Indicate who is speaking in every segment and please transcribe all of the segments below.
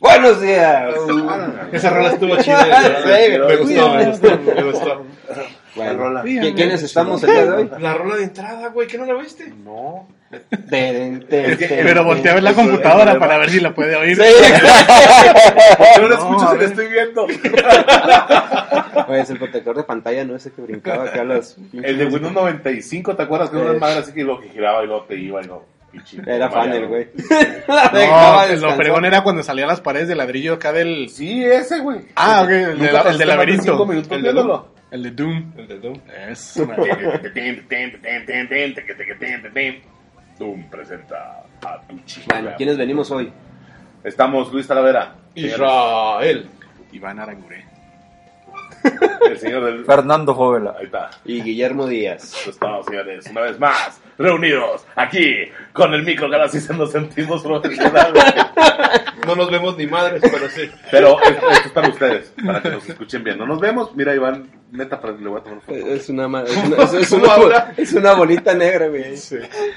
Speaker 1: Buenos días.
Speaker 2: Esa rola estuvo chida. ¿verdad?
Speaker 1: Sí,
Speaker 2: me,
Speaker 1: güey.
Speaker 2: gustó, me gustó, me gustó.
Speaker 1: Bueno,
Speaker 3: rola.
Speaker 1: ¿qui- ¿Quiénes estamos el día de hoy?
Speaker 2: La rola de entrada, güey, ¿qué no la viste?
Speaker 3: No.
Speaker 1: Ten, ten,
Speaker 2: Es que- eh,
Speaker 1: ten,
Speaker 4: Pero volteé a ver la
Speaker 3: Eso es
Speaker 4: computadora
Speaker 3: problema.
Speaker 4: para ver si la puede oír.
Speaker 3: Yo no escucho si la estoy viendo.
Speaker 1: Oye, es el protector de pantalla, no ese que brincaba acá las.
Speaker 3: El de Windows 95, ¿te acuerdas que era
Speaker 1: Eh.
Speaker 3: una madre así que lo que giraba y luego te iba y lo
Speaker 1: Era fan el güey.
Speaker 4: No, lo fregón era cuando salían las paredes de ladrillo acá del.
Speaker 3: Sí, ese güey.
Speaker 4: Ah, ok, el, de
Speaker 3: Nunca
Speaker 4: la- el
Speaker 3: pasaste
Speaker 4: del
Speaker 3: más de
Speaker 4: laberinto.
Speaker 3: cinco minutos
Speaker 4: el, de Doom.
Speaker 3: viéndolo.
Speaker 4: el de Doom.
Speaker 2: El de Doom.
Speaker 4: Eso, man.
Speaker 3: Doom presenta a tu chica.
Speaker 1: Bueno, ¿quiénes venimos hoy?
Speaker 3: Estamos Luis Talavera,
Speaker 2: Israel.
Speaker 4: Iván Arangure.
Speaker 3: el señor del...
Speaker 5: Fernando Jovela.
Speaker 3: Ahí está.
Speaker 1: Y Guillermo Díaz.
Speaker 3: Estamos, señores, una vez más, reunidos aquí con el micro Galaxy en los sentimos profesionales.
Speaker 2: No nos vemos ni madres, pero sí.
Speaker 3: Pero esto, esto es para ustedes, para que nos escuchen bien. No nos vemos. Mira, Iván, neta, para- le voy a tomar una foto.
Speaker 1: Es una, ma- es una, es- es
Speaker 2: ¿Cómo
Speaker 1: una-
Speaker 2: habla?
Speaker 1: es una bolita negra, güey.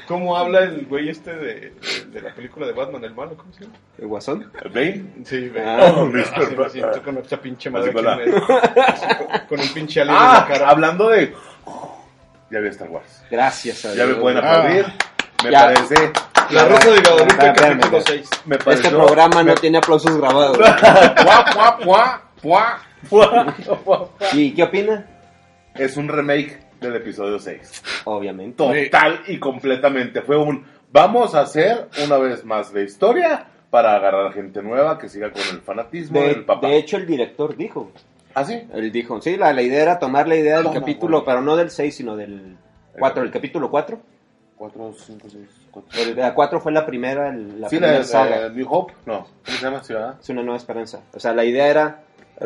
Speaker 2: ¿Cómo habla el güey este de, de la película de Batman, el malo? ¿Cómo se llama?
Speaker 1: ¿El guasón?
Speaker 3: ¿Bane?
Speaker 2: Sí, güey.
Speaker 1: Ah,
Speaker 2: Ah,
Speaker 3: Mr.
Speaker 2: sí, me
Speaker 3: Batman.
Speaker 2: siento con esta pinche madre
Speaker 3: Así,
Speaker 2: aquí en medio. Con- Con un pinche alien en
Speaker 3: Ah,
Speaker 2: la cara.
Speaker 3: hablando de. Ya vi Star Wars.
Speaker 1: Gracias a
Speaker 3: Ya me
Speaker 1: Dios. Ah,
Speaker 3: pueden aplaudir. Me
Speaker 1: Ya.
Speaker 3: parece.
Speaker 2: La rosa de Guadalupe,
Speaker 1: Espérame, espérame.
Speaker 2: capítulo 6.
Speaker 3: Me
Speaker 1: Este
Speaker 3: pareció,
Speaker 1: programa no tiene aplausos grabados. güey.
Speaker 3: Puá, puá, puá, puá, puá, puá.
Speaker 1: ¿Y qué opina?
Speaker 3: Es un remake del episodio 6.
Speaker 1: Obviamente.
Speaker 3: Total y completamente. Fue un. Vamos a hacer una vez más la historia para agarrar gente nueva que siga con el fanatismo
Speaker 1: De,
Speaker 3: del papá.
Speaker 1: de hecho, el director dijo.
Speaker 3: ¿Ah, sí?
Speaker 1: Él dijo, sí, la, la idea era tomar la idea del
Speaker 3: Toma,
Speaker 1: capítulo,
Speaker 3: güey.
Speaker 1: pero no del 6, sino del 4, el capítulo 4.
Speaker 3: 4, 5, 6, 4.
Speaker 1: El, la 4 fue la primera, el- la
Speaker 3: sí, la,
Speaker 1: primera
Speaker 3: la-
Speaker 1: saga.
Speaker 3: New Hope, no. ¿Cómo se llama ciudad?
Speaker 1: Es una nueva esperanza. O sea, la idea era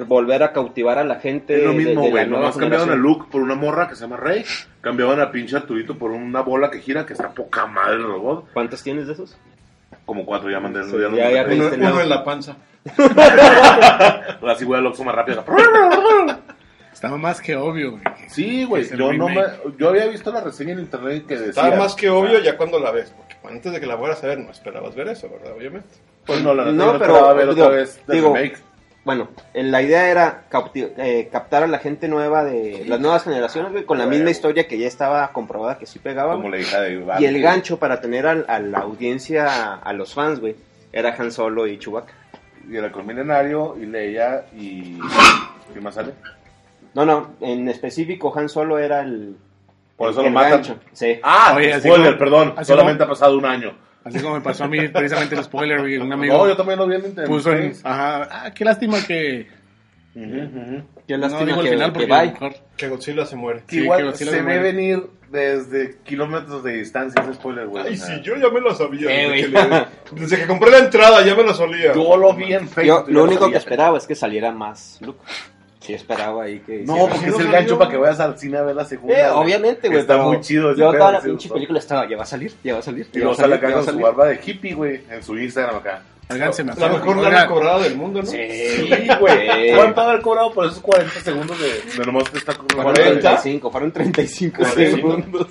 Speaker 1: volver a cautivar a la gente.
Speaker 3: es lo
Speaker 1: de- Este, de
Speaker 3: mismo,
Speaker 1: la
Speaker 3: güey.
Speaker 1: nueva
Speaker 3: Nomás cambiaron a
Speaker 1: generación.
Speaker 3: Luke por una morra que se llama Rey. Cambiaban a pinche Arturito por una bola que gira que está poca madre el robot.
Speaker 1: ¿Cuántos tienes de esos?
Speaker 3: Como cuatro ya mandaron.
Speaker 1: Sí,
Speaker 3: ya no
Speaker 1: ya-
Speaker 3: me-
Speaker 1: ya
Speaker 2: Uno,
Speaker 1: pediste el
Speaker 2: uno
Speaker 1: lado.
Speaker 2: en la panza.
Speaker 3: La sí, güey, al Oxxo más rápido.
Speaker 4: Estaba más que obvio, güey.
Speaker 3: Sí, güey.
Speaker 4: Es el
Speaker 3: Yo, no me,
Speaker 4: remake.
Speaker 3: yo había visto la reseña en internet que decía.
Speaker 2: Está más que obvio ya Ah. cuando la ves. Porque antes de que la fueras a ver, no esperabas ver eso, ¿verdad? Obviamente.
Speaker 3: Pues no, la neta,
Speaker 1: No,
Speaker 3: yo no,
Speaker 1: pero,
Speaker 3: pero. A ver
Speaker 1: digo,
Speaker 3: otra vez. del
Speaker 1: digo,
Speaker 3: remake.
Speaker 1: Bueno, eh, la idea era cauti- eh, captar a la gente nueva de las nuevas generaciones, güey, con la
Speaker 3: Huevo.
Speaker 1: misma historia que ya estaba comprobada que sí pegaba.
Speaker 3: Como
Speaker 1: güey.
Speaker 3: la hija de Iván.
Speaker 1: Y el gancho para tener al- a la audiencia, a los fans, güey, era Han Solo y Chewbacca.
Speaker 3: Y era con Milenario y Leia y. ¿Qué más sale?
Speaker 1: No, no, en específico Han Solo era el.
Speaker 3: Por eso
Speaker 1: el-
Speaker 3: lo
Speaker 1: el
Speaker 3: matan.
Speaker 1: gancho. Sí.
Speaker 3: Ah,
Speaker 4: Oye, así
Speaker 3: spoiler,
Speaker 4: como-
Speaker 3: perdón.
Speaker 4: así
Speaker 3: Solamente ha pasado un año.
Speaker 4: Así como me pasó a mí precisamente el spoiler, güey. Un amigo
Speaker 3: No, yo también pues. lo vi en internet.
Speaker 4: puso en. Ajá. Ah, qué lástima que.
Speaker 1: Qué
Speaker 4: No
Speaker 1: lástima
Speaker 4: digo
Speaker 1: que,
Speaker 4: el final
Speaker 1: que
Speaker 4: porque a lo
Speaker 1: bye.
Speaker 4: mejor.
Speaker 2: Que Godzilla se muere.
Speaker 3: Que
Speaker 4: Sí,
Speaker 3: igual
Speaker 4: que lo- sí lo
Speaker 3: se ve
Speaker 4: demora.
Speaker 3: venir desde kilómetros de distancia ese spoiler, güey.
Speaker 2: Ay,
Speaker 3: O sea,
Speaker 2: sí, yo ya me lo sabía.
Speaker 1: Eh,
Speaker 2: desde, que
Speaker 1: güey.
Speaker 2: le- desde que compré la entrada ya me lo solía.
Speaker 3: yo lo vi en
Speaker 1: Yo
Speaker 3: Facebook. yo
Speaker 1: lo único
Speaker 3: sabía.
Speaker 1: que esperaba es que saliera más Luke. Sí, esperaba ahí que.
Speaker 3: No,
Speaker 1: hiciera-
Speaker 3: porque
Speaker 2: Sí,
Speaker 3: es
Speaker 2: lo
Speaker 3: el
Speaker 2: salió.
Speaker 3: gancho para que vayas al cine a ver la segunda.
Speaker 1: Eh,
Speaker 3: güey.
Speaker 1: obviamente, güey.
Speaker 3: Está
Speaker 1: pero
Speaker 3: muy chido ese
Speaker 1: Yo toda
Speaker 3: pedo,
Speaker 1: la
Speaker 3: sí,
Speaker 1: pinche
Speaker 3: gustó.
Speaker 1: película estaba, ya va a salir, ya va a salir.
Speaker 3: Y
Speaker 1: ya va
Speaker 3: luego
Speaker 1: a
Speaker 3: sale
Speaker 1: salir, ya
Speaker 3: acá
Speaker 1: va a
Speaker 3: con su
Speaker 1: salir.
Speaker 3: barba de hippie, güey, en su Instagram acá.
Speaker 4: Oigan, se me
Speaker 2: La mejor
Speaker 4: Oigan,
Speaker 2: lana cobrada del mundo, ¿no?
Speaker 3: Sí, güey. ¿Cuánto haber cobrado por esos 40 segundos de, de nomás te está
Speaker 1: Fueron 35, fueron 35
Speaker 3: ¿Cuarenta?
Speaker 1: segundos.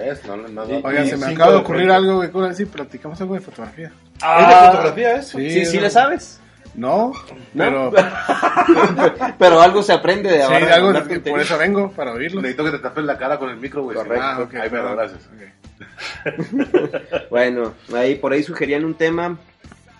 Speaker 3: Es, no, no, no.
Speaker 4: Oigan,
Speaker 2: Y
Speaker 4: se me
Speaker 2: cinco
Speaker 4: acaba de
Speaker 2: de
Speaker 4: ocurrir
Speaker 2: frente.
Speaker 4: algo, güey. ¿cómo decir? Platicamos algo de fotografía.
Speaker 2: ¿Es de fotografía eso?
Speaker 4: Sí,
Speaker 1: Sí, sí
Speaker 4: no-
Speaker 1: le sabes.
Speaker 4: No, pero.
Speaker 1: Pero algo se aprende de
Speaker 4: Sí,
Speaker 1: ahora. de
Speaker 4: algo
Speaker 1: hablar
Speaker 4: de- por
Speaker 1: tonterías.
Speaker 4: eso vengo, para oírlo.
Speaker 3: Necesito que te tapes la cara con el micro, güey.
Speaker 1: Correcto.
Speaker 4: Ah, ok.
Speaker 3: Ahí me
Speaker 4: perdón.
Speaker 3: gracias.
Speaker 4: Ok.
Speaker 1: Bueno, ahí por ahí sugerían un tema.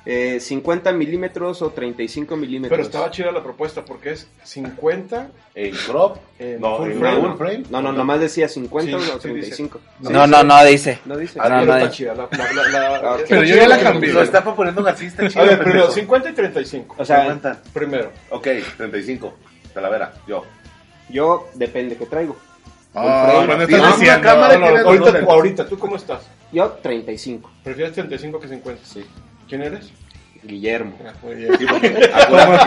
Speaker 1: eh, 50 milímetros o 35 milímetros.
Speaker 2: Pero estaba chida la propuesta porque es 50.
Speaker 3: En crop,
Speaker 1: Eh,
Speaker 2: En
Speaker 3: no,
Speaker 2: full
Speaker 3: en
Speaker 2: frame.
Speaker 3: full frame.
Speaker 1: No, no, nomás decía 50
Speaker 2: Sí,
Speaker 1: o
Speaker 2: sí dice.
Speaker 1: 35.
Speaker 5: No, no, no dice.
Speaker 1: No dice.
Speaker 3: Ah,
Speaker 5: No,
Speaker 2: Pero
Speaker 5: no
Speaker 2: está
Speaker 5: dice.
Speaker 2: chida la. la- la- la-
Speaker 1: Ah, ok.
Speaker 4: Pero yo ya la cambié.
Speaker 3: Lo está proponiendo Garcista, chido.
Speaker 2: A ver, primero,
Speaker 3: pendejo.
Speaker 2: 50 y 35.
Speaker 1: O sea,
Speaker 3: Aguanta.
Speaker 2: Primero.
Speaker 3: Ok, 35. Talavera, yo.
Speaker 1: yo depende que traigo.
Speaker 4: Ah, ¿cuándo
Speaker 3: Tiene
Speaker 4: estás
Speaker 3: una
Speaker 4: diciendo?
Speaker 3: cámara y
Speaker 4: No,
Speaker 3: tiene
Speaker 4: no, no,
Speaker 3: dos
Speaker 2: Ahorita,
Speaker 3: órdenes.
Speaker 2: tú- ahorita, ¿tú cómo estás?
Speaker 1: Yo 35.
Speaker 2: ¿Prefieres 35 que 50?
Speaker 1: Sí.
Speaker 2: ¿Quién eres?
Speaker 1: Guillermo.
Speaker 3: Sí, porque acuérdate que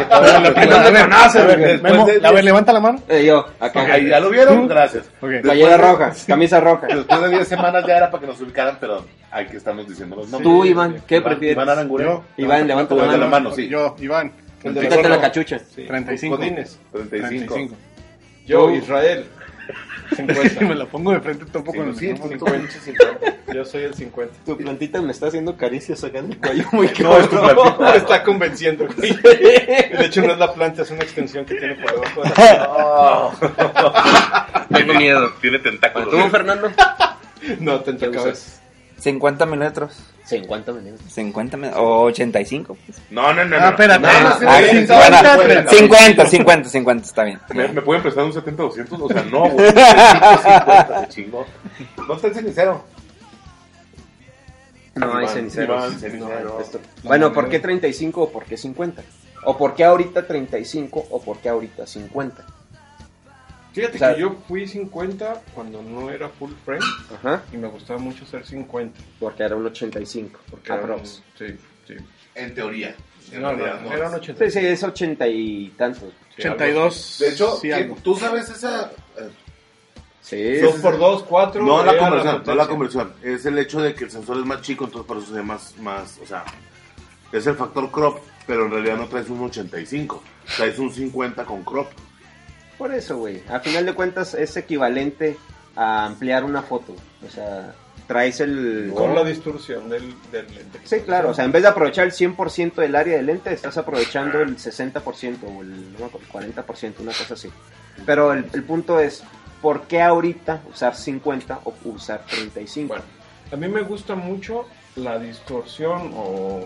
Speaker 3: todo-
Speaker 4: A ver, a ver,
Speaker 3: conoce,
Speaker 4: a ver,
Speaker 3: güey, después
Speaker 4: Memo,
Speaker 3: de-
Speaker 4: a ver, levanta la mano.
Speaker 1: Eh, yo, acá.
Speaker 3: Ok, ¿Ya lo vieron? Gracias.
Speaker 4: Ok.
Speaker 1: Playera
Speaker 3: Después de-
Speaker 1: roja, camisa roja.
Speaker 3: Después de 10 semanas ya era para que nos ubicaran, pero hay que estarnos diciendo los nombres.
Speaker 1: Tú, Iván, ¿qué
Speaker 3: Iván-
Speaker 1: prefieres?
Speaker 3: Iván Aranguren.
Speaker 1: Iván, levanta
Speaker 3: Iván
Speaker 1: la
Speaker 3: de la
Speaker 1: mano.
Speaker 3: mano, sí.
Speaker 4: Yo, Iván.
Speaker 2: El de
Speaker 1: Quítate la
Speaker 2: gorro.
Speaker 1: cachucha.
Speaker 2: Sí.
Speaker 4: 35.
Speaker 2: Godínez.
Speaker 3: 35.
Speaker 4: 35.
Speaker 2: Yo,
Speaker 1: Tú.
Speaker 2: Israel. 50.
Speaker 4: me la pongo de frente topo
Speaker 3: Sí, pues,
Speaker 4: con el
Speaker 3: sí,
Speaker 4: micrófono.
Speaker 3: sí,
Speaker 2: Yo soy el 50.
Speaker 1: Tu plantita me está haciendo caricias acá en el cuello muy
Speaker 3: No, es tu plantita.
Speaker 2: Me está convenciendo, güey. De hecho, no es la planta, es una extensión que tiene por debajo. de la-
Speaker 5: Tengo miedo.
Speaker 3: Tiene tentáculos.
Speaker 1: ¿Tú, Fernando?
Speaker 2: No, te cabeza.
Speaker 5: 50 mililitros.
Speaker 1: 50 minutos.
Speaker 5: 50 mil- o 85. pues.
Speaker 3: No, no, no.
Speaker 4: Ah,
Speaker 3: no.
Speaker 4: espérate.
Speaker 3: No, no, sí,
Speaker 4: Ah,
Speaker 3: sí,
Speaker 4: sí,
Speaker 3: sí,
Speaker 4: bueno,
Speaker 3: sí, puede,
Speaker 4: sí.
Speaker 3: sí.
Speaker 5: 50, 50, 50, está bien.
Speaker 3: ¿Me, ¿Me pueden prestar un 70-200? O sea, no, güey. 50, se chingó. No está el cenicero.
Speaker 1: No hay
Speaker 3: Iván,
Speaker 1: ceniceros.
Speaker 3: Iván, cenicero.
Speaker 1: No, esto- Bueno, ¿por qué 35 o por qué 50? ¿O por qué ahorita 35 o por qué ahorita 50?
Speaker 2: Fíjate
Speaker 1: O sea-
Speaker 2: que yo fui 50 cuando no era full frame
Speaker 1: Ajá,
Speaker 2: y me gustaba mucho ser 50.
Speaker 1: porque era un 85.
Speaker 2: Porque era un-
Speaker 1: Aprox.
Speaker 2: Sí, sí.
Speaker 3: En teoría. En
Speaker 2: No, no,
Speaker 3: realidad, no.
Speaker 2: era un
Speaker 1: Sí,
Speaker 2: 80.
Speaker 1: sí, es 80 y tantos.
Speaker 2: Sí, algo.
Speaker 4: 82.
Speaker 3: De hecho, eh,
Speaker 4: sí, algo.
Speaker 3: tú sabes esa... eh,
Speaker 1: Sí.
Speaker 2: Dos por dos, cuatro.
Speaker 3: No la
Speaker 2: era
Speaker 3: conversión, no la
Speaker 2: potencia.
Speaker 3: conversión. Es el hecho de que el sensor es más chico, entonces por eso se ve más, más, o sea, es el factor crop, pero en realidad no traes un 85, traes un 50 con crop.
Speaker 1: Por eso, güey. A final de cuentas es equivalente a ampliar una foto. O sea, traes el...
Speaker 2: Con la distorsión del, del lente.
Speaker 1: Sí, claro. O sea, en vez de aprovechar el 100% del área del lente, estás aprovechando el 60% o el, no me acuerdo, 40%, una cosa así. Pero el, el punto es, ¿por qué ahorita usar 50 o usar 35?
Speaker 2: Bueno, a mí me gusta mucho la distorsión o...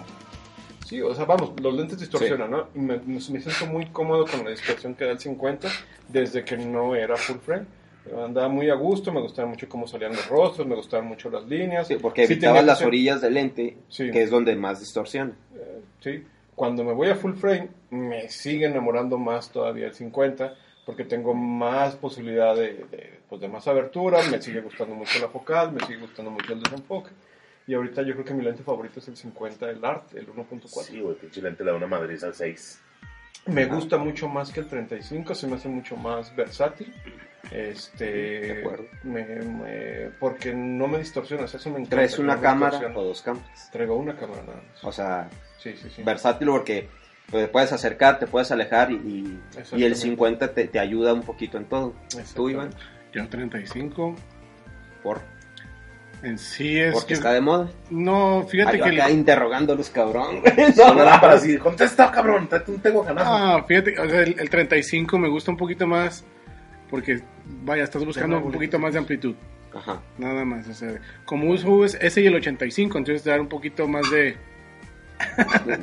Speaker 2: Sí, o sea, vamos, los lentes distorsionan, ¿no? Y me, me siento muy cómodo con la distorsión que da el 50 desde que no era full frame. Andaba muy a gusto, me gustaban mucho cómo salían los rostros, me gustaban mucho las líneas.
Speaker 1: Sí, porque
Speaker 2: Sí
Speaker 1: evitabas
Speaker 2: tenía que
Speaker 1: las
Speaker 2: ser-
Speaker 1: orillas del lente,
Speaker 2: Sí.
Speaker 1: que es donde más distorsiona.
Speaker 2: ¿sí? Cuando me voy a full frame, me sigue enamorando más todavía el 50, porque tengo más posibilidad de, de, pues, de más abertura, me sigue gustando mucho la focal, me sigue gustando mucho el desenfoque. Y ahorita yo creo que mi lente favorito es el 50, el ART, el 1.4.
Speaker 3: Sí, güey, pinche lente le da una madriz al 6.
Speaker 2: Me gusta mucho más que el 35, se me hace mucho más versátil. Este,
Speaker 1: acuerdo.
Speaker 2: me- me- porque no me distorsiona, o sea, eso me encanta.
Speaker 1: Traes
Speaker 2: que no
Speaker 1: una
Speaker 2: me
Speaker 1: cámara
Speaker 2: distorsiona.
Speaker 1: o dos cámaras.
Speaker 2: Traigo una cámara nada más.
Speaker 1: O sea,
Speaker 2: Sí, sí, sí.
Speaker 1: versátil porque pues, puedes acercar, te puedes alejar y- y, y el
Speaker 2: Exactamente.
Speaker 1: 50 te, te ayuda un poquito en todo. Tú, Iván,
Speaker 4: Yo 35.
Speaker 1: por,
Speaker 4: En sí es
Speaker 1: porque
Speaker 4: que...
Speaker 1: está de moda.
Speaker 4: No, fíjate
Speaker 1: Ay,
Speaker 4: que...
Speaker 1: acá
Speaker 4: el-
Speaker 1: interrogándolos, cabrón.
Speaker 3: No era para así, contesta, cabrón, trate un tego ganado.
Speaker 4: Ah, fíjate, o sea, el, el 35 me gusta un poquito más porque, vaya, estás buscando un poquito más de amplitud,
Speaker 1: Ajá.
Speaker 4: nada más. O sea, como uso es ese y el 85, entonces te da un poquito más de...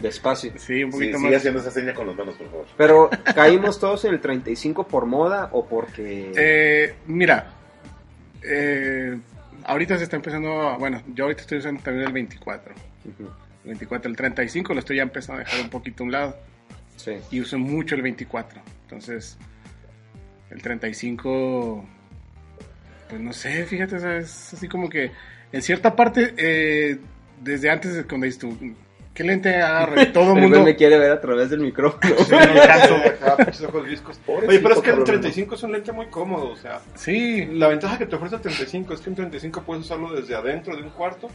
Speaker 1: Despacio.
Speaker 4: Sí, un
Speaker 3: Sí,
Speaker 4: poquito
Speaker 3: sigue
Speaker 4: más.
Speaker 3: haciendo esa seña con las manos, por favor.
Speaker 1: Pero caímos todos en el 35 por moda o porque...
Speaker 4: Eh, mira, eh, ahorita se está empezando, a- bueno, yo ahorita estoy usando también el 24.
Speaker 1: Ujú.
Speaker 4: El 24, el 35 lo estoy ya empezando a dejar un poquito a un lado
Speaker 1: Sí.
Speaker 4: y uso mucho el 24. Entonces, el 35, pues no sé, fíjate, o sea, es así como que en cierta parte, eh, desde antes, de cuando dices tú, ¿qué lente agarro? Y Todo
Speaker 1: El
Speaker 4: el
Speaker 1: güey
Speaker 4: mundo...
Speaker 1: me quiere ver a través del micrófono.
Speaker 2: Ajá, pinches ojos viscos, pobrecito, Oye, pero es que el 35 es un lente muy cómodo, o sea,
Speaker 4: Sí,
Speaker 2: la ventaja que te ofrece el 35 es que un 35 puedes usarlo desde adentro de un cuarto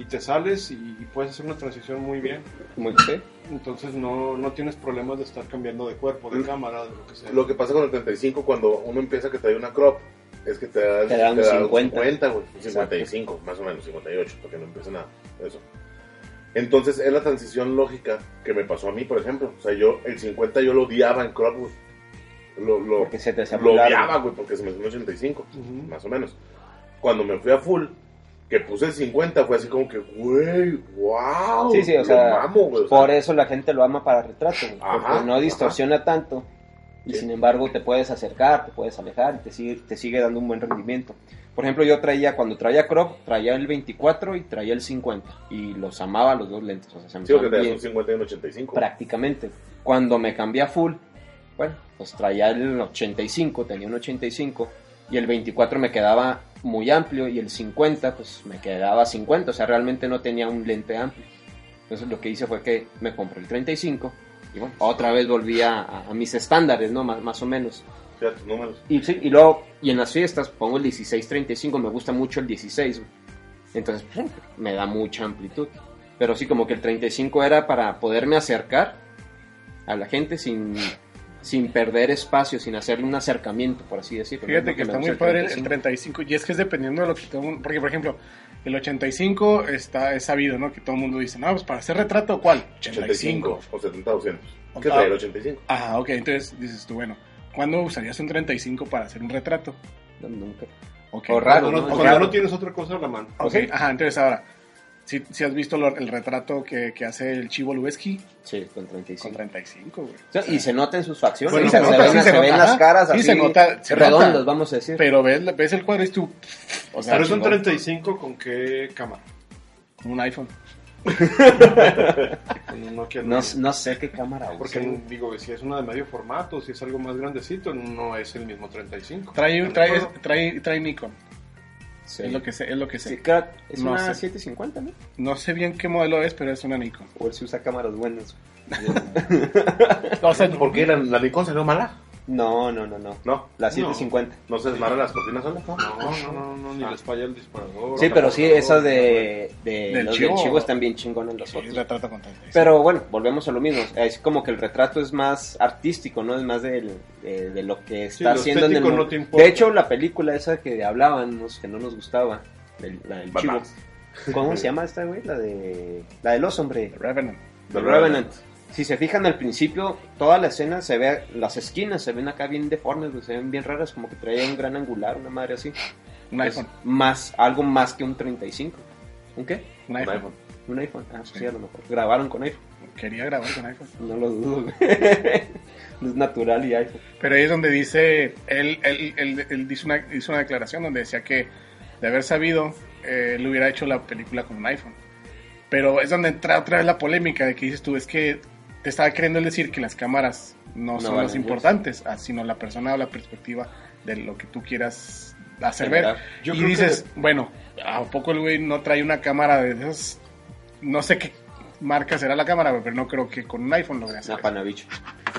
Speaker 2: y te sales y puedes hacer una transición muy bien.
Speaker 1: Muy- sí.
Speaker 2: Entonces no, no tienes problemas de estar cambiando de cuerpo, de cámara, de lo que sea.
Speaker 3: Lo que pasa con el 35 cuando uno empieza que trae una crop es que te dan,
Speaker 1: Te dan un 50.
Speaker 3: güey, un 55, más o menos, 58, porque no empiezan a eso. Entonces es la transición lógica que me pasó a mí, por ejemplo. O sea, yo el 50 yo lo odiaba en crop, güey. Lo, lo,
Speaker 1: Porque se te hacía
Speaker 3: lo
Speaker 1: muy largo.
Speaker 3: odiaba, güey, porque se me hizo un 85,
Speaker 2: Ujú.
Speaker 3: más o menos. Cuando me fui a full, que puse el 50, fue así como que, güey, wow.
Speaker 1: Sí, sí, o
Speaker 3: lo
Speaker 1: sea,
Speaker 3: mamo, güey, o sea,
Speaker 1: Por eso la gente lo ama para retrato, güey,
Speaker 3: Ajá,
Speaker 1: porque no
Speaker 3: ajá.
Speaker 1: distorsiona tanto y
Speaker 3: Sí.
Speaker 1: sin embargo te puedes acercar, te puedes alejar y te sigue, te sigue dando un buen rendimiento. Por ejemplo, yo traía, cuando traía crop, traía el 24 y traía el 50 y los amaba los dos lentes, o sea, se me
Speaker 3: sí, porque te
Speaker 1: hacían
Speaker 3: das
Speaker 1: bien
Speaker 3: un 50 y un 85.
Speaker 1: prácticamente. Cuando me cambié a full, bueno, pues traía el 85, tenía un 85 y el 24 me quedaba muy amplio y el 50 pues me quedaba 50, o sea, realmente no tenía un lente amplio. Entonces lo que hice fue que me compré el 35 y bueno, otra vez volví a, a- a mis estándares, ¿no? Más, más o menos.
Speaker 3: O sea, tus números.
Speaker 1: Y, sí, y luego, y en las fiestas pongo el 1635, me gusta mucho el 16, güey. Entonces, pum, me da mucha amplitud. Pero sí, como que el 35 era para poderme acercar a la gente sin, sin perder espacio, sin hacerle un acercamiento, por así decirlo.
Speaker 4: Fíjate que
Speaker 1: Es lo me
Speaker 4: está muy
Speaker 1: gusta
Speaker 4: padre
Speaker 1: del
Speaker 4: el 35, y es que es dependiendo de lo que todo mundo, porque por ejemplo, el 85 está, es sabido, ¿no? Que todo el mundo dice, no, pues para hacer retrato, ¿cuál?
Speaker 3: 85 o 70 200. ¿Qué
Speaker 4: Octavo.
Speaker 3: trae el 85?
Speaker 4: Ah, ok, entonces dices tú, bueno, ¿cuándo usarías un 35 para hacer un retrato?
Speaker 1: No, nunca.
Speaker 4: Ok.
Speaker 1: O raro,
Speaker 2: Cuando
Speaker 1: ¿no?
Speaker 2: no-
Speaker 1: O
Speaker 2: Cuando
Speaker 1: raro.
Speaker 2: no tienes otra cosa en la mano.
Speaker 4: Ok, ajá, entonces ahora, si, si has visto lo- el retrato que, que hace el Chivo Lubeski
Speaker 1: Sí, con
Speaker 4: con
Speaker 1: 35.
Speaker 4: 35 güey.
Speaker 1: O sea, y se nota en sus facciones.
Speaker 4: Bueno,
Speaker 1: o sea,
Speaker 4: se
Speaker 1: se,
Speaker 4: nota,
Speaker 1: ven,
Speaker 4: sí se
Speaker 1: se ven
Speaker 4: nota,
Speaker 1: las
Speaker 4: ajá.
Speaker 1: caras
Speaker 4: Sí,
Speaker 1: así,
Speaker 4: se nota, se
Speaker 1: redondas,
Speaker 4: nota.
Speaker 1: vamos a decir.
Speaker 4: Pero ves, la- ves el cuadro y tú, o sea,
Speaker 2: Pero es un
Speaker 4: chingón,
Speaker 2: 35 con qué cámara.
Speaker 4: con un iPhone.
Speaker 2: Con un Nokia
Speaker 1: no, no sé qué cámara
Speaker 2: Porque
Speaker 1: usen.
Speaker 2: digo, si es una de medio formato, si es algo más grandecito, no es el mismo 35.
Speaker 4: Trae,
Speaker 2: No
Speaker 4: trae,
Speaker 2: recuerdo.
Speaker 4: trae, trae Nikon,
Speaker 1: Sí.
Speaker 4: es lo que sé, es lo que sé.
Speaker 1: Sí, creo- es
Speaker 4: No
Speaker 1: una
Speaker 4: sé.
Speaker 1: 750, ¿no?
Speaker 4: No sé bien qué modelo es, pero es una Nikon.
Speaker 1: O él si usa cámaras buenas.
Speaker 4: O sea,
Speaker 3: ¿Por qué la, la Nikon salió mala?
Speaker 1: No, no, no, no.
Speaker 3: No,
Speaker 1: La 750.
Speaker 3: no se desmaran las cortinas solas. No,
Speaker 2: No, no, no, no, ni les falla el disparador.
Speaker 1: Sí, pero sí, esas de, de
Speaker 4: Del
Speaker 1: los
Speaker 4: chivo.
Speaker 1: del chivo están bien chingones los
Speaker 4: sí,
Speaker 1: otros.
Speaker 4: retrato con 35.
Speaker 1: Pero bueno, volvemos a lo mismo. Es como que el retrato es más artístico, ¿no? Es más del- de, de lo que está
Speaker 2: lo
Speaker 1: haciendo en el
Speaker 2: estético
Speaker 1: mo-
Speaker 2: no te importa.
Speaker 1: De hecho, la película esa que hablábamos, que no nos gustaba, del, la del
Speaker 3: Bad
Speaker 1: chivo.
Speaker 3: Max.
Speaker 1: ¿Cómo se llama esta, güey? La de. La del oso, hombre.
Speaker 4: Revenant.
Speaker 1: The Revenant. Si se fijan al principio, toda la escena se ve, las esquinas se ven acá bien deformes, güey, se ven bien raras, como que traía un gran angular, una madre así.
Speaker 4: Un
Speaker 1: Es
Speaker 4: iPhone.
Speaker 1: Más, algo más que un 35. ¿Un qué?
Speaker 4: Un
Speaker 3: Un
Speaker 4: iPhone.
Speaker 3: iPhone.
Speaker 1: Un iPhone. Ah, pues
Speaker 4: Sí.
Speaker 1: sí, a lo mejor. Grabaron con iPhone.
Speaker 4: Quería grabar con iPhone.
Speaker 1: No lo dudo, güey. No es natural y iPhone.
Speaker 4: Pero ahí es donde dice, él, él, él, él hizo, una, hizo una declaración donde decía que de haber sabido, eh, él hubiera hecho la película con un iPhone. Pero es donde entra otra vez la polémica de que dices tú, es que te estaba queriendo decir que las cámaras no,
Speaker 1: No
Speaker 4: son
Speaker 1: valen
Speaker 4: las
Speaker 1: mucho.
Speaker 4: importantes, ah, sino la persona o la perspectiva de lo que tú quieras hacer ver.
Speaker 1: Generar.
Speaker 2: Yo
Speaker 4: y
Speaker 2: creo que-
Speaker 4: dices, bueno, ¿a poco el güey no trae una cámara de esas? No sé qué marca será la cámara, güey, pero no creo que con un iPhone logre hacer
Speaker 1: Una
Speaker 4: eso.
Speaker 1: panabicho.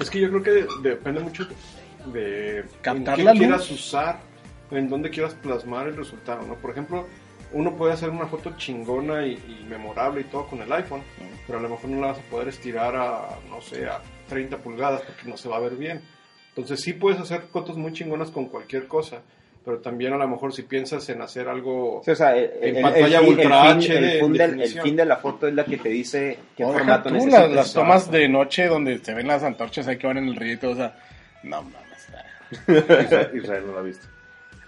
Speaker 2: Es que yo creo que de- depende mucho de
Speaker 4: Captar
Speaker 2: en
Speaker 4: la
Speaker 2: qué
Speaker 4: luz.
Speaker 2: quieras usar, en dónde quieras plasmar el resultado, ¿no? Por ejemplo, uno puede hacer una foto chingona y, y memorable y todo con el iPhone, pero a lo mejor no la vas a poder estirar a, no sé, a 30 pulgadas porque no se va a ver bien. Entonces sí puedes hacer fotos muy chingonas con cualquier cosa, pero también a lo mejor si piensas en hacer algo...
Speaker 1: Sí, o sea, el,
Speaker 2: En
Speaker 1: el- el
Speaker 2: pantalla
Speaker 1: fin-
Speaker 2: ultra
Speaker 1: el fin-
Speaker 2: HD
Speaker 1: el fin del- el
Speaker 2: definición.
Speaker 1: fin de la foto es la que te dice qué
Speaker 4: No, deja
Speaker 1: formato
Speaker 4: tú
Speaker 1: necesitas. Ah.
Speaker 4: las, las tomas de noche donde se ven las antorchas ahí que van en el río y todo, o sea, no mames.
Speaker 3: Israel, Israel no la ha visto.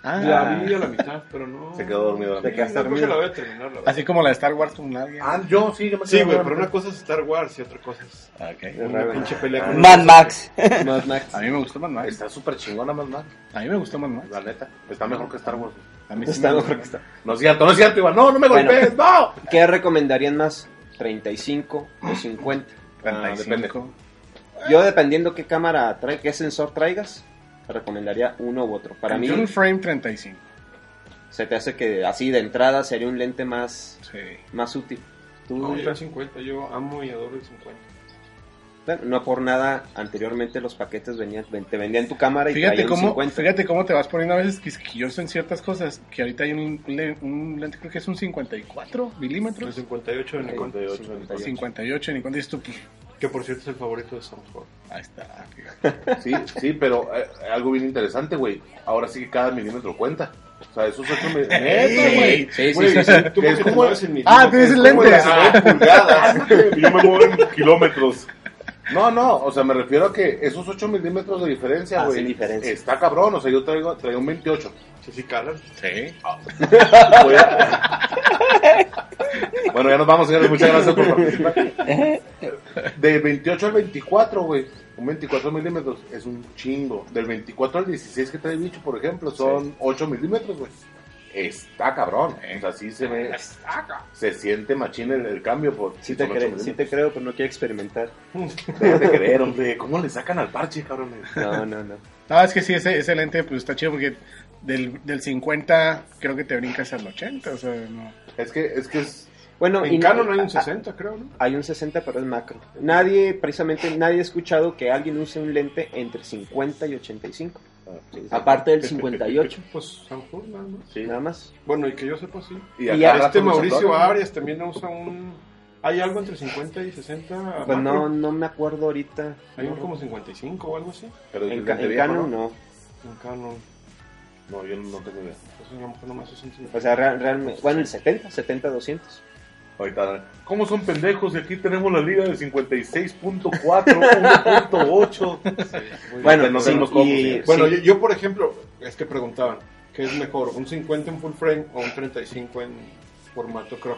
Speaker 1: Ah.
Speaker 2: La vi a la mitad, pero no...
Speaker 3: Se quedó dormido. la
Speaker 1: Te
Speaker 3: mía.
Speaker 1: quedaste
Speaker 2: Una cosa
Speaker 1: dormido.
Speaker 2: la voy a terminar, la verdad.
Speaker 4: Así como la de Star Wars con nadie.
Speaker 3: Ah, yo sí, yo me
Speaker 2: Sí,
Speaker 3: quedé
Speaker 2: güey, pero pues.
Speaker 3: dormido.
Speaker 2: una cosa es Star Wars y otra cosa es
Speaker 4: Ah, Ok.
Speaker 2: una pinche pelea con
Speaker 5: Mad Max.
Speaker 1: Mad Max.
Speaker 4: A mí me gustó Mad Max.
Speaker 3: Está súper chingona, más mal.
Speaker 4: A mí me gustó Mad Max.
Speaker 3: La neta. Está mejor que Star Wars.
Speaker 4: A mí sí
Speaker 1: Está
Speaker 4: me
Speaker 1: mejor que
Speaker 4: gustó.
Speaker 1: está.
Speaker 3: No es cierto, no es cierto, Iván. No, no me
Speaker 1: Bueno.
Speaker 3: golpees, no.
Speaker 1: ¿Qué recomendarían más? ¿35 o 50?
Speaker 3: Ah,
Speaker 4: 35.
Speaker 1: Yo dependiendo qué cámara trae, qué sensor traigas, te recomendaría uno u otro. Para mí
Speaker 4: Yo un frame 35.
Speaker 1: se te hace que así de entrada sería un lente más,
Speaker 4: Sí.
Speaker 1: más útil. Tú, eh,
Speaker 2: No, yo
Speaker 1: Israel?
Speaker 2: el 50, yo amo y adoro el 50.
Speaker 1: Bueno, no por nada, anteriormente los paquetes venían, ven- te vendían tu cámara y
Speaker 4: Fíjate
Speaker 1: traían
Speaker 4: cómo,
Speaker 1: 50.
Speaker 4: fíjate cómo te vas poniendo a veces quisquilloso en ciertas cosas. Que ahorita hay un, le- un lente, creo que es un 54
Speaker 2: El
Speaker 4: milímetros.
Speaker 2: 58 de Nikon.
Speaker 3: 58,
Speaker 1: 58.
Speaker 4: 58, ni cuando dices tú, pues,
Speaker 2: Que por cierto es el favorito de Samsung. Hub.
Speaker 4: ahí está. fíjate.
Speaker 3: Sí, sí, pero eh, algo bien interesante, güey. Ahora sí que cada milímetro cuenta. O sea, esos ocho milímetros, güey.
Speaker 1: Sí, sí,
Speaker 3: Güey,
Speaker 1: sí, sí.
Speaker 3: es
Speaker 2: ¿Tú por qué te
Speaker 3: como-
Speaker 2: mueves en milímetros?
Speaker 4: Ah, tienes el lente.
Speaker 3: las nueve pulgadas. y yo me muevo en kilómetros. No, no, o sea, me refiero a que esos 8 milímetros de diferencia,
Speaker 1: Hacen
Speaker 3: güey.
Speaker 1: Ah, diferencia.
Speaker 3: Está cabrón, o sea, yo traigo, traigo un 28.
Speaker 2: Sí, sí, calan.
Speaker 4: Sí.
Speaker 3: Voy a- Pues. bueno, ya nos vamos, señores. Muchas gracias por participar. De 28 al 24, güey. Un 24 milímetros es un chingo. Del 24 al 16 que trae bicho, por ejemplo, son 8 milímetros, güey. Está cabrón. ¿eh? O sea, sí se ve. Se siente machín el, el cambio. Por,
Speaker 1: Sí te,
Speaker 3: son ocho
Speaker 1: cre- sí
Speaker 3: milímetros.
Speaker 1: te creo, pero no quiero experimentar.
Speaker 3: Déjate creer, hombre. ¿Cómo le sacan al parche, cabrón?
Speaker 1: No, no, no.
Speaker 4: No, es que sí, ese, ese lente pues está chido porque del, del 50 creo que te brincas al 80, o sea, no.
Speaker 3: Es que es, que es,
Speaker 1: Bueno,
Speaker 2: en
Speaker 1: y-
Speaker 2: Canon hay
Speaker 1: a-
Speaker 2: un 60, creo, ¿no?
Speaker 1: Hay un 60, pero es macro. Nadie, precisamente, nadie ha escuchado que alguien use un lente entre 50 y 85.
Speaker 3: Ah, sí, sí.
Speaker 1: Aparte del 58,
Speaker 2: Pues Sanford nada más.
Speaker 3: Sí. Ah,
Speaker 1: nada más.
Speaker 2: Bueno, y que yo sepa, sí.
Speaker 3: Y
Speaker 1: ya
Speaker 3: acá
Speaker 2: Este
Speaker 3: rato nos
Speaker 2: Mauricio
Speaker 3: hablaron.
Speaker 2: Arias también usa un... ¿Hay algo entre 50 y 60?
Speaker 1: Pues
Speaker 2: Ah, macro?
Speaker 1: no, no me acuerdo ahorita.
Speaker 2: Hay un como 55 o algo así.
Speaker 3: Pero
Speaker 1: En,
Speaker 3: el
Speaker 1: ca-
Speaker 3: lente
Speaker 1: en
Speaker 3: viejo,
Speaker 1: Canon no.
Speaker 2: En Canon.
Speaker 3: No, yo no tengo idea.
Speaker 2: Pues a lo mejor nomás es un
Speaker 1: O sea, real- realmente. Bueno, el 70, 70, 200.
Speaker 3: Ahorita, ¿cómo son pendejos? Y aquí tenemos la liga de 56.4,
Speaker 1: Bueno,
Speaker 3: 1.8. Pues no
Speaker 1: sí,
Speaker 3: sabemos cómo,
Speaker 1: y-
Speaker 3: sí.
Speaker 2: Bueno,
Speaker 1: Sí.
Speaker 2: yo, yo, por ejemplo, es que preguntaban, ¿qué es mejor, un 50 en full frame o un 35 en formato crop?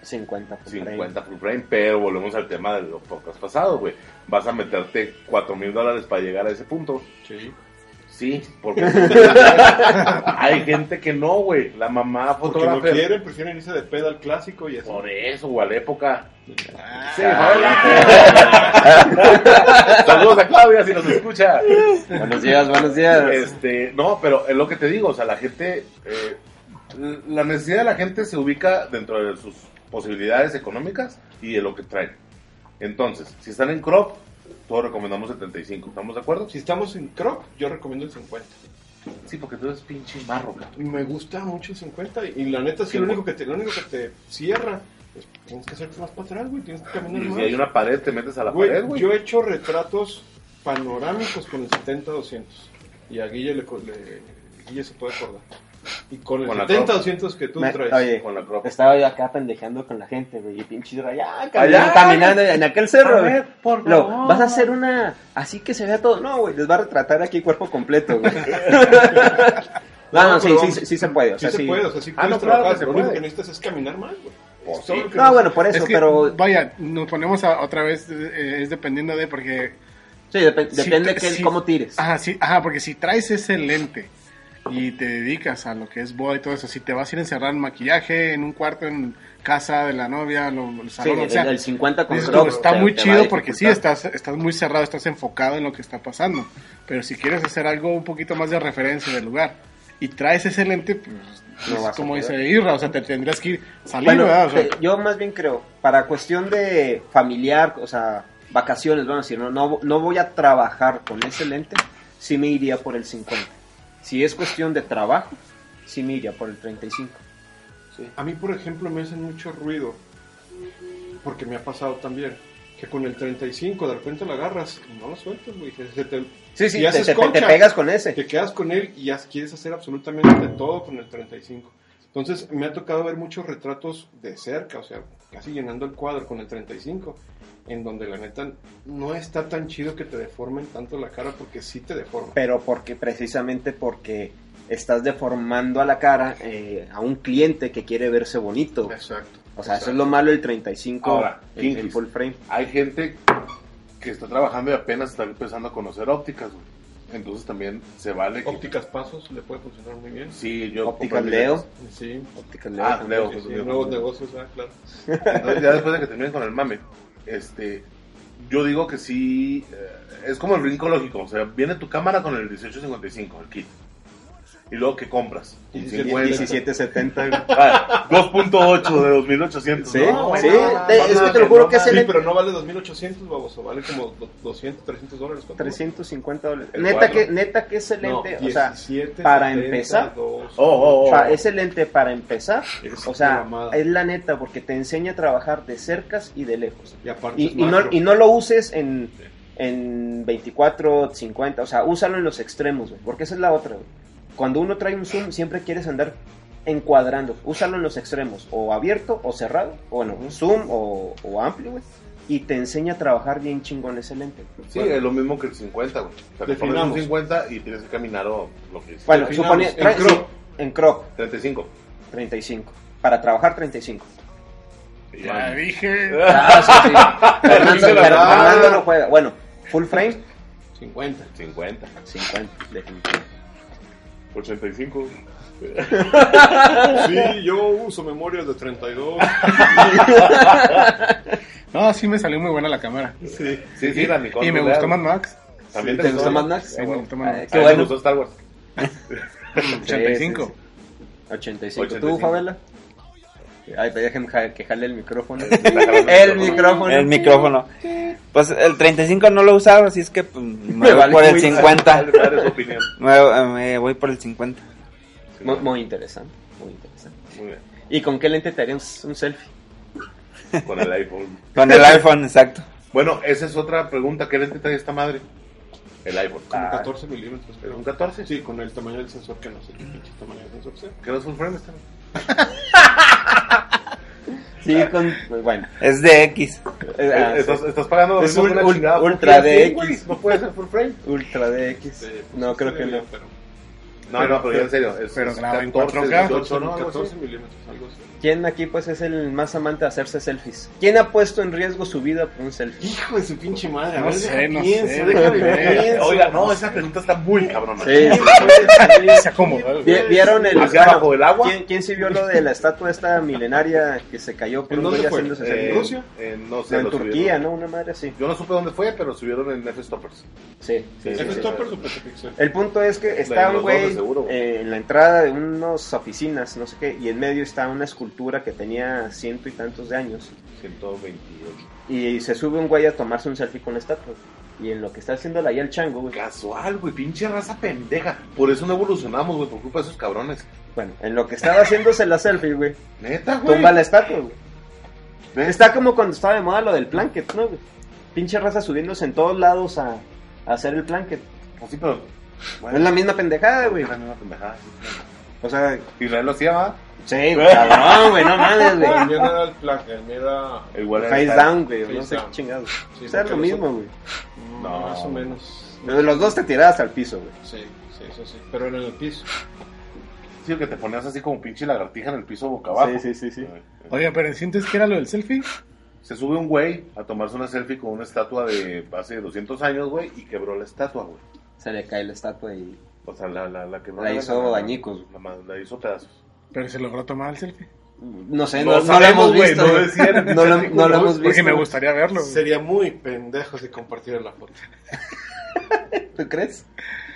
Speaker 1: 50 por ahí.
Speaker 3: 50 full frame, pero volvemos al tema de los podcasts pasados, güey. Vas a meterte 4 mil dólares para llegar a ese punto.
Speaker 2: Sí.
Speaker 3: Sí, porque hay gente que no, güey. La mamá
Speaker 2: Porque no
Speaker 3: fotógrafa.
Speaker 2: quieren, prefieren irse de peda al clásico y así.
Speaker 3: Por eso, o a la época. Sí, Saludos a Claudia si nos escucha.
Speaker 5: Buenos días, buenos días.
Speaker 3: Este, no, pero es lo que te digo, o sea, la gente, eh, la necesidad de la gente se ubica dentro de sus posibilidades económicas y de lo que traen. Entonces, si están en crop, todos recomendamos 75, ¿estamos de acuerdo?
Speaker 2: Si estamos en crop, yo recomiendo el 50.
Speaker 3: Sí, porque tú eres pinche marro, cabrón.
Speaker 2: Me gusta mucho el 50 y la neta sí,
Speaker 3: Sí,
Speaker 2: lo
Speaker 3: güey.
Speaker 2: único que te, lo único que te cierra es tienes que hacerte más para atrás, güey, tienes que caminar
Speaker 3: Y
Speaker 2: más.
Speaker 3: si hay una pared, te metes a la
Speaker 2: Güey,
Speaker 3: pared, güey.
Speaker 2: Yo he hecho retratos panorámicos con el 70-200. Y a Guille, le, co- le- Guille se puede acordar. Y con el
Speaker 3: Con la
Speaker 2: 70-200 que tú
Speaker 1: Me-
Speaker 2: traes.
Speaker 1: oye,
Speaker 3: Con la crop.
Speaker 1: Estaba yo acá pendejando con la gente, güey. Y pinche allá, caminando,
Speaker 3: Allá.
Speaker 1: caminando en aquel cerro,
Speaker 3: A
Speaker 1: güey.
Speaker 3: ver, por
Speaker 1: Lo,
Speaker 3: favor.
Speaker 1: vas a hacer una así que se vea todo. No, güey, les va a retratar aquí cuerpo completo, güey. no, no, sí,
Speaker 2: No, pero
Speaker 1: sí,
Speaker 2: vamos.
Speaker 1: sí, se puede. O sea,
Speaker 2: sí se
Speaker 1: sí.
Speaker 2: puede, o sea, sí
Speaker 3: Ah,
Speaker 2: puedes
Speaker 3: no, claro
Speaker 2: trabajar.
Speaker 3: que se
Speaker 2: lo único
Speaker 3: puede.
Speaker 2: que necesitas es caminar más, güey.
Speaker 3: Pues
Speaker 2: Todo
Speaker 3: sí.
Speaker 2: lo que
Speaker 1: No,
Speaker 2: neces-
Speaker 1: bueno, por
Speaker 4: Es
Speaker 1: eso,
Speaker 4: que,
Speaker 1: pero
Speaker 4: Vaya, nos ponemos a- otra vez, eh, es dependiendo de, porque
Speaker 1: sí, dep-
Speaker 4: Si
Speaker 1: depende
Speaker 4: te-
Speaker 1: que,
Speaker 4: si- Ah,
Speaker 1: cómo tires.
Speaker 4: Ajá, sí, ajá, porque si traes ese lente y te dedicas a lo que es boda y todo eso, si te vas a ir a encerrar en maquillaje, en un cuarto, en casa de la novia, lo, el
Speaker 1: sí,
Speaker 4: salón, o
Speaker 1: el,
Speaker 4: sea,
Speaker 1: el 50 con
Speaker 4: dices tú,
Speaker 1: crop,
Speaker 4: está
Speaker 1: te-
Speaker 4: muy
Speaker 1: te va a
Speaker 4: chido porque sí,
Speaker 1: dificultar.
Speaker 4: estás, estás muy cerrado, estás enfocado en lo que está pasando. Pero si quieres hacer algo un poquito más de referencia del lugar y traes ese lente, pues
Speaker 1: No
Speaker 4: es
Speaker 1: vas a
Speaker 4: como
Speaker 1: poder.
Speaker 4: dice Irra, o sea, te tendrías que ir salir,
Speaker 1: Bueno,
Speaker 4: ¿verdad? O sea,
Speaker 1: te- yo más bien creo, para cuestión de familiar, o sea, vacaciones, vamos a decir, no, no, no voy a trabajar con ese lente, sí me iría por el 50. Si es cuestión de trabajo, sí me iría por el 35.
Speaker 2: A mí, por ejemplo, me hacen mucho ruido. Porque me ha pasado también. Que con el 35 de repente la agarras y no lo sueltas, güey. Se te-
Speaker 1: Sí, sí,
Speaker 2: y
Speaker 1: te,
Speaker 2: haces
Speaker 1: te- te
Speaker 2: concha.
Speaker 1: pegas con ese.
Speaker 2: Te quedas con él y ya quieres hacer absolutamente todo con el 35. Entonces me ha tocado ver muchos retratos de cerca, o sea, casi llenando el cuadro con el 35, en donde la neta no está tan chido que te deformen tanto la cara porque sí te deforma.
Speaker 1: pero porque precisamente porque estás deformando a la cara eh, a un cliente que quiere verse bonito.
Speaker 2: Exacto.
Speaker 1: O sea, eso es lo malo del 35
Speaker 3: Ahora,
Speaker 1: en, en
Speaker 3: Kinkis.
Speaker 1: full frame.
Speaker 3: hay gente que está trabajando y apenas está empezando a conocer ópticas, güey. Entonces también se vale que...
Speaker 2: Ópticas pasos le puede funcionar muy bien.
Speaker 3: Sí, yo...
Speaker 1: Ópticas
Speaker 3: compré videos.
Speaker 1: Leo,
Speaker 2: Sí.
Speaker 1: ópticas Leo.
Speaker 3: Ah,
Speaker 1: también.
Speaker 3: Leo.
Speaker 2: Sí, sí, nuevos negocios, ah, claro.
Speaker 3: Entonces, ya después de que termines con el mame, este, yo digo que sí, eh, es como el brinco lógico, o sea, viene tu cámara con el 1855, el kit, y luego que compras.
Speaker 2: 17,
Speaker 1: 1770.
Speaker 3: Ah, 2.8 de 2800.
Speaker 1: Sí,
Speaker 3: No,
Speaker 1: sí,
Speaker 3: no, no,
Speaker 1: te-
Speaker 3: no,
Speaker 1: es que
Speaker 3: no,
Speaker 1: te lo juro
Speaker 3: no,
Speaker 1: que es
Speaker 3: no,
Speaker 1: el-
Speaker 2: Sí, pero no vale 2.800, baboso, vale como do- 200, 300 dólares. ¿cuánto?
Speaker 1: 350 dólares.
Speaker 3: El
Speaker 1: Neta
Speaker 3: cuadro.
Speaker 1: que, neta que ese
Speaker 2: No,
Speaker 1: lente, o sea,
Speaker 2: 17,
Speaker 1: para empezar,
Speaker 2: 72.
Speaker 3: Oh, oh,
Speaker 1: O
Speaker 3: oh.
Speaker 1: sea, ese lente para empezar,
Speaker 2: Es
Speaker 1: o sea,
Speaker 2: una mamada.
Speaker 1: es la neta, porque te enseña a trabajar de cercas y de lejos.
Speaker 2: Y aparte
Speaker 1: Y,
Speaker 2: es
Speaker 1: y no,
Speaker 2: macro.
Speaker 1: y no lo uses en, en 24, 50, o sea, úsalo en los extremos, güey, porque esa es la otra. güey. Cuando uno trae un zoom, siempre quieres andar encuadrando. Úsalo en los extremos, o abierto, o cerrado, o bueno, zoom o, o amplio, güey, y te enseña a trabajar bien chingón ese lente. güey.
Speaker 3: Sí,
Speaker 1: Bueno,
Speaker 3: es lo mismo que el 50, güey. O sea, te pones un
Speaker 2: Definamos.
Speaker 3: 50 y tienes que caminar o lo que es.
Speaker 1: bueno,
Speaker 2: definamos,
Speaker 1: supone,
Speaker 2: en
Speaker 1: trae- sí, en,
Speaker 2: crop.
Speaker 1: crop.
Speaker 3: 35.
Speaker 1: 35. Para trabajar 35.
Speaker 3: Y
Speaker 4: ya
Speaker 3: ya.
Speaker 4: dije,
Speaker 1: Ah, sí, sí. Fernando,
Speaker 3: Dice la
Speaker 1: Fer-
Speaker 3: verdad.
Speaker 1: Fernando lo juega. Bueno, full frame,
Speaker 2: 50.
Speaker 3: 50.
Speaker 1: 50, definitivamente.
Speaker 3: 85.
Speaker 2: Sí, yo uso memorias de 32.
Speaker 4: no, sí me salió muy buena la cámara.
Speaker 2: Sí.
Speaker 3: Sí, sí, la Nikon.
Speaker 4: y me
Speaker 3: ¿verdad?
Speaker 4: gustó más Max,
Speaker 3: ¿También
Speaker 1: ¿Te gustó más Max?
Speaker 4: Sí, me gustó más
Speaker 1: Ah,
Speaker 4: Max.
Speaker 3: Qué
Speaker 1: qué bueno.
Speaker 3: me gustó Star Wars.
Speaker 4: 85.
Speaker 1: Sí, sí, sí. 85. ¿Tú,
Speaker 3: 85.
Speaker 1: Fabela? Ay, pero déjeme ja- que jale el micrófono. el
Speaker 3: El
Speaker 1: micrófono.
Speaker 5: El micrófono. Pues el 35 no lo usaba, así es que pues, me voy
Speaker 1: vale
Speaker 5: por el
Speaker 1: muy-
Speaker 5: 50.
Speaker 3: Vale, vale, su opinión.
Speaker 5: Me, eh, me voy por el 50.
Speaker 1: Muy, muy interesante, muy interesante.
Speaker 3: Muy bien.
Speaker 1: ¿Y con qué lente te harías un selfie?
Speaker 3: Con el iPhone.
Speaker 5: Con el iPhone, exacto.
Speaker 3: Bueno, esa es otra pregunta. ¿Qué lente trae esta madre? El iPhone.
Speaker 1: Ah.
Speaker 3: Ah,
Speaker 2: Como 14 milímetros, pero
Speaker 3: ¿Un 14?
Speaker 2: sí, con el tamaño del sensor que no sé qué pinche tamaño del sensor sea. Eh,
Speaker 3: ¿Qué no es full frame? este? Está bien.
Speaker 1: Sí, con. Ah, pues Bueno.
Speaker 5: Es de X.
Speaker 1: eh, ah,
Speaker 3: Eh, estás, estás pagando
Speaker 1: Es
Speaker 3: doscientos
Speaker 1: un
Speaker 3: una
Speaker 1: ul-
Speaker 3: chingada por
Speaker 1: ultra
Speaker 3: pie,
Speaker 1: DX.
Speaker 3: sí, güey, No puede ser full frame.
Speaker 1: sí. Ultra DX.
Speaker 2: Eh, pues,
Speaker 1: No,
Speaker 2: sí
Speaker 1: creo
Speaker 2: se
Speaker 1: que
Speaker 2: vería,
Speaker 1: no.
Speaker 2: Pero,
Speaker 3: No, no, pero ya en serio. Es,
Speaker 4: Pero
Speaker 3: es
Speaker 4: graba en 4K,
Speaker 3: 18, ¿no?
Speaker 2: 14,
Speaker 3: Algo así.
Speaker 2: milímetros, algo así.
Speaker 1: ¿Quién aquí pues es el más amante de hacerse selfies? ¿Quién ha puesto en riesgo su vida por un selfie?
Speaker 2: Hijo de su pinche madre.
Speaker 4: a ver, deja pienso, deja
Speaker 2: déjame
Speaker 4: pienso.
Speaker 3: Oiga, no, esa pregunta está muy cabrona.
Speaker 4: Se acomoda. güey.
Speaker 1: Vi- ¿Vieron el,
Speaker 3: Acá bajo el agua.
Speaker 1: ¿quién, quién sí vio lo de la estatua esta milenaria que se cayó por
Speaker 2: ¿En
Speaker 1: un
Speaker 2: dónde
Speaker 1: güey
Speaker 2: fue?
Speaker 1: haciéndose
Speaker 3: Eh,
Speaker 1: selfie?
Speaker 2: ¿En Rusia?
Speaker 3: eh, no
Speaker 1: No,
Speaker 3: sé.
Speaker 1: en
Speaker 3: lo
Speaker 1: Turquía,
Speaker 3: subieron.
Speaker 1: ¿no? Una madre así.
Speaker 3: Yo no supe dónde fue, pero subieron en F-Stoppers.
Speaker 1: Sí, sí, sí,
Speaker 2: ¿Es
Speaker 1: sí.
Speaker 2: stopper o petapixel?
Speaker 1: El punto es que
Speaker 3: La
Speaker 1: está
Speaker 3: de
Speaker 1: un
Speaker 3: los dos, de
Speaker 1: güey
Speaker 3: seguro.
Speaker 1: eh, en la entrada de unas oficinas, no sé qué, y en medio está una escultura que tenía ciento y tantos de años.
Speaker 3: 128.
Speaker 1: Y se sube un güey a tomarse un selfie con la estatua. Y en lo que está haciendo la el chango, güey.
Speaker 3: Casual, güey, pinche raza pendeja. Por eso no evolucionamos, güey, por culpa de esos cabrones.
Speaker 1: Bueno, en lo que estaba haciéndose la selfie, güey,
Speaker 3: Neta, güey.
Speaker 1: tumba la estatua, güey. Está como cuando estaba de moda lo del planket, ¿no, güey? Pinche raza subiéndose en todos lados a, a hacer el planket.
Speaker 3: Así, pero.
Speaker 1: Es la misma pendejada, güey.
Speaker 3: Es la misma pendejada.
Speaker 1: O sea,
Speaker 3: Israel lo hacía, ¿va?
Speaker 1: sí, güey, cabrón, güey, no mames, güey.
Speaker 2: El mío no era el plan, el mío era.
Speaker 3: Igual era
Speaker 1: Face
Speaker 3: Israel.
Speaker 1: down, güey,
Speaker 2: Face
Speaker 1: no sé qué
Speaker 2: down.
Speaker 1: chingados.
Speaker 2: Sí,
Speaker 1: o sea, es
Speaker 2: porque
Speaker 1: lo mismo, güey.
Speaker 2: Mm,
Speaker 3: No.
Speaker 2: Más o menos.
Speaker 1: Pero Los dos te tirabas al piso, güey.
Speaker 2: Sí, sí, eso sí. Pero era en el piso.
Speaker 3: Sí, que te ponías así como pinche lagartija en el piso boca abajo. Eh,
Speaker 1: Sí, sí, sí, sí.
Speaker 4: Oiga, pero ¿sientes que era lo del selfie?
Speaker 3: Se sube un güey a tomarse una selfie con una estatua de hace 200 años, güey, y quebró la estatua, güey.
Speaker 1: Se le cae la estatua y...
Speaker 3: O sea, la, la, la quebró.
Speaker 1: La hizo dañicos.
Speaker 3: La, la- la hizo pedazos.
Speaker 4: Pero se logró tomar el selfie.
Speaker 1: No sé,
Speaker 3: No
Speaker 1: no, no lo
Speaker 3: sabemos,
Speaker 1: hemos
Speaker 3: güey,
Speaker 1: visto.
Speaker 3: no
Speaker 1: güey.
Speaker 3: decían,
Speaker 1: No lo, no lo
Speaker 3: no,
Speaker 1: hemos
Speaker 4: Porque
Speaker 1: visto.
Speaker 4: me gustaría verlo. güey.
Speaker 2: Sería muy pendejo si compartiera la foto.
Speaker 1: ¿Tú crees?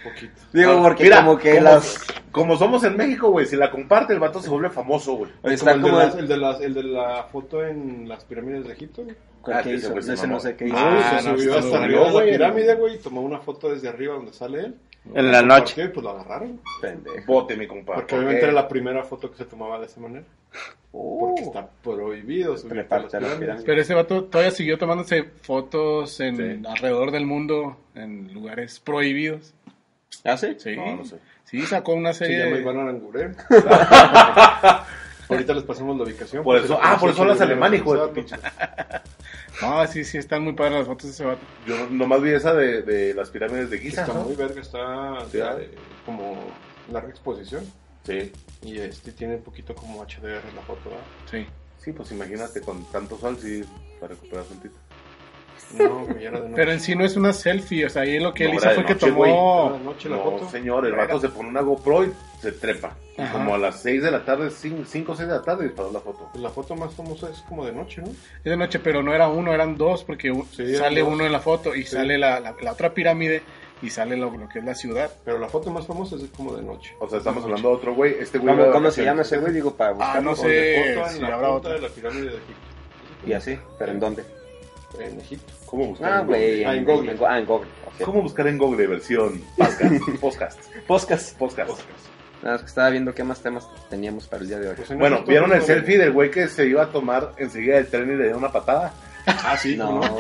Speaker 2: Un poquito.
Speaker 1: Digo,
Speaker 3: Ah,
Speaker 1: porque
Speaker 3: mira,
Speaker 1: como que las...
Speaker 3: Como somos en México, güey, si la comparte, el vato se vuelve famoso, güey.
Speaker 1: Está
Speaker 2: como,
Speaker 1: como...
Speaker 2: el, de las- el, de las- el de la foto en las pirámides de Egipto. güey.
Speaker 1: ¿Cuál
Speaker 3: Ah,
Speaker 1: que
Speaker 3: sí,
Speaker 1: hizo?
Speaker 3: güey, se
Speaker 1: Ese no
Speaker 3: mamó.
Speaker 1: sé qué hizo.
Speaker 4: Ah,
Speaker 2: se subió
Speaker 4: no, estuvo
Speaker 2: hasta
Speaker 4: bueno.
Speaker 2: arriba de la pirámide, güey, y tomó una foto desde arriba donde sale él.
Speaker 5: En la
Speaker 2: Lo
Speaker 5: noche.
Speaker 2: compartió Y pues lo agarraron.
Speaker 1: Pendejo.
Speaker 3: Bote, mi compadre.
Speaker 2: Porque obviamente era la primera foto que se tomaba de esa manera. Porque
Speaker 3: Uh.
Speaker 1: Oh.
Speaker 2: está prohibido subir a las
Speaker 1: Treparte a las
Speaker 2: pirámides.
Speaker 4: Pero ese vato todavía siguió tomándose fotos en
Speaker 3: Sí.
Speaker 4: alrededor del mundo, en lugares prohibidos.
Speaker 1: ¿Ah, sí?
Speaker 4: Sí,
Speaker 3: No, no sé.
Speaker 4: sí sacó una
Speaker 2: Se
Speaker 4: serie
Speaker 2: llama
Speaker 4: de...
Speaker 2: Iván Aranguren. Ahorita les pasamos la ubicación.
Speaker 3: Por eso- ah, por eso hablas alemán, hijo de tu pinche.
Speaker 4: No, Ah, sí, sí, están muy padres las fotos de ese vato.
Speaker 3: Yo nomás vi esa de, de las pirámides de Giza.
Speaker 2: Está
Speaker 3: ¿no?
Speaker 2: muy verga, está
Speaker 3: Sí, ah.
Speaker 2: eh, como larga exposición.
Speaker 3: Sí.
Speaker 2: Y este tiene un poquito como HDR la foto. ¿verdad?
Speaker 4: Sí.
Speaker 3: Sí, pues imagínate con tanto sol, sí, para recuperar tantito.
Speaker 2: No, güey, era de noche.
Speaker 4: Pero en sí no es una selfie, o sea, ahí lo que
Speaker 3: No,
Speaker 4: él hizo
Speaker 3: era de
Speaker 4: fue que
Speaker 3: noche,
Speaker 4: tomó...
Speaker 2: Era de noche la
Speaker 3: No,
Speaker 2: foto.
Speaker 3: señor, el vato se pone una GoPro y se trepa. Y
Speaker 4: Ajá.
Speaker 3: como a las 6 de la tarde, 5 o 6 de la tarde, disparó la foto.
Speaker 2: Pues la foto más famosa es como de noche, ¿no?
Speaker 4: Es de noche, pero no era uno, eran dos, porque u-
Speaker 2: Sí, eran
Speaker 4: sale
Speaker 2: dos.
Speaker 4: uno en la foto y
Speaker 2: Sí.
Speaker 4: sale la, la- la otra pirámide y sale lo, lo que es la ciudad.
Speaker 2: Pero la foto más famosa es como de noche.
Speaker 3: O sea, estamos hablando de otro güey. Este güey.
Speaker 1: ¿Cómo,
Speaker 3: iba de
Speaker 1: cómo se llama
Speaker 3: vacaciones.
Speaker 1: ese güey? Digo, para
Speaker 4: Ah,
Speaker 1: buscarlo.
Speaker 4: no
Speaker 2: Con la
Speaker 4: sé
Speaker 2: foto en
Speaker 4: si
Speaker 2: la
Speaker 4: habrá
Speaker 2: punta
Speaker 4: otra.
Speaker 2: de la pirámide de Egipto.
Speaker 1: Y así, pero ¿en dónde?
Speaker 2: En Egipto.
Speaker 3: ¿Cómo buscar?
Speaker 1: Ah,
Speaker 3: en
Speaker 1: güey.
Speaker 3: Google?
Speaker 2: Ah, en
Speaker 1: en-
Speaker 2: Google.
Speaker 1: en Go- Ah, en Google. ok.
Speaker 3: ¿Cómo buscar en Google versión podcast? podcast?
Speaker 1: Podcast.
Speaker 3: Podcast.
Speaker 1: Nada, es que estaba viendo qué más temas teníamos para el día de hoy.
Speaker 2: Pues en
Speaker 3: Bueno,
Speaker 2: Egipto
Speaker 3: ¿vieron
Speaker 2: no
Speaker 3: el
Speaker 2: lo
Speaker 3: selfie
Speaker 2: vemos.
Speaker 3: del güey que se iba a tomar enseguida del tren y le dio una patada?
Speaker 2: Ah, sí.
Speaker 1: No,
Speaker 2: ¿cómo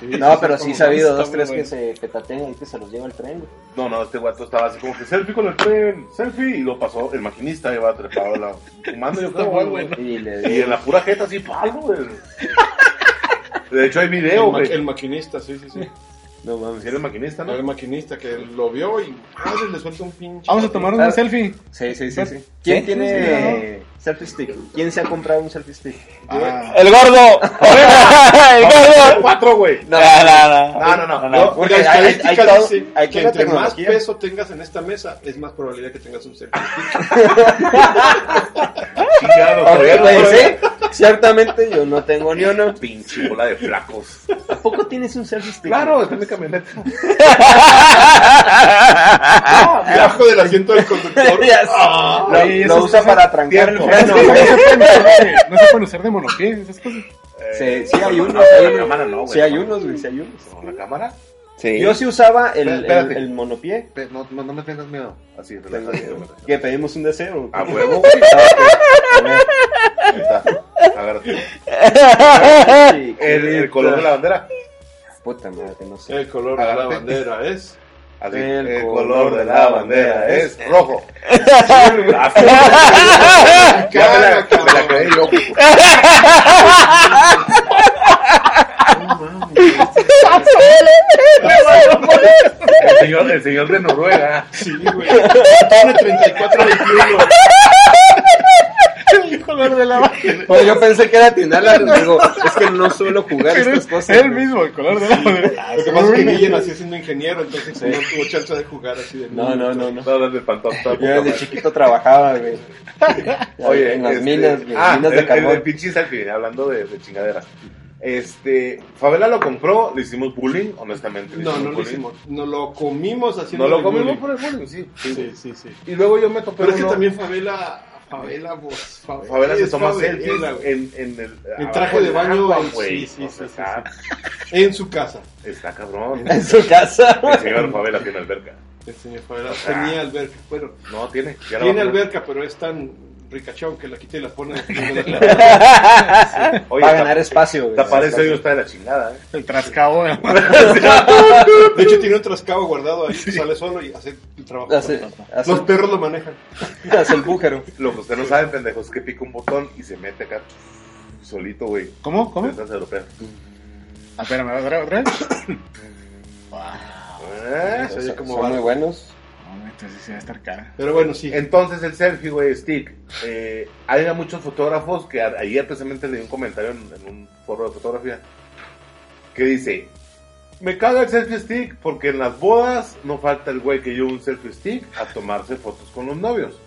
Speaker 2: Sí,
Speaker 1: no
Speaker 2: sí,
Speaker 1: pero
Speaker 2: sí,
Speaker 1: sí he
Speaker 2: como-
Speaker 1: sabido
Speaker 4: está
Speaker 1: dos,
Speaker 4: muy
Speaker 1: tres que
Speaker 4: bueno.
Speaker 1: se petatean y que se los lleva el tren. güey.
Speaker 3: No, no, este guato estaba así como que selfie con el tren, selfie. Y lo pasó el maquinista, iba trepado, la, fumando, yo creo.
Speaker 4: Está muy
Speaker 3: güey.
Speaker 4: bueno.
Speaker 1: Y le
Speaker 3: Y en la pura jeta así, palo, güey. De hecho, hay
Speaker 2: El,
Speaker 3: video,
Speaker 2: ma-
Speaker 3: güey.
Speaker 2: el maquinista, sí, sí, sí.
Speaker 1: No mames.
Speaker 3: Si eres maquinista,
Speaker 2: El
Speaker 3: ¿no?
Speaker 2: maquinista que lo vio y madre, le suelta un pinche.
Speaker 4: Vamos a tomar una
Speaker 1: Ah.
Speaker 4: selfie.
Speaker 1: Sí, sí, sí. sí. ¿Quién
Speaker 5: ¿Quién tiene
Speaker 1: tiene selfie stick? ¿Quién se ha comprado un selfie stick?
Speaker 4: Ah,
Speaker 5: ¡El gordo! ¡El
Speaker 3: Ah,
Speaker 5: gordo!
Speaker 3: Cuatro, güey.
Speaker 5: No, no, no.
Speaker 3: No, no, no.
Speaker 2: No,
Speaker 1: porque
Speaker 2: la
Speaker 1: hay- hay-
Speaker 2: estadística
Speaker 1: hay todo-
Speaker 2: dice
Speaker 1: hay
Speaker 2: que
Speaker 1: toda
Speaker 2: entre más
Speaker 1: tecnología.
Speaker 2: peso tengas en esta mesa, es más probabilidad que tengas un selfie.
Speaker 3: Chingado,
Speaker 5: Ok,
Speaker 3: todavía no,
Speaker 5: güey,
Speaker 3: güey.
Speaker 5: sí.
Speaker 1: Exactamente, yo no tengo ni uno.
Speaker 3: Pinche bola de flacos.
Speaker 1: ¿A poco tienes un selfie stick?
Speaker 2: Claro, está en mi camioneta.
Speaker 3: Debajo del asiento del conductor.
Speaker 1: Ya sé.
Speaker 3: Ah,
Speaker 1: Lo,
Speaker 4: Oye,
Speaker 1: lo
Speaker 4: esas
Speaker 1: usa
Speaker 4: cosas
Speaker 1: para trancar el
Speaker 4: Pero es
Speaker 1: freno.
Speaker 4: que no se pueden usar de- no se pueden usar de monopies, esas cosas.
Speaker 1: Sí,
Speaker 3: eh,
Speaker 1: sí hay
Speaker 3: no,
Speaker 1: unos,
Speaker 3: no,
Speaker 1: hay
Speaker 3: la
Speaker 1: unos.
Speaker 3: cámara no, güey.
Speaker 1: Sí hay unos, güey, sí hay unos.
Speaker 3: ¿Con la cámara?
Speaker 5: Sí.
Speaker 1: Yo sí usaba el, el,
Speaker 3: Espérate.
Speaker 1: el monopié.
Speaker 3: Pe- No, no, no me tengas miedo. Así,
Speaker 1: Tengo
Speaker 3: relájate.
Speaker 1: que- Que pedimos un deseo.
Speaker 3: A huevo, güey. Ahí está. Agárrate. El, el color de la bandera.
Speaker 1: Ah, Puta madre, no sé.
Speaker 2: El color de la
Speaker 3: Agárrate.
Speaker 2: bandera es.
Speaker 3: Así,
Speaker 1: El
Speaker 3: el,
Speaker 1: color
Speaker 3: color,
Speaker 1: de
Speaker 3: de
Speaker 1: la
Speaker 3: la bandera
Speaker 1: bandera
Speaker 3: es rojo. Ya me la,
Speaker 2: Ah, Claro,
Speaker 3: me la creí loco. El señor, el señor de Noruega.
Speaker 2: Sí, güey. Tiene 3421.
Speaker 1: Oye, yo pensé que era atinarla, les digo, es que no suelo jugar
Speaker 4: Pero
Speaker 1: estas
Speaker 4: es
Speaker 1: cosas.
Speaker 4: el
Speaker 1: güey.
Speaker 4: mismo, el color de la bandera.
Speaker 2: Lo que pasa es que Guille nació siendo ingeniero, entonces no tuvo chance de jugar así de
Speaker 1: No, no, no, no.
Speaker 3: No, no, es de espantoso, está
Speaker 1: Yo
Speaker 3: poca
Speaker 1: desde
Speaker 3: madre.
Speaker 1: chiquito trabajaba, güey. Oye, Pues, en las
Speaker 3: este,
Speaker 1: minas, güey,
Speaker 3: ah,
Speaker 1: minas
Speaker 3: el-
Speaker 1: de
Speaker 3: el-
Speaker 1: carbón.
Speaker 3: El, pinche selfie, hablando de, de chingaderas. Este, Favela lo compró, le hicimos bullying, honestamente. le
Speaker 2: No, no lo
Speaker 3: bullying.
Speaker 2: hicimos. Nos lo comimos haciendo.
Speaker 3: No lo comimos
Speaker 2: bullying.
Speaker 3: por el bullying, sí.
Speaker 2: Sí, sí, sí.
Speaker 3: Y luego yo me topé
Speaker 2: Pero es que
Speaker 3: uno-
Speaker 2: también Favela. Favela, vos. Favela,
Speaker 3: Favela se
Speaker 2: es
Speaker 3: toma
Speaker 2: Favela,
Speaker 3: selfies
Speaker 2: güey.
Speaker 3: en, en el
Speaker 2: En
Speaker 3: abajo
Speaker 2: traje de
Speaker 3: del
Speaker 2: baño,
Speaker 3: agua,
Speaker 2: sí,
Speaker 3: güey.
Speaker 2: sí,
Speaker 3: O
Speaker 2: sí, sí,
Speaker 3: sea, está,
Speaker 2: En su casa.
Speaker 3: está cabrón.
Speaker 1: En su casa.
Speaker 3: El señor Favela tiene alberca.
Speaker 2: El señor Favela tenía alberca. Bueno,
Speaker 3: No, tiene. Ah. ya la
Speaker 2: tiene
Speaker 3: vamos a-
Speaker 2: alberca, pero es tan ricachón que la quita y la pone.
Speaker 3: Oye,
Speaker 1: Para
Speaker 3: está-
Speaker 1: ganar espacio, güey.
Speaker 3: Está parece hoy está de la chingada, ¿eh?
Speaker 4: El trascabo de la bandera.
Speaker 2: De hecho, tiene un trascabo guardado ahí, sale solo y hace el trabajo.
Speaker 1: Hace, hace-
Speaker 2: Los perros lo manejan.
Speaker 1: hace el bújero.
Speaker 3: Lo que ustedes no saben, pendejos, es que pica un botón y se mete acá solito, güey.
Speaker 4: ¿Cómo? ¿Cómo?
Speaker 3: Princesas europeas.
Speaker 4: Ah, espérame, ¿otra, otra vez?
Speaker 3: Ah,
Speaker 2: Se oye como
Speaker 1: Son muy
Speaker 2: barba.
Speaker 1: buenos.
Speaker 4: No, entonces sí va a estar cara.
Speaker 2: Pero bueno, sí.
Speaker 3: Entonces el selfie, güey, stick. Eh, hay a muchos fotógrafos que a- ayer precisamente leí un comentario en, en un foro de fotografía que dice, me caga el selfie stick porque en las bodas no falta el güey que lleva un selfie stick a tomarse fotos con los novios.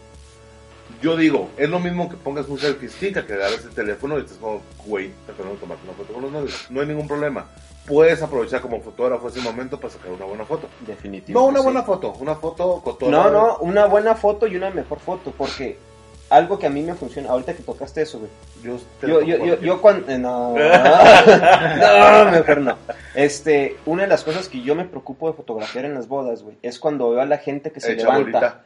Speaker 3: Yo digo, es lo mismo que pongas un selfie stick a que agarres el teléfono y estés como, güey, te acabo de tomar una foto con los novios. No hay ningún problema. Puedes aprovechar como fotógrafo ese momento para sacar una buena foto.
Speaker 1: Definitivo.
Speaker 3: No una
Speaker 1: sí.
Speaker 3: buena foto, una foto cotona.
Speaker 1: No, no, una buena foto y una mejor foto, porque algo que a mí me funciona, ahorita que tocaste eso, güey.
Speaker 3: Yo, te
Speaker 1: Yo,
Speaker 3: lo
Speaker 1: yo, yo,
Speaker 3: comparto.
Speaker 1: yo cuando... eh, No, no, mejor no. Este, una de las cosas que yo me preocupo de fotografiar en las bodas, güey, es cuando veo a la gente que se
Speaker 3: Hecha
Speaker 1: levanta
Speaker 3: Eh, bolita.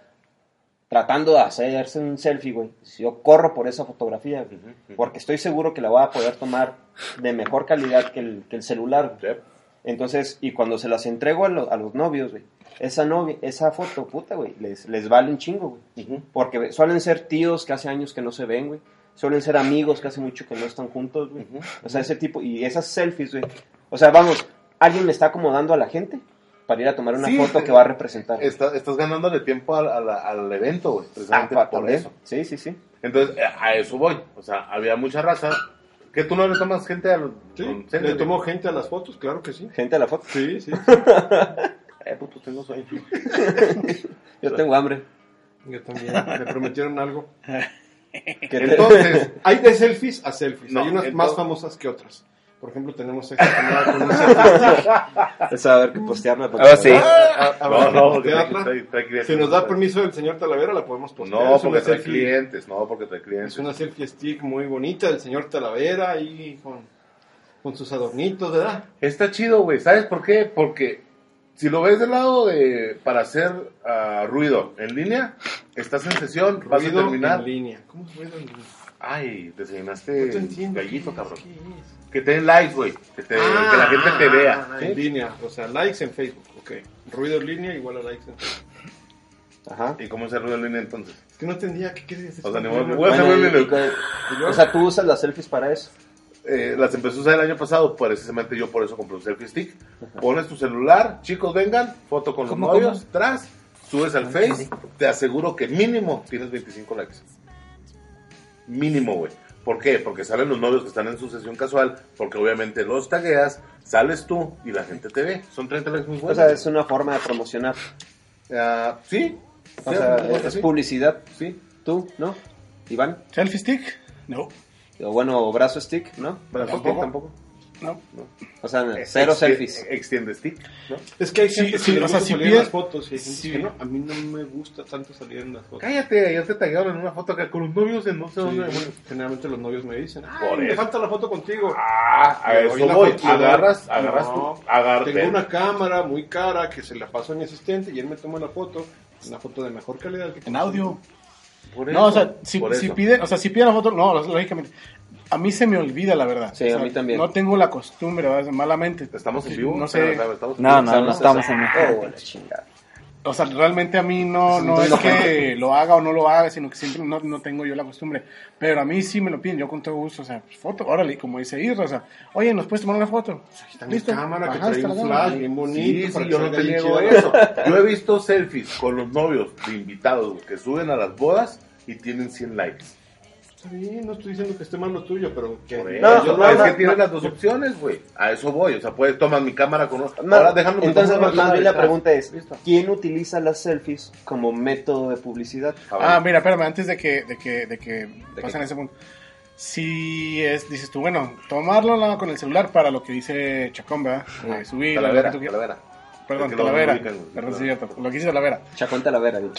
Speaker 1: tratando de hacerse un selfie, güey. Si yo corro por esa fotografía, güey,
Speaker 3: Ujú,
Speaker 1: porque estoy seguro que la voy a poder tomar de mejor calidad que el, que el celular, güey.
Speaker 3: Yep.
Speaker 1: Entonces, y cuando se las entrego a, lo- a los novios, güey, esa novia, esa foto, puta, güey, les, les vale un chingo, güey. Porque suelen ser tíos que hace años que no se ven, güey. Suelen ser amigos que hace mucho que no están juntos, güey.
Speaker 3: Ujú.
Speaker 1: O sea, ese tipo, y esas selfies, güey. O sea, vamos, alguien me está acomodando a la gente para ir a tomar una
Speaker 3: Sí,
Speaker 1: foto
Speaker 3: te-
Speaker 1: que va a representar.
Speaker 3: Está- estás ganándole tiempo al, al- al evento, güey,
Speaker 1: Ah,
Speaker 3: precisamente
Speaker 1: pa-
Speaker 3: por
Speaker 1: también.
Speaker 3: eso.
Speaker 1: Sí, sí, sí.
Speaker 3: Entonces, eh, a eso voy. O sea, había mucha raza que tú no le tomas gente al.
Speaker 2: Sí,
Speaker 3: con-
Speaker 2: ¿Le tomó gente a las fotos? Claro que sí.
Speaker 1: Gente a la foto.
Speaker 2: Sí, sí.
Speaker 3: Eh, puto, tengo sueño.
Speaker 1: Yo tengo hambre.
Speaker 2: Yo también. Me prometieron algo.
Speaker 1: Que te-
Speaker 3: Entonces,
Speaker 2: Hay de selfies a selfies.
Speaker 3: No,
Speaker 2: Hay unas
Speaker 3: entonces-
Speaker 2: más famosas que otras. Por ejemplo, tenemos esta tomada con un selfie.
Speaker 1: Esa, a ver, que postearla. porque-
Speaker 5: Oh, sí.
Speaker 2: Ah, A- a-
Speaker 3: no,
Speaker 2: a-
Speaker 3: no, porque
Speaker 2: de
Speaker 3: trae,
Speaker 2: otra.
Speaker 3: trae- trae clientes. pues,
Speaker 2: Si nos da permiso el señor Talavera, la podemos postear.
Speaker 3: No,
Speaker 2: Es
Speaker 3: porque
Speaker 2: una
Speaker 3: trae
Speaker 2: selfie
Speaker 3: clientes. No, porque trae clientes.
Speaker 2: Es una selfie stick muy bonita del señor Talavera ahí con, con sus adornitos, ¿verdad?
Speaker 3: Está chido, güey. ¿Sabes por qué? Porque si lo ves del lado de. para hacer ah, ruido en línea, estás en sesión, vas a
Speaker 2: Ruido
Speaker 3: terminar.
Speaker 2: en línea. ¿Cómo es ruido en línea?
Speaker 3: Ay, desayunaste
Speaker 2: No te entiendo.
Speaker 3: gallito,
Speaker 2: ¿Qué
Speaker 3: cabrón.
Speaker 2: es? ¿Qué es?
Speaker 3: Que te den likes, güey. Que, te-
Speaker 2: Ah,
Speaker 3: que la gente te vea.
Speaker 2: ah, En
Speaker 3: ¿sí?
Speaker 2: línea, o sea, likes en Facebook, ok. Ruido en línea igual a likes en Facebook.
Speaker 1: Ajá.
Speaker 3: ¿Y cómo se ruido en línea entonces?
Speaker 2: Es que no entendía qué quieres decir.
Speaker 3: O sea, ni
Speaker 2: con
Speaker 3: modo que
Speaker 2: ruido.
Speaker 3: voy a hacer
Speaker 1: Bueno,
Speaker 3: ruido
Speaker 1: y-
Speaker 3: en línea.
Speaker 1: y- o sea, tú usas las selfies para eso.
Speaker 3: Eh, las empecé a usar el año pasado, precisamente yo por eso compré un selfie stick. Pones tu celular, chicos, vengan, foto con los
Speaker 5: ¿Cómo,
Speaker 3: novios,
Speaker 5: cómo?
Speaker 3: tras, subes al Face, te aseguro que mínimo tienes 25 likes. Mínimo, güey. ¿Por qué? Porque salen los novios que están en su sesión casual, porque obviamente los tagueas, sales tú y la gente te ve. Son 30 likes muy
Speaker 1: O
Speaker 3: buenos.
Speaker 1: sea, es una forma de promocionar.
Speaker 3: Ah, sí.
Speaker 1: O
Speaker 3: Sí,
Speaker 1: sea,
Speaker 3: algo
Speaker 1: es
Speaker 3: así.
Speaker 1: publicidad.
Speaker 3: Sí.
Speaker 1: Tú, ¿no? Iván.
Speaker 4: ¿Selfie stick? No.
Speaker 1: O bueno, brazo stick, ¿no? Brazo
Speaker 3: Tampoco.
Speaker 1: stick tampoco.
Speaker 4: No.
Speaker 1: O sea, cero
Speaker 3: Exti-
Speaker 1: selfies.
Speaker 3: Extiende stick, ¿no?
Speaker 2: Es que hay
Speaker 4: Sí,
Speaker 2: gente
Speaker 4: sí,
Speaker 2: que le
Speaker 4: o
Speaker 2: gusta
Speaker 4: sea, si
Speaker 2: salir en
Speaker 4: pides-
Speaker 2: las fotos y hay gente
Speaker 4: sí.
Speaker 2: que no. A mí no me gusta tanto salir en las fotos.
Speaker 6: Cállate, ayer te taguearon en una foto acá con los novios en no sé
Speaker 2: Sí,
Speaker 6: dónde.
Speaker 2: bueno, generalmente los novios me dicen, ay,
Speaker 3: Por
Speaker 2: me
Speaker 3: eso.
Speaker 2: falta la foto contigo.
Speaker 3: Ah, a
Speaker 2: Le
Speaker 3: eso
Speaker 2: doy la
Speaker 3: voy.
Speaker 2: foto, le doy-
Speaker 3: Agarras, agarras
Speaker 2: No.
Speaker 3: tú. Agarras.
Speaker 2: Tengo una cámara muy cara que se la paso a mi asistente y él me toma la foto, una foto de mejor calidad. que-
Speaker 4: En audio.
Speaker 3: Por
Speaker 4: No, o
Speaker 3: eso,
Speaker 4: sea, si,
Speaker 3: por
Speaker 4: si
Speaker 3: eso.
Speaker 4: piden, o sea, si piden la foto, no, lógicamente. A mí se me olvida, la verdad.
Speaker 1: Sí,
Speaker 4: O
Speaker 1: a
Speaker 4: sea,
Speaker 1: mí también.
Speaker 4: No tengo la costumbre, ¿verdad? malamente.
Speaker 3: ¿Estamos en vivo?
Speaker 4: No sé.
Speaker 3: Espera, ¿Estamos en
Speaker 5: No,
Speaker 3: vivo?
Speaker 5: no, no estamos en
Speaker 1: Oh, la chingada.
Speaker 4: O sea, realmente a mí no, no es que lo haga o no lo haga, sino que siempre no, no tengo yo la costumbre. Pero a mí sí me lo piden, yo con todo gusto. O sea, pues, foto, órale, como dice Isra, o sea, oye, ¿nos puedes tomar una foto?
Speaker 2: Está mi cámara que
Speaker 4: Ajá,
Speaker 2: trae
Speaker 4: está
Speaker 2: un
Speaker 4: la
Speaker 2: flash
Speaker 4: cámara.
Speaker 2: bien
Speaker 3: Sí,
Speaker 2: bonito.
Speaker 3: sí,
Speaker 2: para que
Speaker 3: yo no
Speaker 2: salga
Speaker 3: te
Speaker 2: bien
Speaker 3: niego
Speaker 2: chida.
Speaker 3: eso. Yo he visto selfies con los novios de invitados güey, que suben a las bodas y tienen 100 likes.
Speaker 2: Está bien, no estoy diciendo que esté mal lo tuyo, pero que
Speaker 3: Por
Speaker 2: yo
Speaker 3: eso,
Speaker 1: No,
Speaker 3: es
Speaker 1: no,
Speaker 3: que
Speaker 1: no,
Speaker 3: tienes
Speaker 1: no.
Speaker 3: las dos opciones, güey. A eso voy. O sea, puedes tomar mi cámara con otra.
Speaker 1: No,
Speaker 3: Ahora déjame mi
Speaker 1: entonces,
Speaker 3: cámara
Speaker 1: más,
Speaker 3: con
Speaker 1: más
Speaker 3: otra.
Speaker 1: bien la pregunta es,
Speaker 3: Listo.
Speaker 1: ¿quién utiliza las selfies como método de publicidad?
Speaker 4: Ah,
Speaker 3: Cabrón.
Speaker 4: mira, espérame, antes de que, de que, de que
Speaker 1: qué?
Speaker 4: pasen a ese punto. Si es, dices tú, bueno, tomarlo nada con el celular para lo que dice Chacón, ¿verdad? De subir,
Speaker 3: Talavera,
Speaker 4: lo que tú quieras.
Speaker 3: Talavera.
Speaker 4: Perdón,
Speaker 3: Es que lo
Speaker 4: Talavera.
Speaker 3: ubican, güey.
Speaker 4: Perdón, sí, cierto. Lo que dice Talavera.
Speaker 1: Chacón Talavera, digo.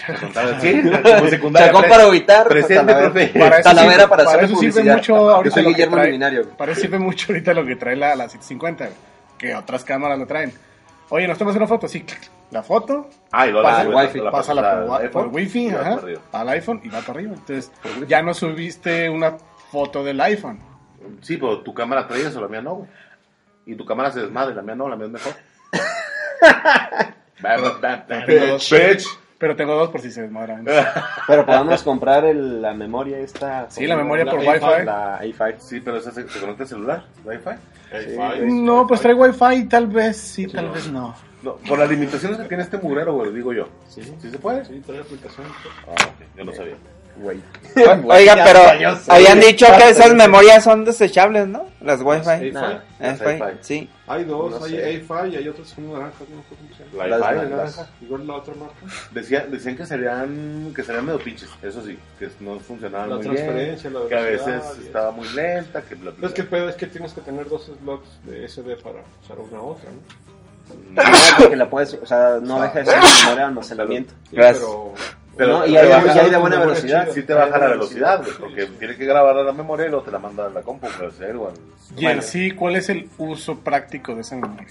Speaker 3: Talavera, Sí, como secundaria.
Speaker 1: Chacón
Speaker 3: pre-
Speaker 1: para ubicar.
Speaker 3: Presente,
Speaker 1: Talavera.
Speaker 3: profe.
Speaker 4: Para eso
Speaker 1: Talavera
Speaker 4: sirve-
Speaker 1: para hacer
Speaker 4: eso sirve
Speaker 1: publicidad.
Speaker 4: mucho
Speaker 1: Yo
Speaker 4: ahorita
Speaker 1: soy
Speaker 4: lo que
Speaker 1: Guillermo
Speaker 4: trae-
Speaker 1: Luminario. güey.
Speaker 4: Para eso sirve mucho ahorita lo que trae la, la 750, güey, que otras cámaras lo traen. Oye, ¿nos tomas una foto? Sí, clic, la foto,
Speaker 3: Ah, y luego
Speaker 4: Pasa
Speaker 3: la-
Speaker 1: el
Speaker 3: la-
Speaker 1: wifi,
Speaker 3: la- Eh,
Speaker 4: pásala
Speaker 3: la-
Speaker 4: por,
Speaker 3: la
Speaker 4: wa-
Speaker 3: iPhone,
Speaker 4: por wifi,
Speaker 3: y vas
Speaker 4: ajá,
Speaker 3: para arriba.
Speaker 4: al iPhone y va para arriba. Entonces, ya no subiste una foto del iPhone.
Speaker 3: Sí, pero tu cámara trae eso, la mía no, güey. Y tu cámara se desmadre, la mía no, la mía es mejor.
Speaker 4: Bitch, bitch. Pero tengo dos por si se desmadran.
Speaker 1: Pero podemos comprar el- la memoria esta.
Speaker 4: Sí, la memoria por Wi-Fi.
Speaker 1: La i5.
Speaker 3: Sí, pero esa se, se conecta al celular, Wi-Fi.
Speaker 4: No, pues trae wifi, tal vez sí, tal vez no.
Speaker 3: No, por las limitaciones que tiene este murero, güey, digo yo.
Speaker 2: Sí,
Speaker 3: ¿Sí se puede?
Speaker 2: sí, trae aplicación.
Speaker 3: Ah, ok, yo no sabía.
Speaker 1: Güey.
Speaker 5: Oiga,
Speaker 1: Ya,
Speaker 5: pero
Speaker 1: ya sé.
Speaker 5: habían dicho que esas
Speaker 1: Ya sé.
Speaker 5: memorias son desechables, ¿no? Las Wi-Fi.
Speaker 1: Nah.
Speaker 2: Hay
Speaker 3: Las
Speaker 5: Wi-Fi,
Speaker 3: Wi-Fi.
Speaker 5: sí.
Speaker 2: Hay dos,
Speaker 1: No
Speaker 2: hay
Speaker 1: sé.
Speaker 2: A5 y hay otras son naranjas, no me acuerdo cómo se llama.
Speaker 3: La
Speaker 1: Las
Speaker 3: Wi-Fi,
Speaker 1: naranjas.
Speaker 3: naranja.
Speaker 2: Igual la otra marca.
Speaker 3: Decía- decían que serían, que serían medio pinches, eso sí, que no funcionaban
Speaker 2: La
Speaker 3: muy
Speaker 2: transferencia,
Speaker 3: bien,
Speaker 2: la
Speaker 3: que a
Speaker 2: velocidad,
Speaker 3: veces
Speaker 2: y-
Speaker 3: estaba muy lenta, que bla, bla,
Speaker 2: Es que el
Speaker 3: bla.
Speaker 2: pedo es que tienes que tener dos slots de SD para usar una u otra, ¿no?
Speaker 1: No, porque la puedes, o sea, no deja de ser memoria de almacenamiento.
Speaker 2: Sí,
Speaker 5: Gracias.
Speaker 2: pero
Speaker 3: Pero
Speaker 1: No, y
Speaker 3: te
Speaker 1: hay-
Speaker 3: baja-
Speaker 1: y hay de buena
Speaker 3: te-
Speaker 1: velocidad.
Speaker 3: Sí te baja la velocidad, güey, porque tienes que grabar a la memoria y luego te la manda a la compu, pero es algo, al-
Speaker 4: Y en sí, ¿cuál es el uso práctico de esa memoria?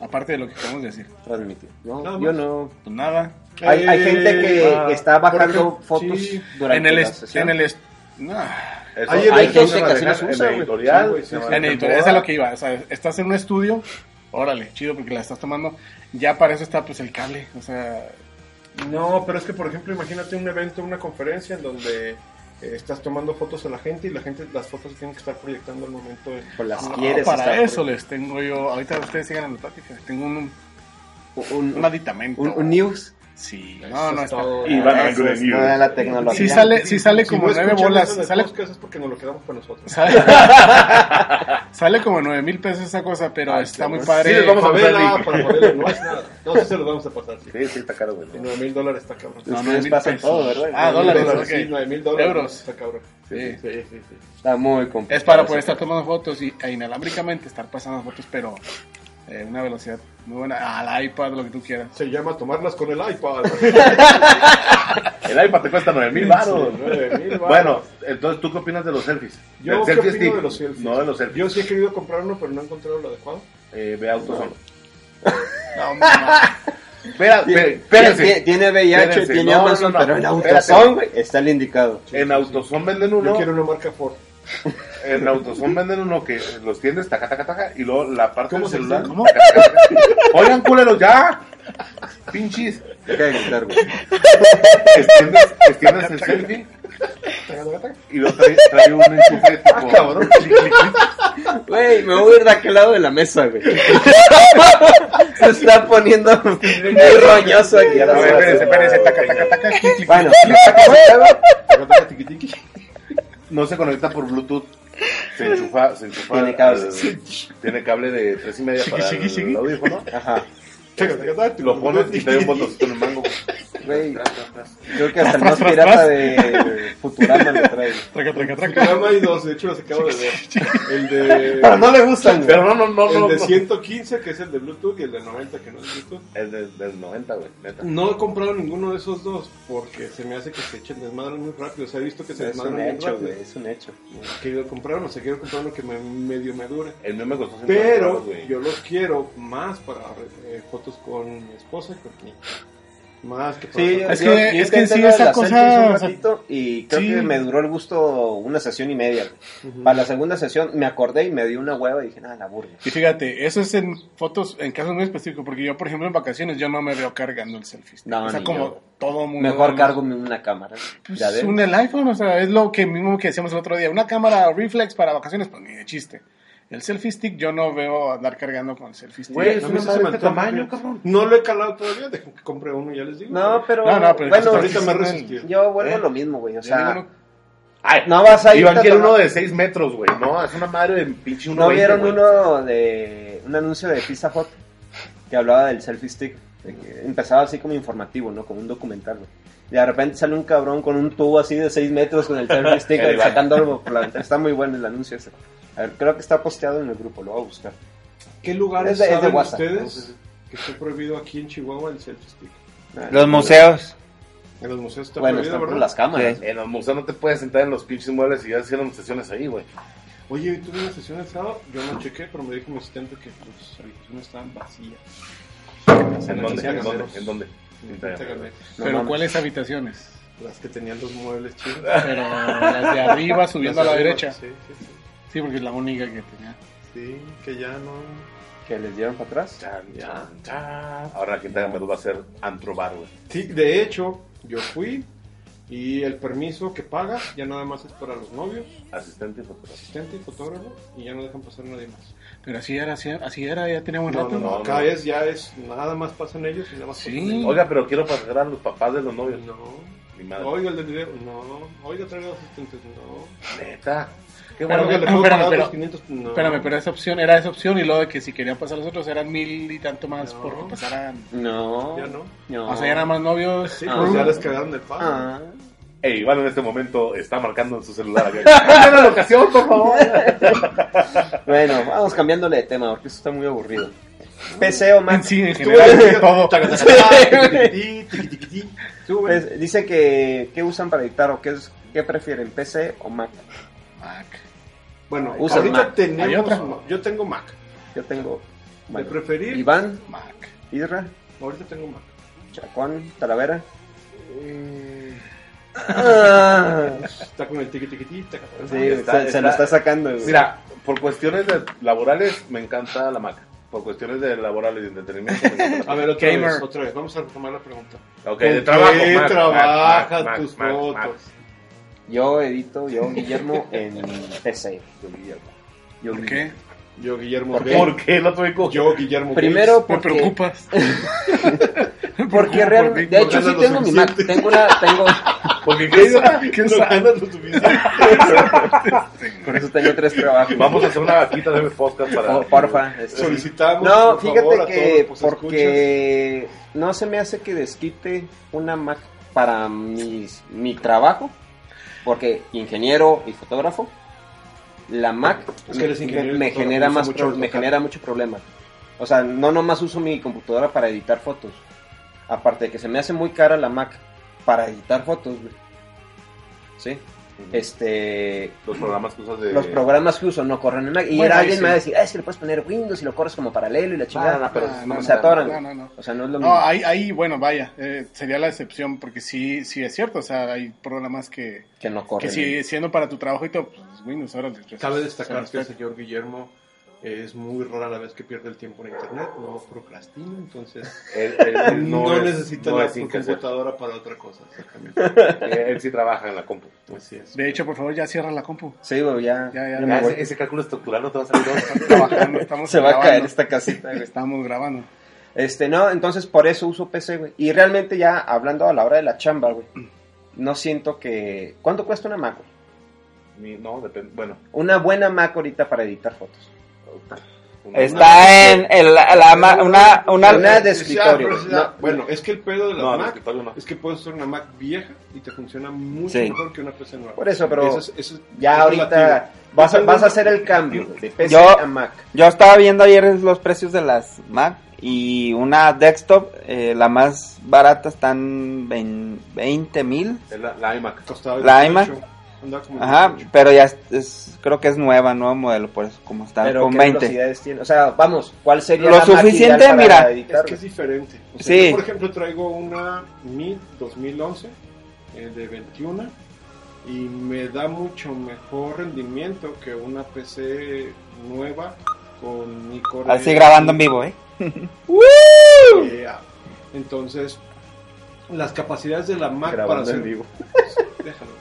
Speaker 4: Aparte de lo que acabamos de decir.
Speaker 1: Transmitir.
Speaker 2: Nada
Speaker 1: No,
Speaker 2: más.
Speaker 1: yo no.
Speaker 4: Pues nada.
Speaker 1: Hay, hay
Speaker 2: Eh,
Speaker 1: gente
Speaker 2: ah,
Speaker 1: que está bajando
Speaker 2: porque-
Speaker 1: fotos
Speaker 2: sí.
Speaker 1: durante
Speaker 4: En el,
Speaker 1: la
Speaker 4: est-
Speaker 1: sesión.
Speaker 4: en el, est- nah.
Speaker 3: Eso-
Speaker 2: Hay
Speaker 3: eso
Speaker 1: gente
Speaker 3: se
Speaker 1: que así
Speaker 3: maneja
Speaker 1: los usa,
Speaker 3: En
Speaker 1: güey.
Speaker 3: editorial,
Speaker 2: Sí, güey, sí,
Speaker 3: se
Speaker 2: sí.
Speaker 3: maneja
Speaker 4: En editorial,
Speaker 3: moda.
Speaker 4: eso es lo que iba. O sea, estás en un estudio, órale, chido, porque la estás tomando. Ya para eso está pues el cable. O sea,
Speaker 2: No, pero es que, por ejemplo, imagínate un evento, una conferencia en donde eh, estás tomando fotos a la gente y la gente, las fotos tienen que estar proyectando al momento. de- Ah,
Speaker 1: O las
Speaker 4: no,
Speaker 1: quieres.
Speaker 4: para
Speaker 1: estar-
Speaker 4: eso les tengo yo. Ahorita ustedes sigan en la plática. Tengo un,
Speaker 1: Un,
Speaker 4: un aditamento.
Speaker 1: un- un news. Ah,
Speaker 4: Sí,
Speaker 2: Eso
Speaker 4: no, no
Speaker 2: es
Speaker 4: está.
Speaker 2: todo.
Speaker 3: Y van a
Speaker 4: Eso
Speaker 3: ver
Speaker 4: es-
Speaker 3: News.
Speaker 1: No de la tecnología.
Speaker 4: Sí sale, sí sale como
Speaker 2: no
Speaker 4: nueve
Speaker 2: escuchan
Speaker 4: bolas.
Speaker 2: eso en el
Speaker 4: Sale,
Speaker 2: podcast es porque nos lo quedamos para nosotros.
Speaker 4: sale, sale como nueve mil pesos esa cosa, pero está muy padre.
Speaker 3: Sí, les vamos a pasar el
Speaker 2: Favela,
Speaker 3: link.
Speaker 2: para favela, no es nada. No sé si se los vamos a pasar. Sí.
Speaker 3: Sí, sí, está caro, güey. ¿no?
Speaker 2: 9 mil dólares está cabrón.
Speaker 4: No,
Speaker 1: Ustedes pasan
Speaker 4: pesos.
Speaker 1: todo, ¿verdad?
Speaker 4: Ah, dólares, ok.
Speaker 2: Sí, 9 mil dólares
Speaker 4: Euros.
Speaker 2: está cabrón.
Speaker 4: Sí.
Speaker 2: sí, sí. sí.
Speaker 1: Está muy complicado.
Speaker 4: Es para pues, poder
Speaker 1: ese
Speaker 4: estar tomando fotos y, e inalámbricamente estar pasando fotos, pero eh, una velocidad muy buena. Al iPad, lo que tú quieras.
Speaker 2: Se llama tomarlas con el iPad.
Speaker 3: El iPad te cuesta 9 mil baros. Bueno, entonces, ¿tú qué opinas de los selfies?
Speaker 2: yo
Speaker 3: Del
Speaker 2: qué opino
Speaker 3: selfie stick.
Speaker 2: de los selfies.
Speaker 3: No de los selfies.
Speaker 2: Yo sí he querido comprar uno, pero no he encontrado lo adecuado.
Speaker 3: Eh, ve autosolo.
Speaker 4: No, no, no.
Speaker 3: Espera,
Speaker 1: Tiene-
Speaker 3: espera, espérense.
Speaker 1: tiene- Tiene VIH,
Speaker 3: Espérense.
Speaker 1: tiene
Speaker 3: No,
Speaker 1: Amazon,
Speaker 3: no, no.
Speaker 1: pero en
Speaker 3: Espérate.
Speaker 1: Autosón, güey, está el indicado.
Speaker 3: en Autosón venden
Speaker 2: Yo
Speaker 3: uno.
Speaker 2: quiero una marca Ford.
Speaker 3: En Autosón venden uno que los tiendes, taca, taca, taca. Y luego la parte
Speaker 2: ¿Cómo
Speaker 3: del
Speaker 2: se
Speaker 3: celular.
Speaker 2: dice?
Speaker 3: taca, taca, taca. Oigan, culeros, ya. Pinches.
Speaker 1: Deja de gritar, güey.
Speaker 3: Extiendes, extiendes el selfie. Y luego trae, trae un enchufe tipo.
Speaker 2: Ah,
Speaker 3: cabrón.
Speaker 1: Güey, me voy a ir de aquel lado de la mesa, güey. Se está poniendo muy roñoso aquí.
Speaker 3: A
Speaker 1: la
Speaker 3: ver, espérense,
Speaker 1: situación.
Speaker 3: espérense, taca, taca, taca.
Speaker 4: Taca, clic, clic.
Speaker 1: Bueno,
Speaker 3: No se conecta por Bluetooth. Se enchufa, se enchufa.
Speaker 1: Tiene
Speaker 3: al-
Speaker 1: cable.
Speaker 3: tiene cable de tres y media para el audífono.
Speaker 1: ajá.
Speaker 3: Lo pones y trae un botoncito en el mango.
Speaker 1: Güey, creo que hasta el más pirata de Futurama lo trae.
Speaker 4: Traca, traca, traca.
Speaker 2: Futurama hay dos, de hecho los acabo de ver. El de.
Speaker 1: Pero no le gustan, güey.
Speaker 3: Pero no, no, Ah, no, no.
Speaker 2: El de
Speaker 3: no.
Speaker 2: 115, que es el de Bluetooth, y el de 90, que no es Bluetooth.
Speaker 3: El de- del 90, güey, neta.
Speaker 2: No he comprado ninguno de esos dos porque se me hace que se echen desmadre muy rápido. O sea, he visto que se
Speaker 1: Es un
Speaker 2: desmadran muy
Speaker 1: hecho,
Speaker 2: rápido.
Speaker 1: güey, es un hecho.
Speaker 2: No he querido comprar, no sé, quiero comprar uno que me, medio me dure.
Speaker 3: El mío me costó 50
Speaker 2: Pero
Speaker 3: dólares, güey.
Speaker 2: yo los quiero más para eh, fotos con mi esposa y con mi Más que para
Speaker 1: Sí,
Speaker 2: otra
Speaker 4: Es
Speaker 1: yo-
Speaker 4: que-
Speaker 1: yo
Speaker 4: es que en sí
Speaker 1: intenté
Speaker 4: esa
Speaker 1: la
Speaker 4: cosa-
Speaker 1: selfie un ratito y creo
Speaker 4: sí.
Speaker 1: que me duró el gusto una sesión y media. güey.
Speaker 2: cosa. Ujú.
Speaker 1: Para la segunda sesión me acordé y me dio una hueva y dije, nada, la burla.
Speaker 4: Y fíjate, eso es en fotos, en casos muy específicos, porque yo, por ejemplo, en vacaciones yo no me veo cargando el selfie. stick.
Speaker 1: No,
Speaker 4: o sea,
Speaker 1: ni
Speaker 4: como
Speaker 1: yo.
Speaker 4: todo mundo.
Speaker 1: Mejor
Speaker 4: ¿no?
Speaker 1: cargo una cámara.
Speaker 4: Pues,
Speaker 1: ya ves.
Speaker 4: un el iPhone, o sea, es lo que mismo que decíamos el otro día. Una cámara reflex para vacaciones, pues ni de chiste. El selfie stick yo no veo andar cargando con el selfie stick.
Speaker 3: Güey,
Speaker 2: No
Speaker 3: no
Speaker 2: me
Speaker 3: me
Speaker 2: hace
Speaker 3: sabe este
Speaker 2: mantener,
Speaker 3: tamaño,
Speaker 2: güey.
Speaker 3: cabrón.
Speaker 2: No lo he calado todavía, dejen que compre uno, ya les digo.
Speaker 1: No, pero,
Speaker 4: No, no,
Speaker 1: bueno,
Speaker 4: pero
Speaker 1: pues,
Speaker 4: hasta
Speaker 2: ahorita me he
Speaker 4: sí,
Speaker 2: resistido.
Speaker 1: yo vuelvo
Speaker 3: ¿Eh?
Speaker 1: a lo mismo, güey. O
Speaker 4: Yo digo,
Speaker 1: sea,
Speaker 4: no,
Speaker 3: Ay,
Speaker 1: no vas a ir
Speaker 3: Iván
Speaker 1: a
Speaker 3: quiere
Speaker 1: tomar-
Speaker 3: uno de 6 metros, güey. No, es una madre de pinche uno
Speaker 1: ¿No vieron
Speaker 3: güey.
Speaker 1: uno de un anuncio de Pizza Hut que hablaba del selfie stick? De que empezaba así como informativo, ¿no? Como un documental, güey. Y de repente sale un cabrón con un tubo así de 6 metros con el selfie stick
Speaker 3: El Iván.
Speaker 1: sacándolo por la ventana. Está muy bueno el anuncio ese. A ver, creo que está posteado en el grupo, lo voy a buscar. Ah,
Speaker 2: ¿Qué lugares
Speaker 1: Es de- es de
Speaker 2: saben
Speaker 1: WhatsApp,
Speaker 2: ustedes que está prohibido aquí en Chihuahua el selfie stick?
Speaker 5: Los museos.
Speaker 2: En los museos está
Speaker 1: Bueno,
Speaker 2: prohibido,
Speaker 1: están por
Speaker 2: ¿verdad?
Speaker 1: las cámaras.
Speaker 3: En los museos no te puedes sentar en los pinches muebles y ya hicieron sesiones ahí, güey.
Speaker 2: Oye, tuve una sesión el sábado, yo no chequé, pero me dijo mi asistente que tus habitaciones estaban vacías. Las
Speaker 3: ¿En dónde? ¿En
Speaker 2: hacían
Speaker 3: dónde?
Speaker 2: gaseros.
Speaker 3: ¿En dónde?
Speaker 1: No
Speaker 4: pero
Speaker 1: mames.
Speaker 4: ¿cuáles habitaciones?
Speaker 2: Las que tenían los muebles chidos.
Speaker 4: Pero las de arriba Ah, subiendo
Speaker 2: Las
Speaker 4: a la
Speaker 2: arriba,
Speaker 4: derecha.
Speaker 2: Sí, sí, sí.
Speaker 4: Sí, porque es la única que tenía.
Speaker 2: Sí, que ya no.
Speaker 1: Que les dieron para atrás.
Speaker 3: Chan, chan, chan. Ahora la quinta Gamedos va a ser antro bar, güey.
Speaker 2: Sí, de hecho, yo fui y el permiso que pagas ya nada más es para los novios,
Speaker 3: Asistente pues, y fotógrafo.
Speaker 2: asistente y fotógrafo, y ya no dejan pasar a nadie más.
Speaker 4: Pero así era, así, así era, ya tenía buen
Speaker 2: No,
Speaker 4: rato.
Speaker 2: no, no,
Speaker 3: no,
Speaker 2: acá
Speaker 3: no.
Speaker 2: es, ya es, nada más pasan ellos y nada más
Speaker 4: Sí.
Speaker 2: pasan ellos.
Speaker 3: Oiga, pero quiero pasar a los papás de los novios.
Speaker 2: No.
Speaker 3: Mi madre.
Speaker 2: Oiga, el del video, no. Oiga, traigo asistentes, no.
Speaker 3: Neta. Qué
Speaker 4: Pero-
Speaker 3: bueno.
Speaker 2: Oiga,
Speaker 3: que-
Speaker 2: le puedo
Speaker 4: espérame,
Speaker 2: pagar
Speaker 4: pero-
Speaker 2: los 500, no.
Speaker 4: Espérame, pero esa opción era esa opción y luego de que si querían pasar los otros eran mil y tanto más
Speaker 2: No.
Speaker 4: porque pasaran.
Speaker 1: No.
Speaker 2: Ya no.
Speaker 1: No.
Speaker 4: O sea, ya nada más novios.
Speaker 2: Sí,
Speaker 1: Ah.
Speaker 2: pues ya les cagaron de pago.
Speaker 1: Ah.
Speaker 3: Ey, Iván en este momento está marcando en su celular. acá. ¡Cámbiame la locación, por favor!
Speaker 1: Bueno, vamos cambiándole de tema porque esto está muy aburrido. PC o Mac.
Speaker 4: Sí, en
Speaker 2: Tú,
Speaker 4: general.
Speaker 2: todo. Tú, güey.
Speaker 1: Pues, dice que qué usan para editar o qué, es- qué prefieren, PC o Mac.
Speaker 4: Mac.
Speaker 2: Bueno,
Speaker 1: Usa
Speaker 2: ahorita
Speaker 1: Mac.
Speaker 2: tenemos.
Speaker 4: ¿Hay otra?
Speaker 2: Mac. Yo tengo Mac.
Speaker 1: Yo tengo
Speaker 2: De
Speaker 1: Mac.
Speaker 2: preferir,
Speaker 1: Iván,
Speaker 4: Mac.
Speaker 1: Irra,
Speaker 2: ahorita tengo Mac.
Speaker 1: Chacón, Talavera.
Speaker 2: Está con el tiki tiki tiki, taca, taca,
Speaker 1: sí,
Speaker 3: está,
Speaker 1: se, se lo
Speaker 3: está.
Speaker 1: está sacando. güey.
Speaker 3: Mira, por cuestiones de laborales me encanta la Mac. Por cuestiones de laborales y de entretenimiento. me encanta la
Speaker 2: A ver, otra
Speaker 4: Gamer.
Speaker 2: vez, otra vez. Vamos a retomar la pregunta.
Speaker 3: Mac. Ok,
Speaker 2: ¿Con
Speaker 3: de trabajo.
Speaker 2: Ah, qué
Speaker 3: Mac, Mac,
Speaker 2: trabajas
Speaker 3: Mac,
Speaker 2: tus
Speaker 3: Mac,
Speaker 2: fotos?
Speaker 3: Mac,
Speaker 1: Yo edito, yo Guillermo en PC. Yo,
Speaker 4: ¿Por qué?
Speaker 2: Yo, Guillermo
Speaker 3: ¿Por,
Speaker 2: Gay.
Speaker 3: ¿Por qué el otro hijo?
Speaker 2: Yo, Guillermo
Speaker 1: Primero
Speaker 4: Me
Speaker 1: porque,
Speaker 4: preocupas.
Speaker 1: porque realmente, de hecho sí
Speaker 2: Porque
Speaker 1: tengo mi Mac, tengo una, tengo,
Speaker 3: Porque qué hizo?
Speaker 4: ¿Qué sabe?
Speaker 1: por eso tengo tres trabajos.
Speaker 3: Vamos a hacer una vaquita de podcast para.
Speaker 1: Por- porfa.
Speaker 2: Gates.
Speaker 1: este,
Speaker 2: Solicitamos.
Speaker 1: No,
Speaker 2: por
Speaker 1: fíjate
Speaker 2: favor, a
Speaker 1: que
Speaker 2: todos pues, los posescuchas.
Speaker 1: porque no se me hace que desquite una Mac para mis- mi trabajo, porque ingeniero y fotógrafo, la Mac
Speaker 2: Es que
Speaker 1: me,
Speaker 2: eres ingeniero y
Speaker 1: me- me
Speaker 2: fotógrafo,
Speaker 1: genera
Speaker 2: usa
Speaker 1: más
Speaker 2: mucho
Speaker 1: pro- me
Speaker 2: AutoCAD.
Speaker 1: genera mucho problema. O sea, no nomás uso mi computadora para editar fotos. Aparte de que se me hace muy cara la Mac para editar fotos, güey. ¿Sí? Este,
Speaker 3: Los programas que usas de.
Speaker 1: los programas que uso no corren en Mac. Y
Speaker 4: Bueno,
Speaker 1: era
Speaker 4: ahí
Speaker 1: alguien
Speaker 4: sí.
Speaker 1: me va a decir, "Ah, es que le puedes poner Windows y lo corres como paralelo y la chingada.
Speaker 3: no, pero
Speaker 4: Ah,
Speaker 1: no,
Speaker 4: no,
Speaker 1: se atoran.
Speaker 4: No, no, no.
Speaker 1: O sea, no es lo mismo.
Speaker 4: Ah. No, ahí, ahí, bueno, vaya, eh, sería la excepción, porque sí, sí es cierto, o sea, hay programas que,
Speaker 1: que no corren.
Speaker 4: que si siendo para tu trabajo y todo, pues Windows, ahora
Speaker 2: Cabe destacar que el señor Guillermo es muy rara la vez que pierde el tiempo en internet, no procrastina, entonces
Speaker 3: Él, él- él
Speaker 2: no,
Speaker 3: es-
Speaker 2: necesita
Speaker 3: no
Speaker 2: la
Speaker 3: es sin que hacer.
Speaker 2: computadora para otra cosa. exactamente.
Speaker 3: Él sí trabaja en la compu.
Speaker 2: Así es.
Speaker 4: De hecho, por favor, ya cierra la compu.
Speaker 1: Sí, güey, ya.
Speaker 4: Ya, ya,
Speaker 1: ya me
Speaker 3: Ya,
Speaker 1: voy.
Speaker 3: Ah, ese, ese cálculo estructural no te va a salir.
Speaker 4: Estamos trabajando, estamos
Speaker 1: Se va a
Speaker 4: grabando.
Speaker 1: caer esta casita, güey.
Speaker 4: Estamos grabando.
Speaker 1: Este, no, entonces por eso uso PC, güey. Y realmente ya hablando a la hora de la chamba, güey. No siento que. ¿Cuánto cuesta una Mac, güey?
Speaker 3: Ni- No, depende. Bueno,
Speaker 1: Una buena Mac ahorita para editar fotos.
Speaker 5: Está en el- la ma- una, una,
Speaker 1: Una de escritorio.
Speaker 2: Ah, pero sí,
Speaker 1: No,
Speaker 2: ah, bueno, es que el pedo de la
Speaker 3: No, de
Speaker 2: Mac
Speaker 3: escritorio no.
Speaker 2: es que puedes usar una Mac vieja y te funciona mucho
Speaker 5: Sí.
Speaker 2: mejor que una PC nueva.
Speaker 1: Por eso, pero
Speaker 2: Eso es- eso es-
Speaker 1: ya
Speaker 2: es relativo.
Speaker 1: ahorita vas a, vas a hacer el cambio güey, de PC
Speaker 5: Yo-
Speaker 1: a Mac.
Speaker 5: Yo estaba viendo ayer los precios de las Mac y una desktop, eh, la más barata están 20 mil.
Speaker 3: La, la iMac.
Speaker 2: Costaba
Speaker 5: La iMac.
Speaker 2: 18, andaba como
Speaker 5: Ajá,
Speaker 2: 18.
Speaker 5: pero ya es, es- creo que es nueva, nuevo modelo, por eso como está
Speaker 1: Pero
Speaker 5: con
Speaker 1: ¿qué
Speaker 5: 20.
Speaker 1: velocidades tiene? O sea, vamos, ¿cuál sería
Speaker 5: Lo
Speaker 1: la Mac ideal
Speaker 5: suficiente,
Speaker 1: para
Speaker 5: mira.
Speaker 1: editar,
Speaker 2: Es que es
Speaker 1: güey?
Speaker 2: diferente. O sea,
Speaker 5: Sí.
Speaker 2: yo, por ejemplo, traigo una Mi 2011 eh, de 21 y me da mucho mejor rendimiento que una PC nueva con mi core.
Speaker 5: Así grabando en vivo, ¿eh?
Speaker 2: Eh, ah, entonces, las capacidades de la Mac para
Speaker 1: Grabando
Speaker 2: hacer.
Speaker 1: en vivo.
Speaker 2: Déjalo.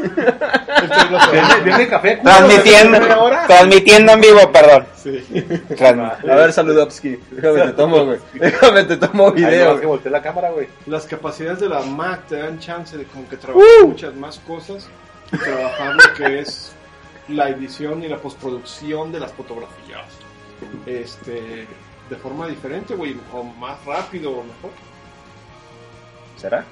Speaker 2: Estoy grosero.
Speaker 6: Denle café, culo.
Speaker 5: Transmitiendo, transmitiendo en vivo, perdón.
Speaker 2: Sí.
Speaker 5: Transmi-
Speaker 1: A ver, Saludowski. Déjame te tomo, güey. Déjame te tomo
Speaker 6: Ay,
Speaker 1: video.
Speaker 6: no, que
Speaker 1: güey.
Speaker 6: volteé la cámara, güey.
Speaker 2: Las capacidades de la Mac te dan chance de como que trabajar muchas más cosas y trabajar lo que es la edición y la postproducción de las fotografías. Este, de forma diferente, güey, o más rápido o mejor.
Speaker 1: ¿Será?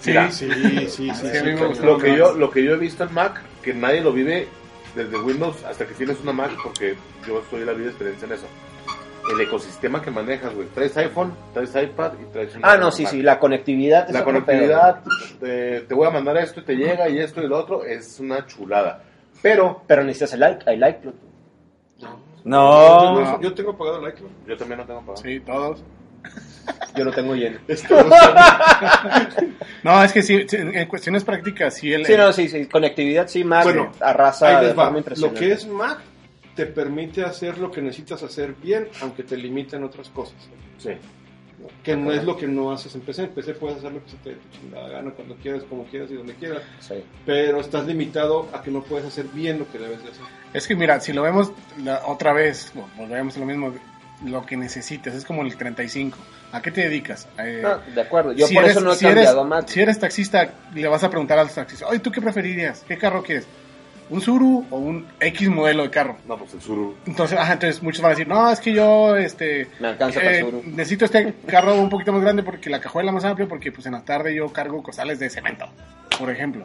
Speaker 4: Sí,
Speaker 2: Sí, sí, sí.
Speaker 4: Sí,
Speaker 2: sí,
Speaker 4: a mí me
Speaker 2: cañón.
Speaker 4: gustó.
Speaker 3: Lo que, yo, lo que yo he visto en Mac, que nadie lo vive desde Windows hasta que tienes una Mac, porque yo soy la vida experiencia en eso. El ecosistema que manejas, güey. Traes iPhone, traes iPad y traes una
Speaker 1: Ah, no,
Speaker 3: Mac.
Speaker 1: sí, sí. La conectividad. es
Speaker 3: La
Speaker 1: otro pedo,
Speaker 3: conectividad, te, te voy a mandar esto y te llega y esto y lo otro, es una chulada. Pero
Speaker 1: güey. Pero necesitas el like. El like.
Speaker 2: Yo
Speaker 5: No,
Speaker 2: tengo- Yo tengo pagado el iCloud.
Speaker 3: yo también no tengo pagado.
Speaker 4: Sí, todos.
Speaker 1: Yo lo tengo lleno.
Speaker 2: Este,
Speaker 4: No, es que sí, sí, en en cuestiones prácticas, sí, el,
Speaker 1: Sí, no, sí, sí. Conectividad, sí, Mac.
Speaker 2: Bueno,
Speaker 1: arrasa
Speaker 2: Ahí
Speaker 1: de
Speaker 2: les va.
Speaker 1: forma
Speaker 2: Lo
Speaker 1: impresionante.
Speaker 2: que es Mac te permite hacer lo que necesitas hacer bien, aunque te limiten otras cosas.
Speaker 3: Sí.
Speaker 2: Que no es lo que no haces en PC. En PC puedes hacer lo que se te dé tu chingada gana, cuando quieras, como quieras y donde quieras.
Speaker 1: Sí.
Speaker 2: Pero estás limitado a que no puedes hacer bien lo que debes de hacer.
Speaker 4: Es que mira, si lo vemos la- otra vez, bueno, volvemos a lo mismo, lo que necesitas, es como el 35. ¿A qué te dedicas? Eh,
Speaker 1: Ah, de acuerdo. Yo
Speaker 4: si
Speaker 1: por
Speaker 4: eres-
Speaker 1: eso no he
Speaker 4: si
Speaker 1: cambiado
Speaker 4: eres-
Speaker 1: a Mac.
Speaker 4: Si eres taxista, le vas a preguntar a los taxistas, oye, ¿tú qué preferirías? ¿Qué carro quieres? ¿Un Suru o un X modelo de carro?
Speaker 3: No, pues el Suru.
Speaker 4: Entonces, ajá, entonces muchos van a decir, no, es que yo este,
Speaker 1: Me alcanza
Speaker 4: eh,
Speaker 1: para seguro.
Speaker 4: necesito este carro un poquito más grande porque la cajuela más amplia, porque pues en la tarde yo cargo costales de cemento, por ejemplo.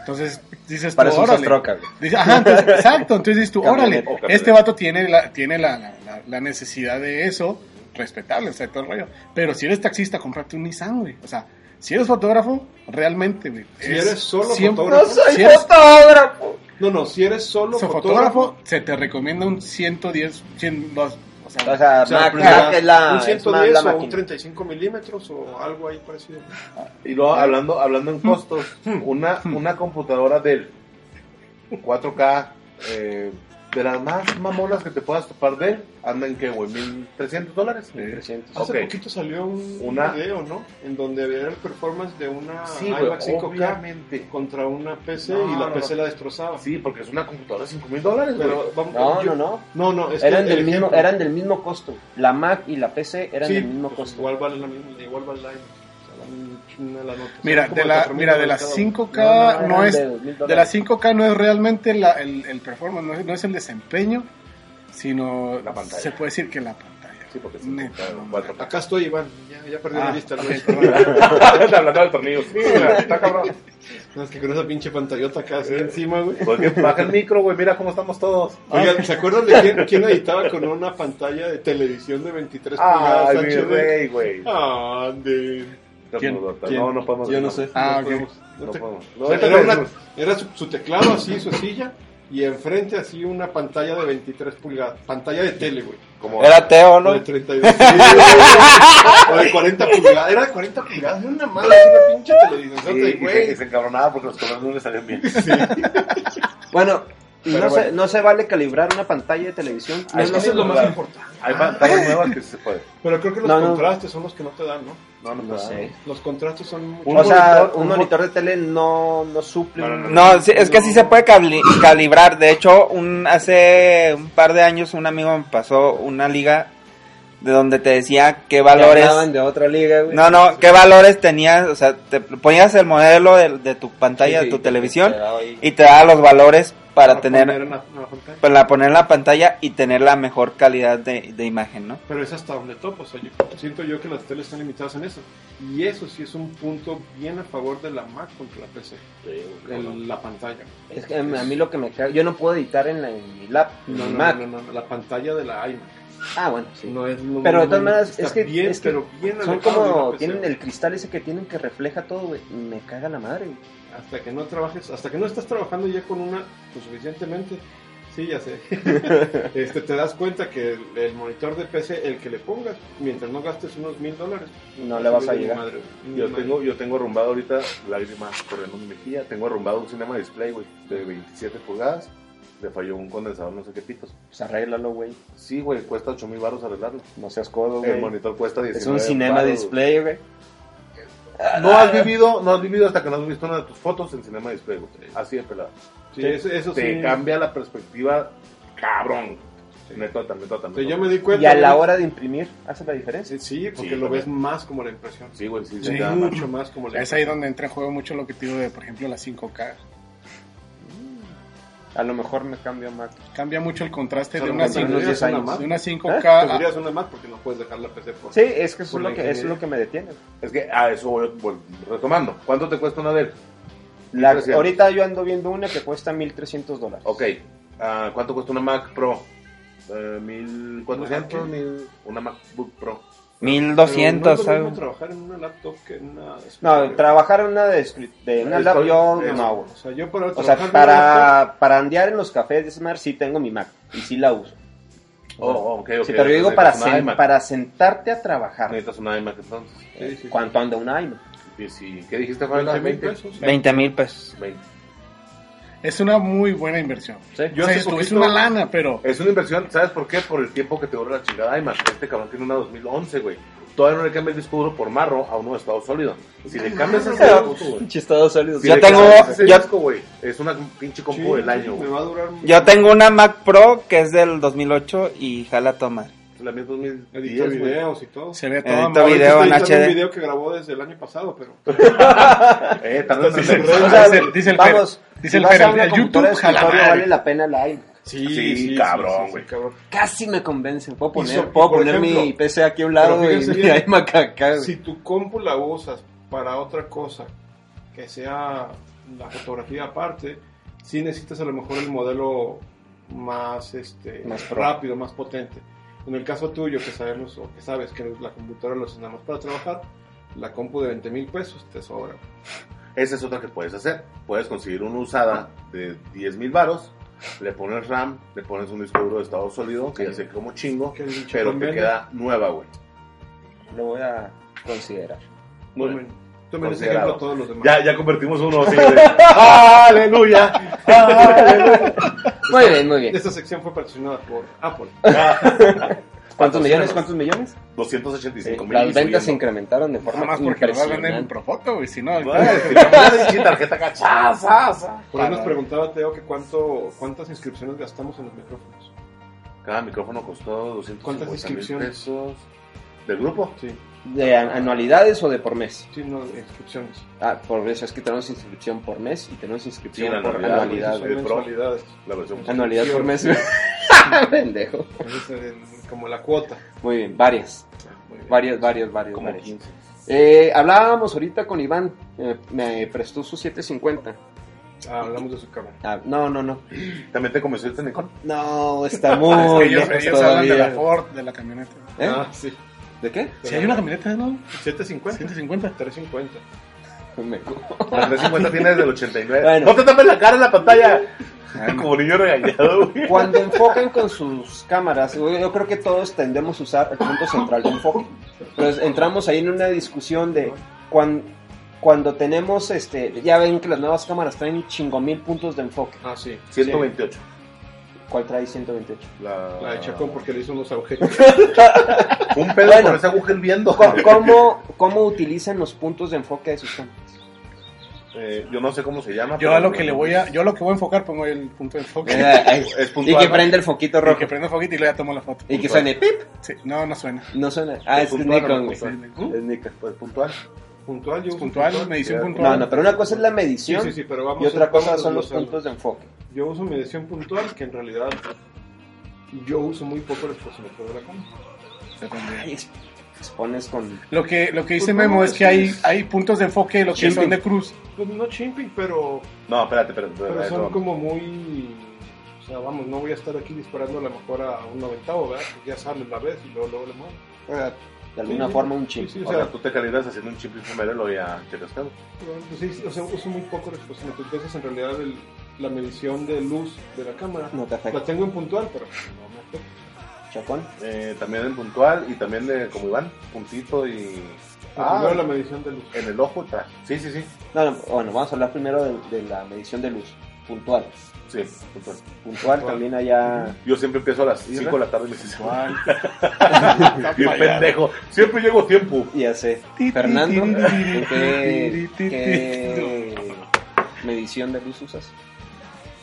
Speaker 4: Entonces, dices, tú,
Speaker 1: Parece un
Speaker 4: órale.
Speaker 1: sostroca, güey.
Speaker 4: Dice, ajá, entonces, exacto, entonces dices tú, órale,
Speaker 1: Camioneta.
Speaker 4: este vato tiene la, tiene la, la- la- la necesidad de eso, respetable, o sea, todo el rollo. Pero si eres taxista, cómprate un Nissan, güey. O sea, si eres fotógrafo, realmente, güey.
Speaker 2: Si
Speaker 4: es
Speaker 2: eres solo
Speaker 4: siempre-
Speaker 2: fotógrafo.
Speaker 4: No soy Si eres-
Speaker 1: fotógrafo.
Speaker 2: No, no, si eres solo
Speaker 4: so-
Speaker 2: fotógrafo.
Speaker 4: fotógrafo, se te recomienda un 110, 102, o sea,
Speaker 1: O sea,
Speaker 2: o sea,
Speaker 1: Mac,
Speaker 2: pues,
Speaker 1: Mac es la,
Speaker 2: un
Speaker 1: es más
Speaker 2: 110
Speaker 1: la
Speaker 2: o un
Speaker 1: máquina.
Speaker 2: 35 milímetros o algo ahí parecido.
Speaker 3: Y luego hablando, hablando en costos, una, una computadora del 4K, eh, de las más mamonas que te puedas topar de, anda en qué, güey, 1300 dólares.
Speaker 1: 300.
Speaker 2: Hace
Speaker 3: Ok.
Speaker 2: poquito salió un
Speaker 3: Una-
Speaker 2: video, ¿no? En donde había el performance de una
Speaker 3: Sí, güey,
Speaker 2: iMac 5K
Speaker 3: obviamente.
Speaker 2: contra una PC
Speaker 3: No,
Speaker 2: y la
Speaker 3: no,
Speaker 2: PC
Speaker 3: no.
Speaker 2: la destrozaba.
Speaker 3: Sí, porque es una computadora de 5000 dólares, güey.
Speaker 2: Pero vamos,
Speaker 1: No, no,
Speaker 2: yo-
Speaker 1: no.
Speaker 2: No, no, es que
Speaker 1: Eran
Speaker 2: el
Speaker 1: del, mismo,
Speaker 2: ejemplo-
Speaker 1: eran del mismo costo. La Mac y la PC eran
Speaker 2: Sí,
Speaker 1: del mismo
Speaker 2: pues
Speaker 1: costo.
Speaker 2: Igual vale la misma, igual vale la, o sea, la- una la nota.
Speaker 4: mira,
Speaker 2: Son como
Speaker 4: de la,
Speaker 2: 4,000
Speaker 4: mira, de
Speaker 2: dólares
Speaker 4: las
Speaker 2: cada uno.
Speaker 4: 5K no,
Speaker 1: eran
Speaker 4: es,
Speaker 1: de 2000
Speaker 4: de las
Speaker 1: dólares.
Speaker 4: 5K no es realmente la- el, el performance, no es, no es el desempeño, sino
Speaker 3: La pantalla.
Speaker 4: se puede decir que la pantalla.
Speaker 3: Sí, porque es
Speaker 4: Neta,
Speaker 3: 5K,
Speaker 4: no.
Speaker 3: 4K.
Speaker 2: Acá estoy, Iván. Ya, ya perdí la
Speaker 4: Ah,
Speaker 2: lista. ¿no?
Speaker 4: ok, perdón.
Speaker 3: Hablando de tornillos. Sí, mira, está cabrón.
Speaker 2: No, es que con esa pinche pantallota acá así encima, güey.
Speaker 3: Porque baja el micro, güey, mira cómo estamos todos.
Speaker 1: Ah.
Speaker 2: Oigan, ¿se acuerdan de quién, quién editaba con una pantalla de televisión de 23 pulgadas
Speaker 3: Ay, mi
Speaker 2: HD?
Speaker 3: rey, güey.
Speaker 2: Ah, de...
Speaker 4: ¿Quién?
Speaker 3: No, no podemos.
Speaker 2: Yo no sé.
Speaker 4: Ah,
Speaker 2: no
Speaker 4: ok.
Speaker 2: podemos- no
Speaker 3: No
Speaker 2: te-
Speaker 3: podemos.
Speaker 2: o sea, era, una- era su, su teclado así, su silla, y enfrente así una pantalla de 23 pulgadas. Pantalla de tele, güey.
Speaker 3: Como-
Speaker 5: era Teo,
Speaker 2: O
Speaker 5: ¿no?
Speaker 2: de 32. o de 40 pulgadas. Era de 40 pulgadas. Era una madre, así una pinche
Speaker 3: Sí,
Speaker 2: televisión.
Speaker 3: y se,
Speaker 2: güey.
Speaker 3: y se encabronaba porque los colores no le salían bien.
Speaker 1: Bueno,
Speaker 2: Pero
Speaker 1: no, Se,
Speaker 2: bueno.
Speaker 1: no se vale calibrar una pantalla de televisión.
Speaker 3: Ah,
Speaker 1: No,
Speaker 2: Eso
Speaker 1: no,
Speaker 2: es lo
Speaker 1: no,
Speaker 2: más importante.
Speaker 3: Hay pantallas nuevas que sí se pueden.
Speaker 2: Pero creo que los
Speaker 1: No, no.
Speaker 2: contrastes son los que no te dan, ¿no?
Speaker 3: No, no,
Speaker 1: no sé.
Speaker 2: Los contrastes son mucho
Speaker 1: O sea,
Speaker 3: monitor-
Speaker 1: un
Speaker 3: un
Speaker 1: monitor de tele no, no suple.
Speaker 3: No, no,
Speaker 1: un-
Speaker 5: No, sí, es que sí se puede cabli- calibrar. De hecho, un, hace un par de años un amigo me pasó una liga de donde te decía qué
Speaker 1: Ya
Speaker 5: valores.
Speaker 1: hablaban de otra liga, güey.
Speaker 5: No, no, qué valores tenías, o sea, te ponías el modelo de, de tu pantalla,
Speaker 1: Sí,
Speaker 5: de
Speaker 1: sí,
Speaker 5: tu
Speaker 1: te-
Speaker 5: televisión,
Speaker 1: te daba ahí.
Speaker 5: y te daba los valores para, tener,
Speaker 6: poner en la- en la pantalla.
Speaker 5: para poner en la pantalla y tener la mejor calidad de, de imagen, ¿no?
Speaker 2: Pero es hasta donde topo, o sea, yo siento yo que las teles están limitadas en eso. Y eso sí es un punto bien a favor de la Mac contra la PC, en la pantalla.
Speaker 1: Es que a mí a mí lo que me cae, yo no puedo editar en, la, en mi lap, en
Speaker 2: No,
Speaker 1: mi
Speaker 2: no,
Speaker 1: Mac.
Speaker 2: no, no, no, la pantalla de la iMac.
Speaker 1: Ah, bueno, sí.
Speaker 2: No es lo
Speaker 1: Pero de
Speaker 2: mismo,
Speaker 1: todas maneras,
Speaker 2: está
Speaker 1: es que-
Speaker 2: bien,
Speaker 1: es que
Speaker 2: pero bien
Speaker 1: Son
Speaker 2: alejado de
Speaker 1: como,
Speaker 2: la PC.
Speaker 1: tienen el cristal ese que tienen que refleja todo, güey. Me caga la madre, güey.
Speaker 2: Hasta que no trabajes, hasta que no estás trabajando ya con una lo suficientemente, sí, ya sé. este, te das cuenta que el, el monitor de PC, el que le pongas, mientras no gastes unos mil dólares,
Speaker 1: No le vas a
Speaker 2: ni
Speaker 1: llegar.
Speaker 2: madre, ni
Speaker 3: Yo
Speaker 2: madre.
Speaker 3: tengo, yo tengo arrumbado ahorita lágrimas corriendo en mi mejilla. Tengo arrumbado un cinema display, güey, de 27 pulgadas. Le falló un condensador, no sé qué pitos.
Speaker 1: Pues arréglalo, güey.
Speaker 3: Sí, güey, cuesta 8 mil baros arreglarlo.
Speaker 1: No seas codo,
Speaker 3: El
Speaker 1: güey.
Speaker 3: monitor cuesta 19
Speaker 1: Es un cinema
Speaker 3: varos.
Speaker 1: display, güey.
Speaker 3: No has vivido, no has vivido hasta que no has visto una de tus fotos en cinema display, güey. Así de pelado.
Speaker 2: Sí, eso, eso
Speaker 3: Te
Speaker 2: sí.
Speaker 3: cambia la perspectiva, cabrón. Netota, netota,
Speaker 2: O sea,
Speaker 3: netota.
Speaker 2: yo me di cuenta.
Speaker 1: Y a la
Speaker 2: güey,
Speaker 1: hora de imprimir, hace la diferencia.
Speaker 2: Sí, sí, porque
Speaker 3: Sí,
Speaker 2: lo ves
Speaker 3: también.
Speaker 2: más como la impresión.
Speaker 3: Sí, güey, sí,
Speaker 2: Se
Speaker 3: sí.
Speaker 2: da mucho más como la
Speaker 4: Es ahí
Speaker 2: impresión.
Speaker 4: donde entra en juego mucho el objetivo de, por ejemplo, la 5K.
Speaker 1: A lo mejor me cambio a Mac.
Speaker 4: Cambia mucho el contraste de
Speaker 2: Solo
Speaker 4: una,
Speaker 2: con
Speaker 1: cinco-
Speaker 4: cinco-
Speaker 2: tendrías
Speaker 1: unos diez
Speaker 2: una
Speaker 1: años.
Speaker 2: Mac,
Speaker 4: de una 5K. a-
Speaker 2: Tendrías una más porque no puedes dejar la PC por
Speaker 1: Sí, es que eso
Speaker 2: Por
Speaker 1: es
Speaker 2: la
Speaker 1: lo que, eso es
Speaker 2: ingeniería.
Speaker 1: lo que me detiene.
Speaker 3: Es que a eso voy, voy retomando. ¿Cuánto te cuesta una de
Speaker 1: La-
Speaker 3: 1300.
Speaker 1: ahorita yo ando viendo una que cuesta 1300 dólares.
Speaker 3: Ok. ah, ¿Cuánto cuesta una Mac Pro? Eh, 1400, mil- una MacBook Pro.
Speaker 2: Pero
Speaker 5: 1200,
Speaker 2: no
Speaker 5: ¿sabes?
Speaker 2: es lo mismo trabajar en una laptop que en una.
Speaker 1: No, trabajar en una de, escri- de una
Speaker 3: Es
Speaker 1: lap,
Speaker 3: por-
Speaker 1: yo
Speaker 3: es-
Speaker 1: no, güey.
Speaker 2: O sea, yo para
Speaker 1: O sea,
Speaker 2: trabajar en una laptop-
Speaker 1: para, para andear en los cafés de Smart sí tengo mi Mac y sí la uso.
Speaker 3: Oh, oh, ok, ok.
Speaker 1: Sí, pero yo digo
Speaker 3: Necesitas
Speaker 1: para,
Speaker 4: pues,
Speaker 3: una
Speaker 1: sen-
Speaker 3: iMac.
Speaker 1: para sentarte a trabajar. eh,
Speaker 3: Necesitas una iMac entonces.
Speaker 2: Sí, sí, sí.
Speaker 1: ¿Cuánto anda una iMac?
Speaker 3: Y si- ¿Qué dijiste, Fabiola?
Speaker 2: 20 mil
Speaker 3: 20.
Speaker 2: pesos.
Speaker 5: 20 mil pesos.
Speaker 3: 20.
Speaker 4: Es una muy buena inversión.
Speaker 2: Yo
Speaker 4: O sea,
Speaker 2: hace
Speaker 4: es, es
Speaker 2: poquito-
Speaker 4: una lana, pero
Speaker 3: Es una inversión, ¿sabes por qué? Por el tiempo que te dura la chingada iMac. Este cabrón tiene una 2011, güey. Todavía no le cambia el disco duro por marro a uno de estado sólido. Si le cambias ese
Speaker 1: Pero-
Speaker 3: disco, güey,
Speaker 1: Pinche Estados Unidos.
Speaker 3: si
Speaker 5: Yo
Speaker 3: le
Speaker 5: tengo-
Speaker 3: cambias ese
Speaker 5: yo-
Speaker 3: disco, güey, es una pinche
Speaker 2: Sí,
Speaker 3: compu del
Speaker 2: sí,
Speaker 3: año,
Speaker 2: Me
Speaker 3: güey.
Speaker 2: va a durar.
Speaker 5: Yo tengo una Mac Pro que es del 2008 y jala tomar.
Speaker 3: La mía es
Speaker 2: Edito
Speaker 3: 2010, güey.
Speaker 2: videos y todo.
Speaker 4: se ve todo
Speaker 5: Edita
Speaker 4: mal.
Speaker 5: video en
Speaker 2: Ahorita estoy editando
Speaker 5: HD.
Speaker 2: un video que grabó desde el año pasado, pero.
Speaker 3: Eh, tardan
Speaker 2: Entonces,
Speaker 3: en-
Speaker 2: se-
Speaker 1: O sea,
Speaker 4: Dice el- dice el
Speaker 1: vamos,
Speaker 4: Fer, dice
Speaker 1: si
Speaker 4: el
Speaker 1: vas
Speaker 4: Fer,
Speaker 1: a una
Speaker 4: el
Speaker 1: computadora de
Speaker 4: YouTube jala
Speaker 1: escritorio,
Speaker 4: madre.
Speaker 1: vale la pena la iMac.
Speaker 2: Sí,
Speaker 3: sí, cabrón, güey.
Speaker 2: cabrón.
Speaker 1: Casi me convence. Puedo poner,
Speaker 2: so- y
Speaker 1: puedo
Speaker 2: por
Speaker 1: poner mi
Speaker 2: ejemplo,
Speaker 1: PC aquí a un lado
Speaker 2: pero
Speaker 1: y
Speaker 2: fíjense
Speaker 1: mi
Speaker 2: bien,
Speaker 1: iMac acá. güey.
Speaker 2: Si tu compu la usas para otra cosa que sea la fotografía aparte, sí necesitas a lo mejor el modelo más, este,
Speaker 1: Más pro.
Speaker 2: rápido, más potente. En el caso tuyo, que sabemos o que sabes que la computadora lo usas nada más para trabajar, la compu de 20 mil pesos te sobra.
Speaker 3: Esa es otra que puedes hacer. Puedes conseguir una usada de 10 mil varos, le pones RAM, le pones un disco duro de estado sólido, que ya sé como chingo,
Speaker 2: Que el
Speaker 3: pero te
Speaker 2: convenio.
Speaker 3: queda nueva, güey.
Speaker 1: Lo voy a considerar.
Speaker 3: Muy
Speaker 2: Tomen, tomen ese
Speaker 3: Considerado.
Speaker 2: ejemplo a todos los demás.
Speaker 3: Ya, ya convertimos uno, sí, de- ¡Aleluya!
Speaker 1: Muy bien, muy bien.
Speaker 2: Esta sección fue patrocinada por Apple.
Speaker 1: ¿Cuántos millones? ¿Cuántos millones? Eh,
Speaker 3: 285 mil.
Speaker 1: Las ventas se incrementaron de
Speaker 4: Nada
Speaker 1: forma
Speaker 4: más porque lo vas a vender en
Speaker 1: impresionante.
Speaker 4: Profoto, güey. Si no,
Speaker 3: tarjeta cachaza.
Speaker 2: Por ahí
Speaker 4: Para-
Speaker 2: nos preguntaba Teo que cuánto, cuántas inscripciones gastamos en los micrófonos.
Speaker 3: Cada micrófono costó 250 mil
Speaker 2: inscripciones?
Speaker 3: pesos. ¿Del grupo?
Speaker 2: Sí,
Speaker 1: ¿De an- anualidades o de por mes?
Speaker 2: sí, no, inscripciones.
Speaker 1: Ah, por eso es que tenemos inscripción por mes y tenemos inscripción
Speaker 3: Sí, la
Speaker 1: por
Speaker 3: anualidad,
Speaker 1: anualidad.
Speaker 3: güey.
Speaker 1: güey.
Speaker 2: Son mensualidades.
Speaker 3: La versión.
Speaker 1: Anualidad por mes. güey. Pendejo.
Speaker 2: Entonces, el- como la cuota.
Speaker 1: Muy bien, varias.
Speaker 2: Muy bien.
Speaker 1: Varias, varias, varias.
Speaker 3: Como
Speaker 1: varias.
Speaker 3: 15.
Speaker 1: Eh, hablábamos ahorita con Iván, eh, me prestó su 750.
Speaker 2: Ah, hablamos de su cámara.
Speaker 1: Ah, no, no, no.
Speaker 3: ¿También te convenció este Nikon?
Speaker 1: No, está
Speaker 4: es
Speaker 1: muy
Speaker 4: que ellos,
Speaker 1: lejos
Speaker 4: ellos hablan de la
Speaker 1: todavía.
Speaker 4: Ford, de la camioneta.
Speaker 1: ¿Eh?
Speaker 2: Ah, sí.
Speaker 1: ¿De qué?
Speaker 4: Si hay una camioneta, ¿no?
Speaker 2: 750.
Speaker 4: 150.
Speaker 2: 350.
Speaker 1: Me-
Speaker 3: La 350 tiene desde el 89.
Speaker 1: Bueno.
Speaker 3: No te tapes la cara en la pantalla. Como niño regañado, güey.
Speaker 1: Cuando enfocan con sus cámaras, yo yo creo que todos tendemos a usar el punto central de enfoque. Entonces entramos ahí en una discusión de cuan- cuando tenemos, este, ya ven que las nuevas cámaras traen chingo mil puntos de enfoque.
Speaker 2: Ah, sí.
Speaker 3: 128.
Speaker 1: ¿Cuál trae 128?
Speaker 3: La,
Speaker 2: La de Chacón porque le hizo unos agujeros.
Speaker 3: Un pedo
Speaker 1: Bueno.
Speaker 3: con ese agujero viendo.
Speaker 1: Co- ¿Cómo, ¿Cómo utilizan los puntos de enfoque de sus cámaras?
Speaker 3: Eh, yo no sé cómo se llama.
Speaker 4: Yo
Speaker 3: pero- pues.
Speaker 4: a lo que le voy a, yo a lo que voy a enfocar pongo el punto de enfoque.
Speaker 3: Es punto
Speaker 1: y que
Speaker 3: alfa.
Speaker 1: prende el foquito
Speaker 4: Y
Speaker 1: rojo.
Speaker 4: que prenda el foguito y luego ya tomo la foto.
Speaker 1: Y que suene pip.
Speaker 4: Sí, no, no suena. Uh.
Speaker 1: No suena. Ah, es
Speaker 3: puntual,
Speaker 1: Nikon,
Speaker 3: ¿no?
Speaker 1: güey.
Speaker 3: Puntual.
Speaker 1: Es Nikon.
Speaker 3: Pues puntual.
Speaker 2: Puntual, yo
Speaker 4: Es
Speaker 2: uso
Speaker 4: puntual, medición puntual.
Speaker 1: No, no, pero una cosa es la
Speaker 2: Sí,
Speaker 1: medición
Speaker 2: sí, sí, pero vamos
Speaker 1: y otra
Speaker 2: vamos
Speaker 1: cosa son
Speaker 2: a
Speaker 1: los
Speaker 2: usar-
Speaker 1: puntos de enfoque.
Speaker 2: Yo uso medición puntual, que en realidad yo uso muy poco el expositor de la cámara.
Speaker 1: Ay, es- expones con...
Speaker 4: Lo que, lo que dice
Speaker 2: Pues,
Speaker 4: Memo
Speaker 2: no,
Speaker 4: es
Speaker 2: pues,
Speaker 4: que hay,
Speaker 2: es-
Speaker 4: hay puntos de enfoque los que
Speaker 3: Chimping.
Speaker 4: son de cruz.
Speaker 2: Pues no chimping, pero,
Speaker 3: No, espérate, espérate.
Speaker 2: pero
Speaker 3: espérate,
Speaker 2: son
Speaker 3: no.
Speaker 2: como muy... O sea, vamos, no voy a estar aquí disparando a lo mejor a un noventavo, ¿verdad? Porque ya sale la vez y luego, luego le muevo.
Speaker 1: eh, De alguna
Speaker 2: Sí,
Speaker 1: forma un chip.
Speaker 2: Sí, sí, o
Speaker 3: O sea,
Speaker 2: sea,
Speaker 3: tú te calibras haciendo un chip infumero y ya checas todo.
Speaker 2: pues sí, sí, o sea, uso muy poco el expositor. Entonces, en realidad, el- la medición de luz de la cámara
Speaker 1: No te
Speaker 2: la
Speaker 1: afecta.
Speaker 2: tengo en puntual, pero no me afecta.
Speaker 1: Chacón.
Speaker 3: Eh, también en puntual y también de, como Iván, puntito y.
Speaker 2: Ah,
Speaker 3: Ah,
Speaker 2: la medición de luz.
Speaker 3: en el ojo está. Sí, sí, sí.
Speaker 1: No, no, bueno, vamos a hablar primero de, de la medición de luz. Puntual.
Speaker 3: Sí, puntual.
Speaker 1: Puntual también allá...
Speaker 3: Yo siempre empiezo a las 5 de la tarde y me dices, "Ah, bien pendejo. Siempre llego a tiempo.
Speaker 1: Ya sé.
Speaker 4: Ti, ti,
Speaker 1: Fernando,
Speaker 4: ti, ti,
Speaker 1: ¿en ¿qué,
Speaker 4: ti, ti, ti,
Speaker 1: qué medición de luz usas?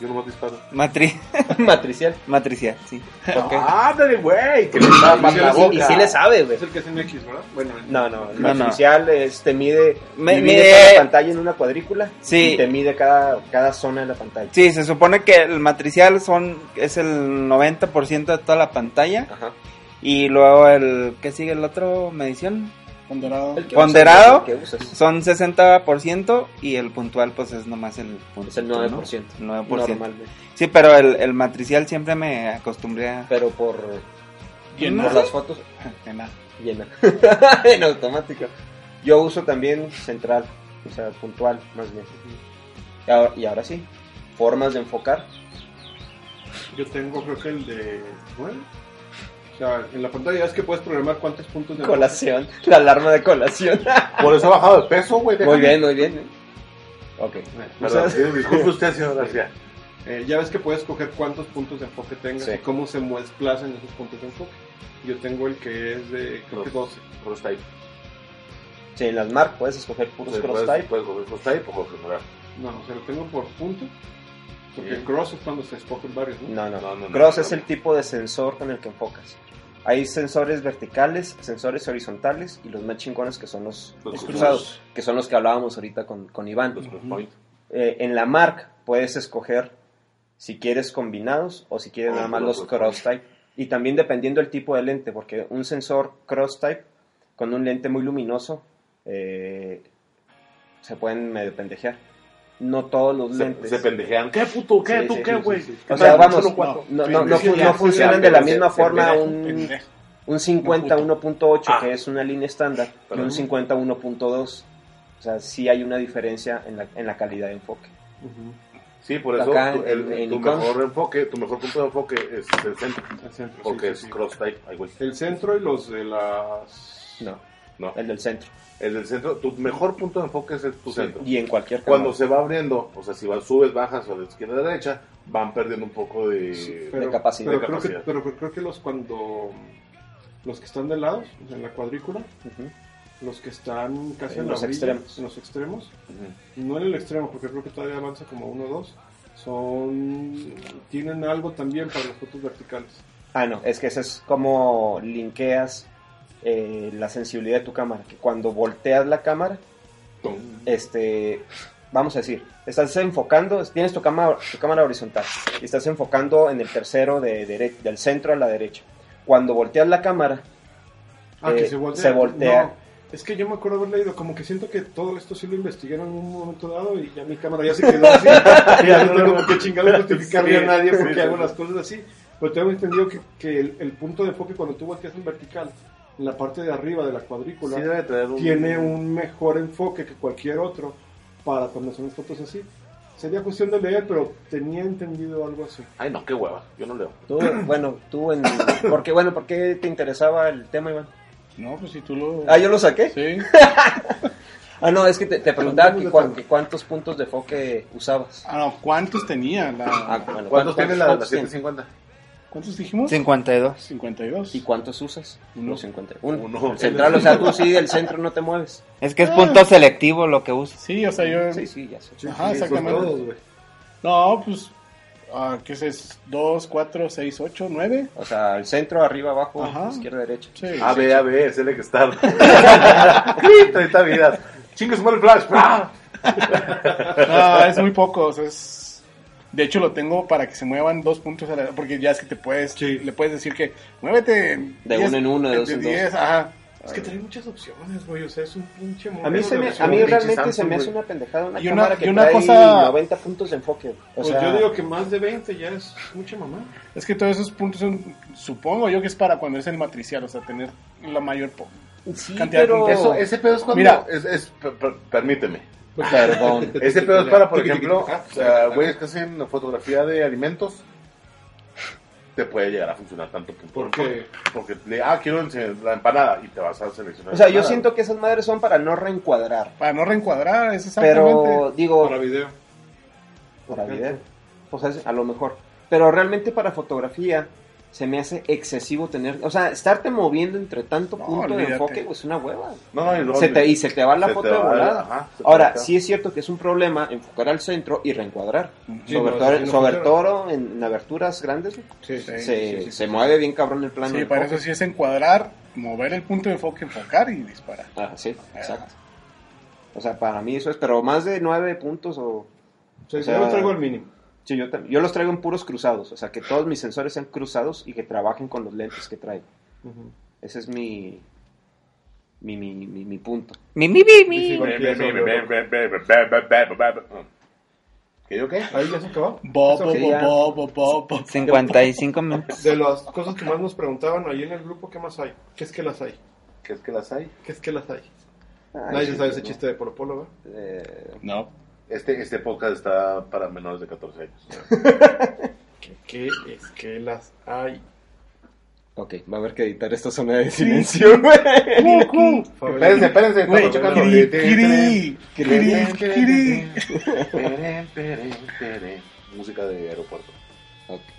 Speaker 3: Yo nomás disparo.
Speaker 5: Matri
Speaker 1: Matricial.
Speaker 5: matricial, sí.
Speaker 2: ah,
Speaker 3: ¡Ándale, güey! Que le está mal la boca.
Speaker 1: Y sí le sabe, güey.
Speaker 2: Es el que es MX, ¿verdad? Bueno, el-
Speaker 1: No, no, el
Speaker 5: No, no.
Speaker 1: matricial este, mide,
Speaker 5: Me-
Speaker 1: divide
Speaker 5: mide-
Speaker 1: cada pantalla en una cuadrícula
Speaker 5: Sí.
Speaker 1: y te mide cada, cada zona de la pantalla.
Speaker 5: Sí, se supone que el matricial son es el 90% de toda la pantalla
Speaker 1: Ajá.
Speaker 5: y luego el ¿qué sigue el otro medición?
Speaker 4: Ponderado.
Speaker 1: El que
Speaker 5: Ponderado.
Speaker 1: usas, el que usas.
Speaker 5: Son 60% y el puntual pues es nomás el punto,
Speaker 1: Es el
Speaker 5: ¿no?
Speaker 1: 9%.
Speaker 5: El 9%.
Speaker 1: Normalmente.
Speaker 5: Sí, pero el, el matricial siempre me acostumbré a
Speaker 1: Pero por,
Speaker 4: Llena.
Speaker 1: por las fotos
Speaker 5: Nada.
Speaker 1: llena. en automático. Yo uso también central, o sea, puntual, más bien. Y ahora, y ahora sí, formas de enfocar.
Speaker 2: Yo tengo creo que el de 9. O sea, en la pantalla es que puedes programar cuántos puntos de
Speaker 1: Colación, la alarma de colación.
Speaker 3: Por eso ha bajado de peso, güey.
Speaker 1: muy
Speaker 3: déjame.
Speaker 1: bien, muy bien. ¿eh? Ok.
Speaker 3: Perdón, sí, disculpe usted, señor García.
Speaker 2: Eh, ya ves que puedes coger cuántos puntos de enfoque tengas
Speaker 1: Sí.
Speaker 2: y cómo se desplazan esos puntos de enfoque. Yo tengo el que es de creo que 12.
Speaker 3: Cross type.
Speaker 1: Sí, en las marcas puedes escoger puros
Speaker 2: Pues
Speaker 3: Puedes
Speaker 1: cross type.
Speaker 3: puedes coger cross type o coger general.
Speaker 2: No, o sea, lo tengo por punto. Porque
Speaker 3: Sí.
Speaker 2: el cross es cuando se escogen varios, ¿no?
Speaker 1: No, no,
Speaker 3: No, no, no.
Speaker 1: Cross es el tipo de sensor con el que enfocas. Hay sensores verticales, sensores horizontales y los más chingones que son los,
Speaker 3: Los
Speaker 1: los
Speaker 3: cruzados.
Speaker 1: cruzados, que son los que hablábamos ahorita con, con Iván.
Speaker 3: Los cross point.
Speaker 1: Eh, en la marca puedes escoger si quieres combinados o si quieres
Speaker 3: O
Speaker 1: nada más
Speaker 3: puro
Speaker 1: los
Speaker 3: cross-type.
Speaker 1: cross type. Y también dependiendo del tipo de lente, porque un sensor cross type con un lente muy luminoso eh, se pueden medio pendejear. No todos los
Speaker 3: Se,
Speaker 1: lentes.
Speaker 3: se pendejean. ¿Qué puto? ¿Qué
Speaker 1: Sí,
Speaker 3: tú?
Speaker 1: sí,
Speaker 3: ¿Qué,
Speaker 1: sí,
Speaker 3: güey?
Speaker 2: sí, sí.
Speaker 3: ¿Qué
Speaker 1: O sea,
Speaker 3: tal?
Speaker 1: vamos,
Speaker 3: Solo cuatro.
Speaker 1: No, no, no,
Speaker 4: Pendejear,
Speaker 1: no funcionan de la misma
Speaker 3: se
Speaker 1: forma
Speaker 3: pendejo,
Speaker 1: un,
Speaker 4: pendejo.
Speaker 1: un 50
Speaker 4: Un
Speaker 1: 1.8
Speaker 3: Ah.
Speaker 1: que es una línea estándar y
Speaker 3: Perdón.
Speaker 1: un 50 1.2. O sea, sí hay una diferencia en la, en la calidad de enfoque.
Speaker 3: Sí, por eso
Speaker 1: Acá
Speaker 3: tu,
Speaker 1: en-
Speaker 3: el-
Speaker 1: en
Speaker 3: tu
Speaker 1: Nikon.
Speaker 3: mejor enfoque, tu mejor punto de enfoque es el centro,
Speaker 2: El centro.
Speaker 3: porque
Speaker 2: sí,
Speaker 3: es
Speaker 2: sí, sí.
Speaker 3: cross type. Ay, güey.
Speaker 2: El centro y los de las.
Speaker 1: No,
Speaker 3: No.
Speaker 1: el del centro.
Speaker 3: El del centro, tu mejor punto de enfoque es el- tu centro.
Speaker 1: Y en cualquier
Speaker 3: Cuando
Speaker 1: cámara
Speaker 3: se va abriendo, o sea, si vas, subes, bajas o de izquierda a derecha, van perdiendo un poco de.
Speaker 2: Sí,
Speaker 1: de capacidad.
Speaker 2: Pero,
Speaker 3: De
Speaker 2: creo
Speaker 3: capacidad.
Speaker 2: Que, pero creo que los cuando los que están de lados, o sea, en la cuadrícula,
Speaker 1: Ujú.
Speaker 2: los que están casi
Speaker 1: En
Speaker 2: en la
Speaker 1: los
Speaker 2: orilla,
Speaker 1: extremos.
Speaker 2: en los extremos,
Speaker 3: Ujú.
Speaker 2: no en el extremo, porque creo que todavía avanza como uno o dos, son tienen algo también para las fotos verticales.
Speaker 1: Ah, no, es que eso es como linkeas eh, la sensibilidad de tu cámara. Que cuando volteas la cámara, este, vamos a decir, estás enfocando, tienes tu cámara, tu cámara horizontal y estás enfocando en el tercero de dere- del centro a la derecha. Cuando volteas la cámara,
Speaker 2: Ah,
Speaker 1: Eh,
Speaker 2: que se voltea.
Speaker 1: se voltea.
Speaker 2: No, es que yo me acuerdo haber leído, como que siento que todo esto sí lo investigué en un momento dado y ya mi cámara ya se quedó así. y ya no tengo por qué chingarle justificarle a nadie porque hago las cosas así. Pero tengo entendido que, que el, el punto de enfoque cuando tú volteas en vertical, en la parte de arriba de la cuadrícula,
Speaker 3: Sí, debe traer un.
Speaker 2: tiene un mejor enfoque que cualquier otro para cuando son las fotos así. Sería cuestión de leer, pero tenía entendido algo así.
Speaker 3: Ay, no, qué hueva. Yo no leo.
Speaker 1: tú, bueno, tú en... ¿Por qué, bueno, ¿por qué te interesaba el tema, Iván?
Speaker 4: No, pues si tú lo.
Speaker 1: Ah, yo lo saqué.
Speaker 4: Sí.
Speaker 1: Ah, no, es que te, te preguntaba que, cuan- que cuántos puntos de enfoque usabas.
Speaker 4: Ah, no, ¿cuántos tenía la.
Speaker 1: Ah, bueno,
Speaker 3: ¿Cuántos tiene la, la
Speaker 1: cuántos tienes?
Speaker 3: 750?
Speaker 4: ¿Cuántos dijimos?
Speaker 5: 52.
Speaker 4: 52.
Speaker 1: ¿Y cuántos usas?
Speaker 4: Uno.
Speaker 1: Los 51.
Speaker 3: Uno.
Speaker 1: Central, o sea, tú sí del centro no te mueves.
Speaker 5: Es que
Speaker 4: Ah.
Speaker 5: es punto selectivo lo que usas.
Speaker 4: Sí, o sea, yo.
Speaker 1: Sí, sí, ya sé.
Speaker 6: Sí,
Speaker 4: Ajá,
Speaker 6: con
Speaker 4: exactamente.
Speaker 6: todos, güey.
Speaker 4: No, pues. ah, ¿Qué es? 2, 4, 6, 8, 9.
Speaker 1: O sea, el centro, arriba, abajo,
Speaker 4: Ajá.
Speaker 1: izquierda, derecha.
Speaker 4: Sí.
Speaker 3: A, B, A, B, es el que está. ¡Crit! 30 vidas. Chingue su madre el flash. ¡Ah!
Speaker 4: Ah, es muy poco. o sea, es- De hecho, lo tengo para que se muevan dos puntos a la... Porque ya es que te puedes...
Speaker 6: Sí.
Speaker 4: Le puedes decir que muévete...
Speaker 1: De uno en uno, de dos en dos.
Speaker 4: ajá.
Speaker 2: Es que trae muchas opciones, güey. O sea, es un pinche
Speaker 1: A mí, se me- a mí
Speaker 3: Pinche
Speaker 1: realmente
Speaker 3: Samsung,
Speaker 1: se me hace
Speaker 3: güey.
Speaker 1: una pendejada una
Speaker 4: Y una-
Speaker 1: cámara que
Speaker 4: y una
Speaker 1: trae
Speaker 4: cosa-
Speaker 1: 90 puntos de enfoque. O
Speaker 2: Pues
Speaker 1: sea,
Speaker 2: yo digo que más de 20 ya es mucha mamá.
Speaker 4: Es que todos esos puntos son... Supongo yo que es para cuando es el matricial. O sea, tener la mayor... po- cantidad de puntos.
Speaker 3: Eso, ese pedo es cuando.
Speaker 4: Mira.
Speaker 3: es, es- per- per- permíteme.
Speaker 1: Perdón.
Speaker 3: Ese pedo es para, por ejemplo, o sea, güeyes que hacen fotografía de alimentos. Te puede llegar a funcionar tanto punto.
Speaker 2: ¿Por qué?
Speaker 3: Porque le, ah, quiero enseñar la empanada y te vas a seleccionar.
Speaker 1: O sea, yo
Speaker 3: empanada.
Speaker 1: siento que esas madres son para no reencuadrar.
Speaker 4: Para no reencuadrar, es exactamente...
Speaker 1: Pero digo,
Speaker 2: Para video.
Speaker 1: por habilidad, pues es- a lo mejor. Pero realmente para fotografía se me hace excesivo tener, o sea, estarte moviendo entre tanto
Speaker 4: No,
Speaker 1: punto
Speaker 4: olvídate.
Speaker 1: de enfoque pues, es una hueva.
Speaker 3: No, no, y luego-
Speaker 1: Se te, y se te va la
Speaker 3: se te
Speaker 1: foto de
Speaker 3: va,
Speaker 1: volada.
Speaker 3: ajá, se te
Speaker 1: Ahora,
Speaker 3: va.
Speaker 1: sí es cierto que es un problema enfocar al centro y reencuadrar.
Speaker 2: Sí,
Speaker 1: sobre
Speaker 2: no,
Speaker 1: todo,
Speaker 2: sí, no
Speaker 1: sobre
Speaker 2: funciona.
Speaker 1: todo en, en aberturas grandes,
Speaker 4: Sí, sí,
Speaker 1: se,
Speaker 4: sí, sí, sí.
Speaker 1: se mueve bien cabrón el plano.
Speaker 4: Sí,
Speaker 1: de
Speaker 4: para
Speaker 1: enfoque.
Speaker 4: eso sí es encuadrar, mover el punto de enfoque, enfocar y disparar.
Speaker 1: Ah, sí, exacto. O sea, para mí eso es, pero más de nueve puntos o...
Speaker 2: O sea,
Speaker 1: O sea,
Speaker 2: yo traigo el mínimo.
Speaker 1: Sí, yo, tam- yo los traigo en puros cruzados, o sea, que todos mis sensores sean cruzados y que trabajen con los lentes que traigo. Ese es mi mi, mi, mi, mi punto.
Speaker 5: Mi, mi, mi, mi.
Speaker 2: Sí, sí,
Speaker 3: Ve,
Speaker 2: porque
Speaker 3: ve,
Speaker 2: eso-
Speaker 3: ve, ve, ve, ve, ve, ve, ve, ve, ve. ¿Qué yo qué?
Speaker 2: Ahí ya se acabó.
Speaker 4: Bobo,
Speaker 1: que ya-
Speaker 4: bobo, bobo, bobo.
Speaker 5: 55 minutos.
Speaker 2: De las cosas que más nos preguntaban ahí en el grupo, ¿qué más hay? ¿Qué es que las hay?
Speaker 3: ¿Qué es que las hay?
Speaker 2: ¿Qué es que las hay?
Speaker 1: Ay,
Speaker 2: Nadie se
Speaker 1: sí,
Speaker 2: sabe ese
Speaker 1: ¿no?
Speaker 2: chiste de Polo Polo, ¿verdad?
Speaker 1: Eh,
Speaker 4: No.
Speaker 3: Este, este podcast está para menores de 14 años.
Speaker 2: ¿Qué, qué es que las hay?
Speaker 1: ok, va a haber que editar esta zona de silencio. güey.
Speaker 3: Espérense, espérense. estamos
Speaker 4: Güey,
Speaker 3: checando.
Speaker 4: kiri, kiri, kiri, kiri.
Speaker 3: Música de aeropuerto.
Speaker 1: ok.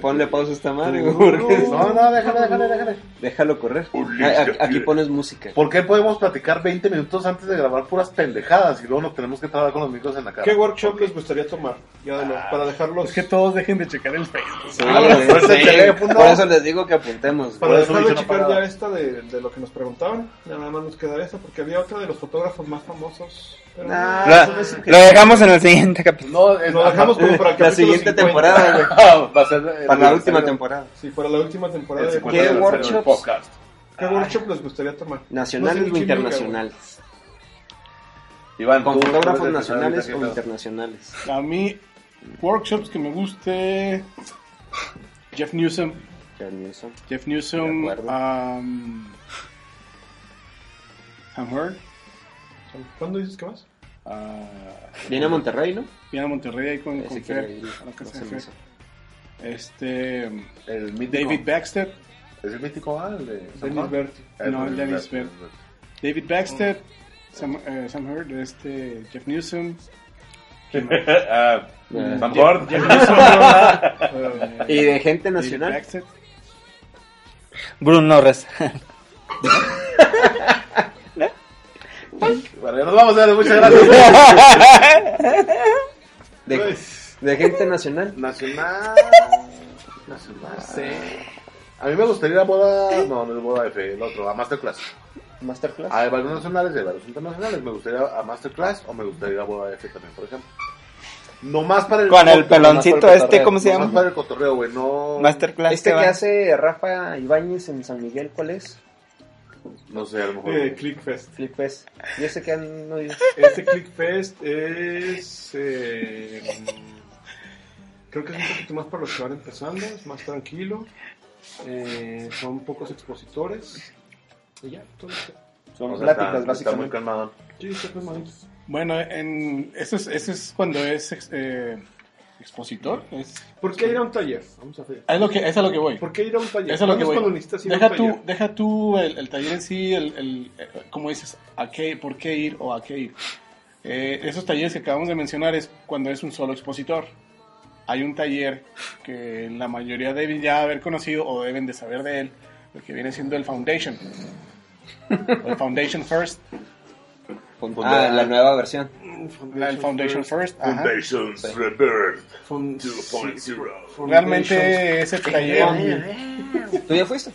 Speaker 1: Ponle pausa a esta madre, güey, porque-
Speaker 3: No, no, déjale, déjale, déjale.
Speaker 1: Déjalo correr.
Speaker 3: Ulises,
Speaker 1: A- a- Uh. aquí
Speaker 3: mira.
Speaker 1: pones música.
Speaker 3: ¿Por qué podemos platicar 20 minutos antes de grabar puras pendejadas y luego nos tenemos que tratar con los micros en la cara?
Speaker 2: ¿Qué workshop les gustaría tomar? Ya de lo- para dejarlos.
Speaker 4: Es que todos dejen de checar el Facebook.
Speaker 1: Sí,
Speaker 3: Ah,
Speaker 1: güey,
Speaker 3: bueno, por ese
Speaker 1: sí,
Speaker 3: teléfono.
Speaker 1: por eso les digo que apuntemos.
Speaker 2: Para
Speaker 3: Por eso
Speaker 2: dejar de
Speaker 3: hice una
Speaker 2: checar
Speaker 3: parada.
Speaker 2: ya esta de, de lo que nos preguntaban, ya nada más nos queda esta, porque había otra de los fotógrafos más famosos. Pero
Speaker 1: Nah,
Speaker 5: Lo,
Speaker 1: eso no es-
Speaker 5: lo dejamos en el siguiente capítulo.
Speaker 3: No, es-
Speaker 2: Lo dejamos como para
Speaker 1: la
Speaker 2: capítulo
Speaker 1: siguiente
Speaker 2: 50.
Speaker 1: temporada, güey.
Speaker 3: Ah, Va a ser el
Speaker 1: Para la última
Speaker 3: aniversario-
Speaker 1: temporada.
Speaker 2: Sí, para la última temporada.
Speaker 3: el
Speaker 2: de-
Speaker 3: 50
Speaker 1: ¿Qué
Speaker 3: aniversario del
Speaker 1: workshops?
Speaker 3: podcast.
Speaker 2: ¿Qué workshop les gustaría tomar?
Speaker 1: ¿Nacionales
Speaker 2: No
Speaker 1: o
Speaker 2: sé,
Speaker 1: internacionales?
Speaker 3: Iván,
Speaker 1: Con
Speaker 3: tú- tú
Speaker 1: fotógrafos
Speaker 3: eres el que
Speaker 1: nacionales
Speaker 3: sabe
Speaker 1: o
Speaker 3: ahorita qué
Speaker 1: internacionales.
Speaker 4: A mí, workshops que me guste. Jeff Newsom.
Speaker 1: Permiso.
Speaker 4: Jeff Newsom.
Speaker 1: De acuerdo.
Speaker 4: um, Sam Hurd.
Speaker 2: ¿Cuándo dices que vas?
Speaker 4: ah,
Speaker 1: Viene a Monterrey, ¿no?
Speaker 4: Viene a Monterrey ahí con, con
Speaker 1: Ese
Speaker 4: Fer,
Speaker 1: quiere ir,
Speaker 4: a la
Speaker 1: no
Speaker 4: casa
Speaker 1: se
Speaker 4: de
Speaker 1: me
Speaker 4: Fer.
Speaker 1: hizo.
Speaker 4: Este.
Speaker 3: tal. El mítico.
Speaker 4: David Baxter.
Speaker 3: Es el mítico, ah, el de.
Speaker 2: Denis Berti.
Speaker 4: No, el Dennis Berg. David Baxter.
Speaker 1: Mm.
Speaker 4: Sam, eh, Sam Hurd. Este. Jeff Newsom.
Speaker 3: Ah,
Speaker 1: Eh,
Speaker 3: Sam Ford.
Speaker 1: Y de gente
Speaker 4: eh, David
Speaker 1: nacional.
Speaker 4: Baxter.
Speaker 5: Bruno Reza.
Speaker 3: Bueno, ya nos vamos, señores, muchas gracias.
Speaker 1: De, de gente nacional.
Speaker 3: Nacional. Nacional, sí. A mí me gustaría la boda. No, no es boda F, el otro, a Masterclass.
Speaker 1: Masterclass.
Speaker 3: Hay varios nacionales y hay varios internacionales. Me gustaría a Masterclass o me gustaría a boda F también, por ejemplo. No más para el.
Speaker 5: Con el
Speaker 3: no más para
Speaker 5: peloncito
Speaker 3: cotorreo.
Speaker 5: este, ¿cómo se
Speaker 3: No más
Speaker 5: llama?
Speaker 3: para el cotorreo, güey, no.
Speaker 5: Masterclass.
Speaker 1: Este
Speaker 5: te va.
Speaker 1: que hace Rafa Ibáñez en San Miguel, ¿cuál es?
Speaker 3: No sé, a lo mejor.
Speaker 2: Eh, Clickfest.
Speaker 1: Flipes. Yo sé que han no ido.
Speaker 2: Este Clickfest es. eh, creo que es un poquito más para los que van empezando, es más tranquilo. eh, son pocos expositores. Y ya, todo esto.
Speaker 1: Son
Speaker 3: O sea,
Speaker 1: pláticas,
Speaker 3: está, está muy
Speaker 1: básicamente.
Speaker 3: calmado.
Speaker 2: Sí, está pues calmadito.
Speaker 4: Bueno, en, eso, es, eso es cuando es ex- eh, expositor. Es,
Speaker 2: ¿Por qué ir a un taller? Vamos a ver.
Speaker 4: es, lo que, es a lo que voy.
Speaker 2: ¿Por qué ir a un taller?
Speaker 4: Es a lo que
Speaker 2: ¿Cuándo es cuando
Speaker 4: voy.
Speaker 2: necesitas ir a un
Speaker 4: Deja tú,
Speaker 2: taller?
Speaker 4: deja tú el, el taller en sí, el, el, eh, ¿cómo dices? ¿A qué, ¿Por qué ir o a qué ir? Eh, esos talleres que acabamos de mencionar es cuando es un solo expositor. hay un taller que la mayoría deben ya haber conocido o deben de saber de él, el que viene siendo el Foundation. O el Foundation First.
Speaker 1: Ah, la nueva versión.
Speaker 4: la- El Foundation First. ajá.
Speaker 3: Foundations
Speaker 1: Sí.
Speaker 3: Rebirth
Speaker 2: Fun-
Speaker 3: 2.0.
Speaker 4: Realmente eh, ese taller...
Speaker 1: ¿Tú ya fuiste?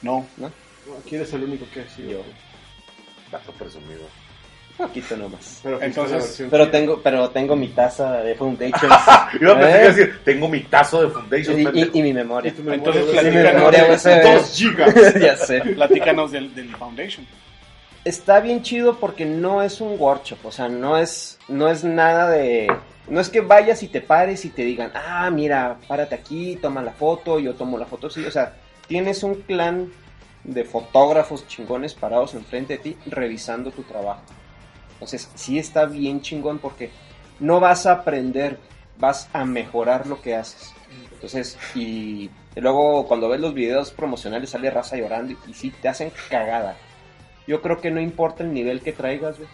Speaker 4: No,
Speaker 2: Aquí eres el único que ha sido.
Speaker 3: Dato presumido.
Speaker 1: Poquito nomás.
Speaker 2: Pero
Speaker 4: Entonces,
Speaker 5: Pero tengo, pero tengo mi taza de Foundation.
Speaker 3: Yo pensé que iba a
Speaker 5: ¿Eh?
Speaker 3: decir, tengo mi tazo de Foundations.
Speaker 5: y, y-
Speaker 3: pendejo.
Speaker 5: y mi memoria.
Speaker 4: entonces
Speaker 5: Mi
Speaker 4: platícanos,
Speaker 5: memoria USB.
Speaker 4: Dos gigas.
Speaker 5: ya sé.
Speaker 4: platícanos del, del Foundation.
Speaker 1: Está bien chido porque no es un workshop, o sea, no es, no es nada de... No es que vayas y te pares y te digan, ah, mira, párate aquí, toma la foto, yo tomo la foto, sí, o sea, tienes un clan de fotógrafos chingones parados enfrente de ti revisando tu trabajo. Entonces, sí está bien chingón porque no vas a aprender, vas a mejorar lo que haces. Entonces, y luego cuando ves los videos promocionales sale raza llorando y sí, te hacen cagada. Yo creo que no importa el nivel que traigas, güey.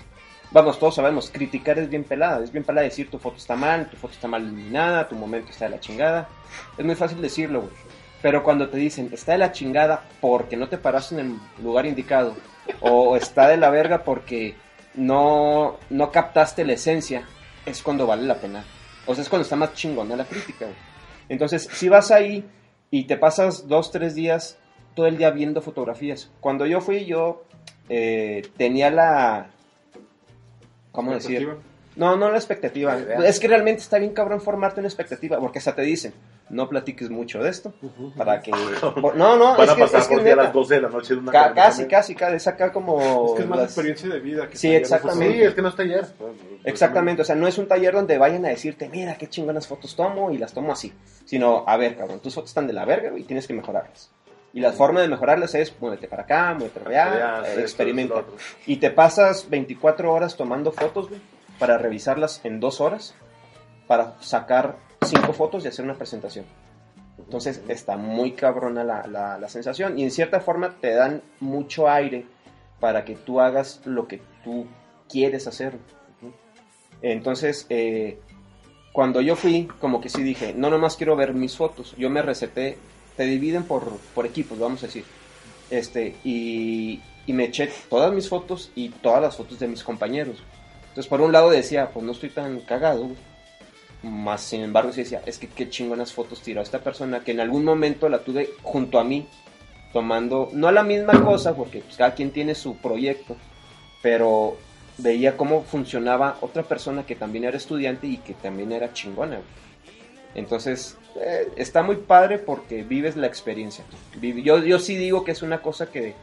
Speaker 1: Vamos, todos sabemos, criticar es bien pelada. Es bien pelada decir tu foto está mal, tu foto está mal iluminada, tu momento está de la chingada. Es muy fácil decirlo, güey. Pero cuando te dicen está de la chingada porque no te paraste en el lugar indicado, o está de la verga porque no, no captaste la esencia, es cuando vale la pena. O sea, es cuando está más chingona la crítica, güey. Entonces, si vas ahí y te pasas dos, tres días, todo el día viendo fotografías. Cuando yo fui, yo eh, tenía la... ¿Cómo decir? No, no la expectativa. La idea. Es que realmente está bien cabrón formarte una expectativa, porque hasta te dicen, no platiques mucho de esto, para que... por- No, no,
Speaker 3: Van
Speaker 1: es
Speaker 3: a
Speaker 1: que,
Speaker 3: pasar
Speaker 1: es que
Speaker 3: por ti a
Speaker 1: neta,
Speaker 3: las 12 de la noche en una
Speaker 1: ca-
Speaker 3: carne
Speaker 1: casi,
Speaker 3: también.
Speaker 1: casi, casi, es acá como...
Speaker 2: Es que es más
Speaker 1: las-
Speaker 2: experiencia de vida. Que
Speaker 1: Sí,
Speaker 2: taller de
Speaker 1: exactamente.
Speaker 6: Pues Sí, es que no está
Speaker 3: Pues,
Speaker 6: ayer.
Speaker 1: Exactamente, o sea, no es un taller donde vayan a decirte, mira, qué chingonas fotos tomo y las tomo así, sino, a ver, cabrón, tus fotos están de la verga güey, y tienes que mejorarlas. Y la forma de mejorarlas es, muévete para acá, muévete para allá,
Speaker 3: pues, Ya,
Speaker 1: eh,
Speaker 3: esto,
Speaker 1: experimenta.
Speaker 3: esto, lo otro.
Speaker 1: Y te pasas 24 horas tomando fotos, güey, para revisarlas en dos horas, para sacar cinco fotos y hacer una presentación. Entonces está muy cabrona la, la- la sensación y en cierta forma te dan mucho aire para que tú hagas lo que tú quieres hacer. Entonces, eh, cuando yo fui, como que sí dije, no nomás quiero ver mis fotos, yo me receté, te dividen por, por equipos, vamos a decir. Este, y, y me eché todas mis fotos y todas las fotos de mis compañeros. Entonces, por un lado decía, pues no estoy tan cagado, güey. Más sin embargo, sí decía, es que qué chingonas fotos tiró esta persona que en algún momento la tuve junto a mí, tomando, no la misma cosa, porque pues, cada quien tiene su proyecto, pero veía cómo funcionaba otra persona que también era estudiante y que también era chingona. güey. Entonces, eh, está muy padre porque vives la experiencia. Vive- Yo, yo sí digo que es una cosa que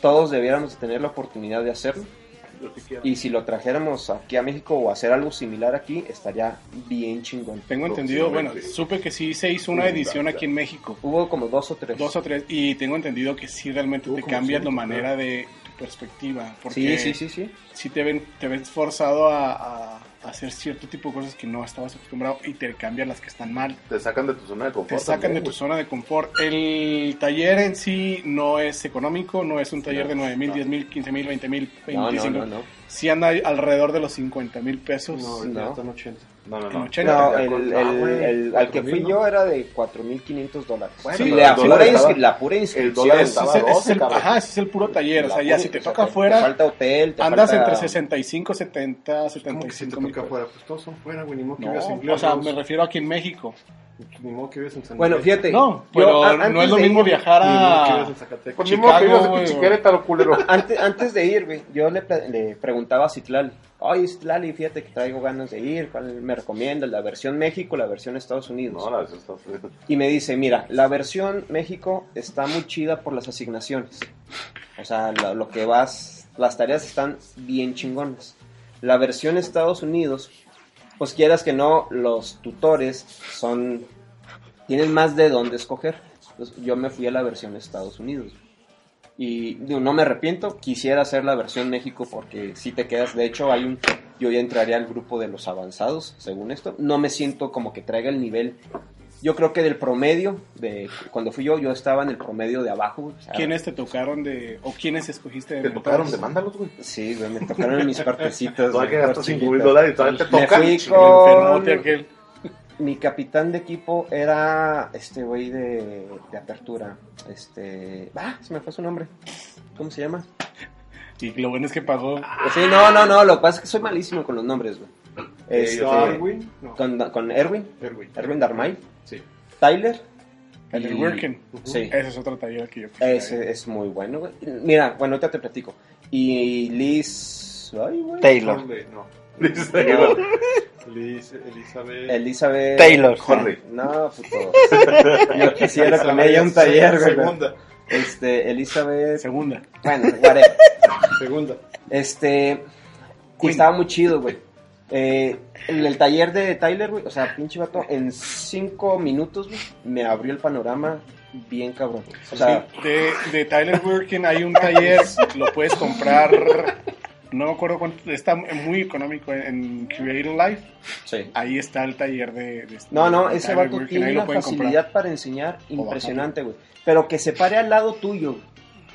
Speaker 1: todos debiéramos de tener la oportunidad de hacerlo.
Speaker 3: Yo sí quiero.
Speaker 1: Y si lo trajéramos aquí a México o hacer algo similar aquí, estaría bien chingón.
Speaker 4: Tengo entendido, bueno,
Speaker 3: Próximamente.
Speaker 4: supe que sí se hizo una edición aquí en México.
Speaker 1: Hubo como dos o tres.
Speaker 4: Dos o tres. Y tengo entendido que sí realmente te cambia la manera de tu perspectiva. Porque
Speaker 1: sí, sí, sí, sí.
Speaker 4: sí te ven, te ves forzado a, a hacer cierto tipo de cosas que no estabas acostumbrado y te cambian las que están mal.
Speaker 3: Te sacan de tu zona de
Speaker 4: Te
Speaker 3: confort.
Speaker 4: sacan de tu zona de confort. El taller en sí no es económico, no es un taller de 9 mil, 10 mil, 15 mil, 20 mil,
Speaker 1: No, no,
Speaker 4: 25
Speaker 1: no, no.
Speaker 4: Sí anda alrededor de los 50 mil pesos.
Speaker 2: No,
Speaker 1: No.
Speaker 2: ya están 80.
Speaker 3: No, no,
Speaker 4: En
Speaker 3: no.
Speaker 4: 80.
Speaker 1: No,
Speaker 3: Ah,
Speaker 1: el, el-
Speaker 3: güey,
Speaker 1: el- al que
Speaker 2: 4,000,
Speaker 1: fui
Speaker 2: ¿no?
Speaker 1: yo era de 4.500 dólares.
Speaker 4: Bueno,
Speaker 1: Sí,
Speaker 4: pero
Speaker 1: la,
Speaker 4: el
Speaker 1: pura
Speaker 3: dólar
Speaker 1: inscri-
Speaker 3: estaba-
Speaker 1: la pura
Speaker 3: el
Speaker 1: inscripción.
Speaker 3: dólar
Speaker 4: Ese es,
Speaker 3: estaba
Speaker 4: ese es
Speaker 3: 12,
Speaker 4: el,
Speaker 3: cabrón.
Speaker 4: ajá, ese es el puro taller. O sea, ya si te toca
Speaker 1: Te
Speaker 4: afuera,
Speaker 1: falta hotel, te
Speaker 4: andas
Speaker 1: falta-
Speaker 4: entre 65, 70,
Speaker 2: ¿Cómo que si te
Speaker 4: 75 mil
Speaker 2: toca
Speaker 4: pesos.
Speaker 2: afuera? Pues todos son fuera, güey. Ni modo que
Speaker 4: No,
Speaker 2: vivas en
Speaker 4: o sea,
Speaker 2: Glasgow.
Speaker 4: me refiero aquí en México.
Speaker 2: Ni modo que vivas en San
Speaker 1: Bueno,
Speaker 2: Miguel.
Speaker 1: fíjate.
Speaker 4: No,
Speaker 1: yo
Speaker 4: pero
Speaker 1: a-
Speaker 4: no
Speaker 1: antes
Speaker 4: es lo
Speaker 1: de
Speaker 4: mismo
Speaker 1: ir-
Speaker 4: viajar
Speaker 2: Ni modo que vivas
Speaker 4: a
Speaker 2: en Zacatecas.
Speaker 6: Con mismo que
Speaker 4: Chicago,
Speaker 6: ibas a
Speaker 4: güey,
Speaker 6: pinche
Speaker 4: o-
Speaker 6: Querétaro, culero.
Speaker 1: Antes, antes de ir, güey, yo le, pla- le preguntaba a Citlali, oye, Citlali, fíjate que traigo ganas de ir, ¿cuál me recomiendas? ¿La versión México la versión Estados Unidos?
Speaker 3: No, la eso está feo.
Speaker 1: Y me dice, mira, la versión México está muy chida por las asignaciones. O sea, lo, lo que vas, las tareas están bien chingonas. La versión Estados Unidos, pues quieras que no, los tutores son, tienen más de dónde escoger. Entonces, yo me fui a la versión Estados Unidos. Y digo, no me arrepiento, quisiera hacer la versión México porque si te quedas, de hecho hay un, yo ya entraría al grupo de los avanzados, según esto. No me siento como que traiga el nivel, yo creo que del promedio, de cuando fui yo, yo estaba en el promedio de abajo. o sea,
Speaker 4: quiénes te tocaron de. o quiénes escogiste de
Speaker 3: Te
Speaker 4: mentores?
Speaker 3: tocaron, demándalos, güey.
Speaker 1: Sí, güey, me tocaron mis partecitas.
Speaker 3: Todavía
Speaker 1: güey,
Speaker 3: que gastas
Speaker 1: por
Speaker 3: 5 mil
Speaker 1: chiquitas.
Speaker 3: dólares y todavía te
Speaker 1: Me
Speaker 3: tocan.
Speaker 1: fui
Speaker 4: El enfermote
Speaker 1: con...
Speaker 4: aquel.
Speaker 1: mi capitán de equipo era este güey de, de apertura. Este. Ah, se me fue su nombre. ¿Cómo se llama? Pues
Speaker 4: Y lo bueno es que pagó.
Speaker 1: Sí, no, no, no. Lo que pasa es que soy malísimo con los nombres, güey. Este,
Speaker 2: Darwin, no,
Speaker 1: con, con Erwin.
Speaker 2: Erwin.
Speaker 1: Erwin Darmay.
Speaker 2: Sí.
Speaker 1: Tyler.
Speaker 4: El del
Speaker 1: Ah, y-
Speaker 4: Working.
Speaker 1: Sí.
Speaker 4: Ese es otro taller que yo fui.
Speaker 1: Ese es muy bueno, güey. Mira, bueno, ahorita te platico. Y Liz. Ay, güey.
Speaker 5: Taylor.
Speaker 2: Corley, no.
Speaker 1: No,
Speaker 2: Liz, Elizabeth.
Speaker 1: Elizabeth.
Speaker 5: Taylor.
Speaker 3: Corley.
Speaker 1: No, puto. Yo quisiera con ella un taller, güey.
Speaker 2: Segunda.
Speaker 1: Este, Elizabeth.
Speaker 4: Segunda.
Speaker 1: Bueno, whatever.
Speaker 2: Segunda.
Speaker 1: Este. Y estaba muy chido, güey. Eh, en el taller de Tyler, güey, o sea, pinche vato, en cinco minutos, güey, me abrió el panorama bien cabrón. O sea,
Speaker 4: Sí, de, de Tyler Working hay un taller, lo puedes comprar. No me acuerdo cuánto, está muy económico en Creative Life.
Speaker 1: sí.
Speaker 4: Ahí está el taller de. de-
Speaker 1: No, no,
Speaker 4: de
Speaker 1: ese
Speaker 4: Tyler
Speaker 1: vato
Speaker 4: Durkin,
Speaker 1: tiene
Speaker 4: ahí lo
Speaker 1: una
Speaker 4: pueden
Speaker 1: facilidad para enseñar
Speaker 4: bajarlo.
Speaker 1: impresionante, güey. Pero que se pare al lado tuyo. güey.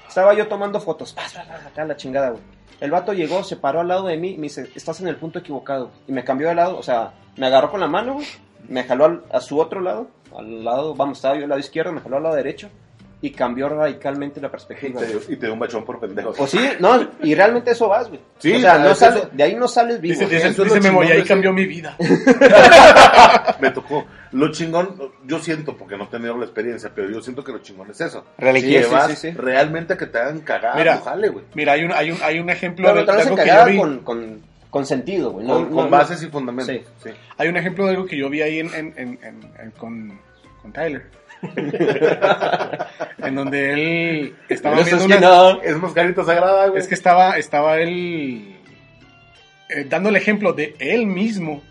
Speaker 1: Estaba yo tomando fotos. pas, pas, pas, Acá la chingada, güey. El vato llegó, se paró al lado de mí y me dice, estás en el punto equivocado. güey". Y me cambió de lado, o sea, me agarró con la mano, güey. Me jaló al- a su otro lado, al lado, vamos, estaba yo al lado izquierdo, me jaló al lado derecho y cambió radicalmente la
Speaker 3: Y
Speaker 1: perspectiva. güey.
Speaker 3: te, y te dio un bachón por pendejo.
Speaker 1: Pues sí, no, y realmente eso vas, güey.
Speaker 3: Sí,
Speaker 1: o sea, no
Speaker 3: es
Speaker 1: sale-
Speaker 3: eso.
Speaker 1: de ahí no sales vivo.
Speaker 4: Dice,
Speaker 1: güey.
Speaker 4: dice,
Speaker 3: Eso es
Speaker 4: dice
Speaker 3: lo
Speaker 4: Memo, y
Speaker 3: chingón
Speaker 4: ahí
Speaker 3: de
Speaker 4: cambió mi vida.
Speaker 3: Me tocó. Lo chingón, yo siento, porque no he tenido la experiencia, pero yo siento que lo chingón es eso.
Speaker 5: Religioso.
Speaker 3: Que
Speaker 1: sí,
Speaker 3: vas
Speaker 1: sí, sí.
Speaker 3: realmente a que te hagan cagar
Speaker 4: Mira.
Speaker 3: tu jale, güey.
Speaker 4: Mira, hay un, hay un, hay un ejemplo
Speaker 1: Pero
Speaker 4: de, de
Speaker 1: te lo hacen
Speaker 4: algo que yo
Speaker 1: cagada
Speaker 4: vi.
Speaker 1: con, con, con sentido, güey. No,
Speaker 3: con,
Speaker 1: no,
Speaker 3: con
Speaker 1: no.
Speaker 3: bases y fundamentos.
Speaker 1: Sí.
Speaker 3: sí.
Speaker 4: Hay un ejemplo de algo que yo vi ahí en, en- en- en- en- con, con Tyler. en donde él estaba
Speaker 1: Pero eso
Speaker 4: viendo
Speaker 1: es
Speaker 4: una,
Speaker 1: que no.
Speaker 3: Es mascarita sagrada, güey.
Speaker 4: Es que estaba, estaba él eh, dando el ejemplo de él mismo.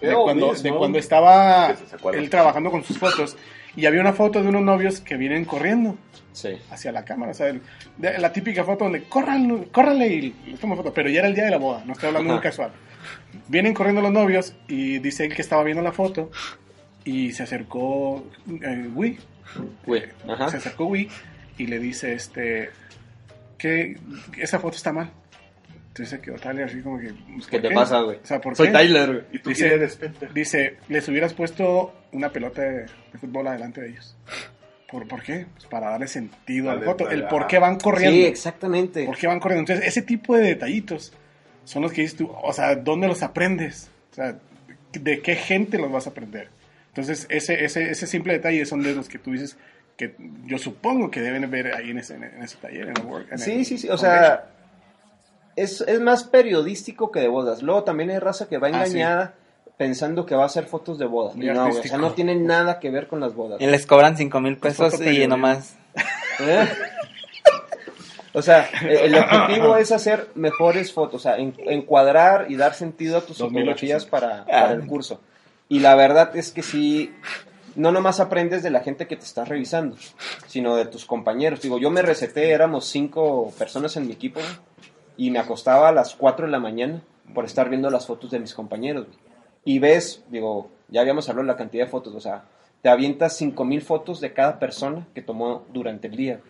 Speaker 4: De
Speaker 2: Él
Speaker 4: cuando,
Speaker 2: mismo.
Speaker 4: de cuando estaba
Speaker 3: Que se acuerda.
Speaker 4: él trabajando con sus fotos. Y había una foto de unos novios que vienen corriendo
Speaker 1: Sí.
Speaker 4: hacia la cámara. O sea, el- de- la típica foto donde corran, córranle y les tomo foto. Pero ya era el día de la boda, no estoy hablando de un
Speaker 1: Ajá.
Speaker 4: casual. Vienen corriendo los novios y dice él que estaba viendo la foto y se acercó eh, Wii,
Speaker 1: Güey, ajá.
Speaker 4: se acercó Wii y le dice este que esa foto está mal. Entonces se quedó Tyler así como que pues,
Speaker 1: ¿Qué
Speaker 4: ¿por
Speaker 1: te pasa, güey?
Speaker 4: O sea, ¿por
Speaker 1: Soy
Speaker 4: qué?
Speaker 1: Tyler, güey.
Speaker 3: ¿Y tú
Speaker 4: Dice-
Speaker 3: quién eres, pendejo?
Speaker 4: Dice, les hubieras puesto una pelota de, de fútbol adelante de ellos. ¿Por, por qué? Pues para darle sentido a la
Speaker 3: Dale,
Speaker 4: foto, el
Speaker 3: dale,
Speaker 4: por
Speaker 3: ajá.
Speaker 4: qué van corriendo.
Speaker 1: Sí, exactamente.
Speaker 4: ¿Por qué van corriendo? Entonces, ese tipo de detallitos son los que dices tú, o sea, ¿dónde los aprendes? O sea, ¿de qué gente los vas a aprender? Entonces, ese, ese, ese simple detalle son de los que tú dices que yo supongo que deben ver ahí en ese, en ese taller, en el work. en
Speaker 1: Sí,
Speaker 4: el
Speaker 1: sí, sí. O
Speaker 4: foundation.
Speaker 1: sea, es, es más periodístico que de bodas. Luego también hay raza que va
Speaker 4: Ah,
Speaker 1: engañada pensando que va a hacer fotos de bodas.
Speaker 4: Muy
Speaker 1: Y no, güey, o sea,
Speaker 4: artístico.
Speaker 1: no tiene nada que ver con las bodas.
Speaker 5: Y les cobran cinco mil
Speaker 1: Pues,
Speaker 5: pesos y
Speaker 4: fotoperiodismo.
Speaker 5: nomás.
Speaker 1: ¿Eh? O sea, eh, el objetivo es hacer mejores fotos, o sea, en- encuadrar y dar sentido a tus fotografías
Speaker 4: 2800.
Speaker 1: pues, para,
Speaker 4: Ah.
Speaker 1: para el curso. Y la verdad es que sí, no nomás aprendes de la gente que te está revisando, sino de tus compañeros. Digo, yo me receté, éramos cinco personas en mi equipo güey, y me acostaba a las 4 de la mañana por estar viendo las fotos de mis compañeros. güey. Y ves, digo, ya habíamos hablado de la cantidad de fotos, o sea, te avientas 5000 fotos de cada persona que tomó durante el día.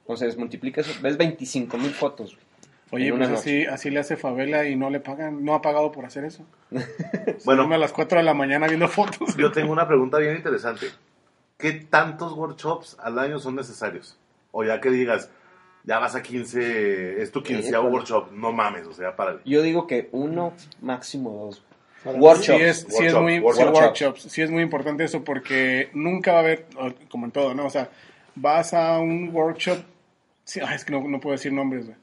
Speaker 1: Entonces, multiplica eso, ves 25 mil fotos. güey.
Speaker 4: Oye,
Speaker 1: en
Speaker 4: pues
Speaker 1: una
Speaker 4: así, así le hace favela y no le pagan, no ha pagado por hacer eso.
Speaker 3: Bueno.
Speaker 4: Duerme a las 4 de la mañana viendo fotos.
Speaker 3: Yo tengo una pregunta bien interesante. ¿Qué tantos workshops al año son necesarios? O ya que digas, ya vas a 15, es tu 15
Speaker 1: Híjole.
Speaker 3: workshop, no mames, o sea, párale.
Speaker 1: Yo digo que uno, máximo dos. güey.
Speaker 4: Sí
Speaker 1: Workshops.
Speaker 4: es, sí es
Speaker 3: workshop,
Speaker 4: muy,
Speaker 3: workshop.
Speaker 4: sí, workshops, sí es muy importante eso porque nunca va a haber, o- como en todo, ¿no? O sea, vas a un workshop, sí, ay, es que no, no puedo decir nombres, güey.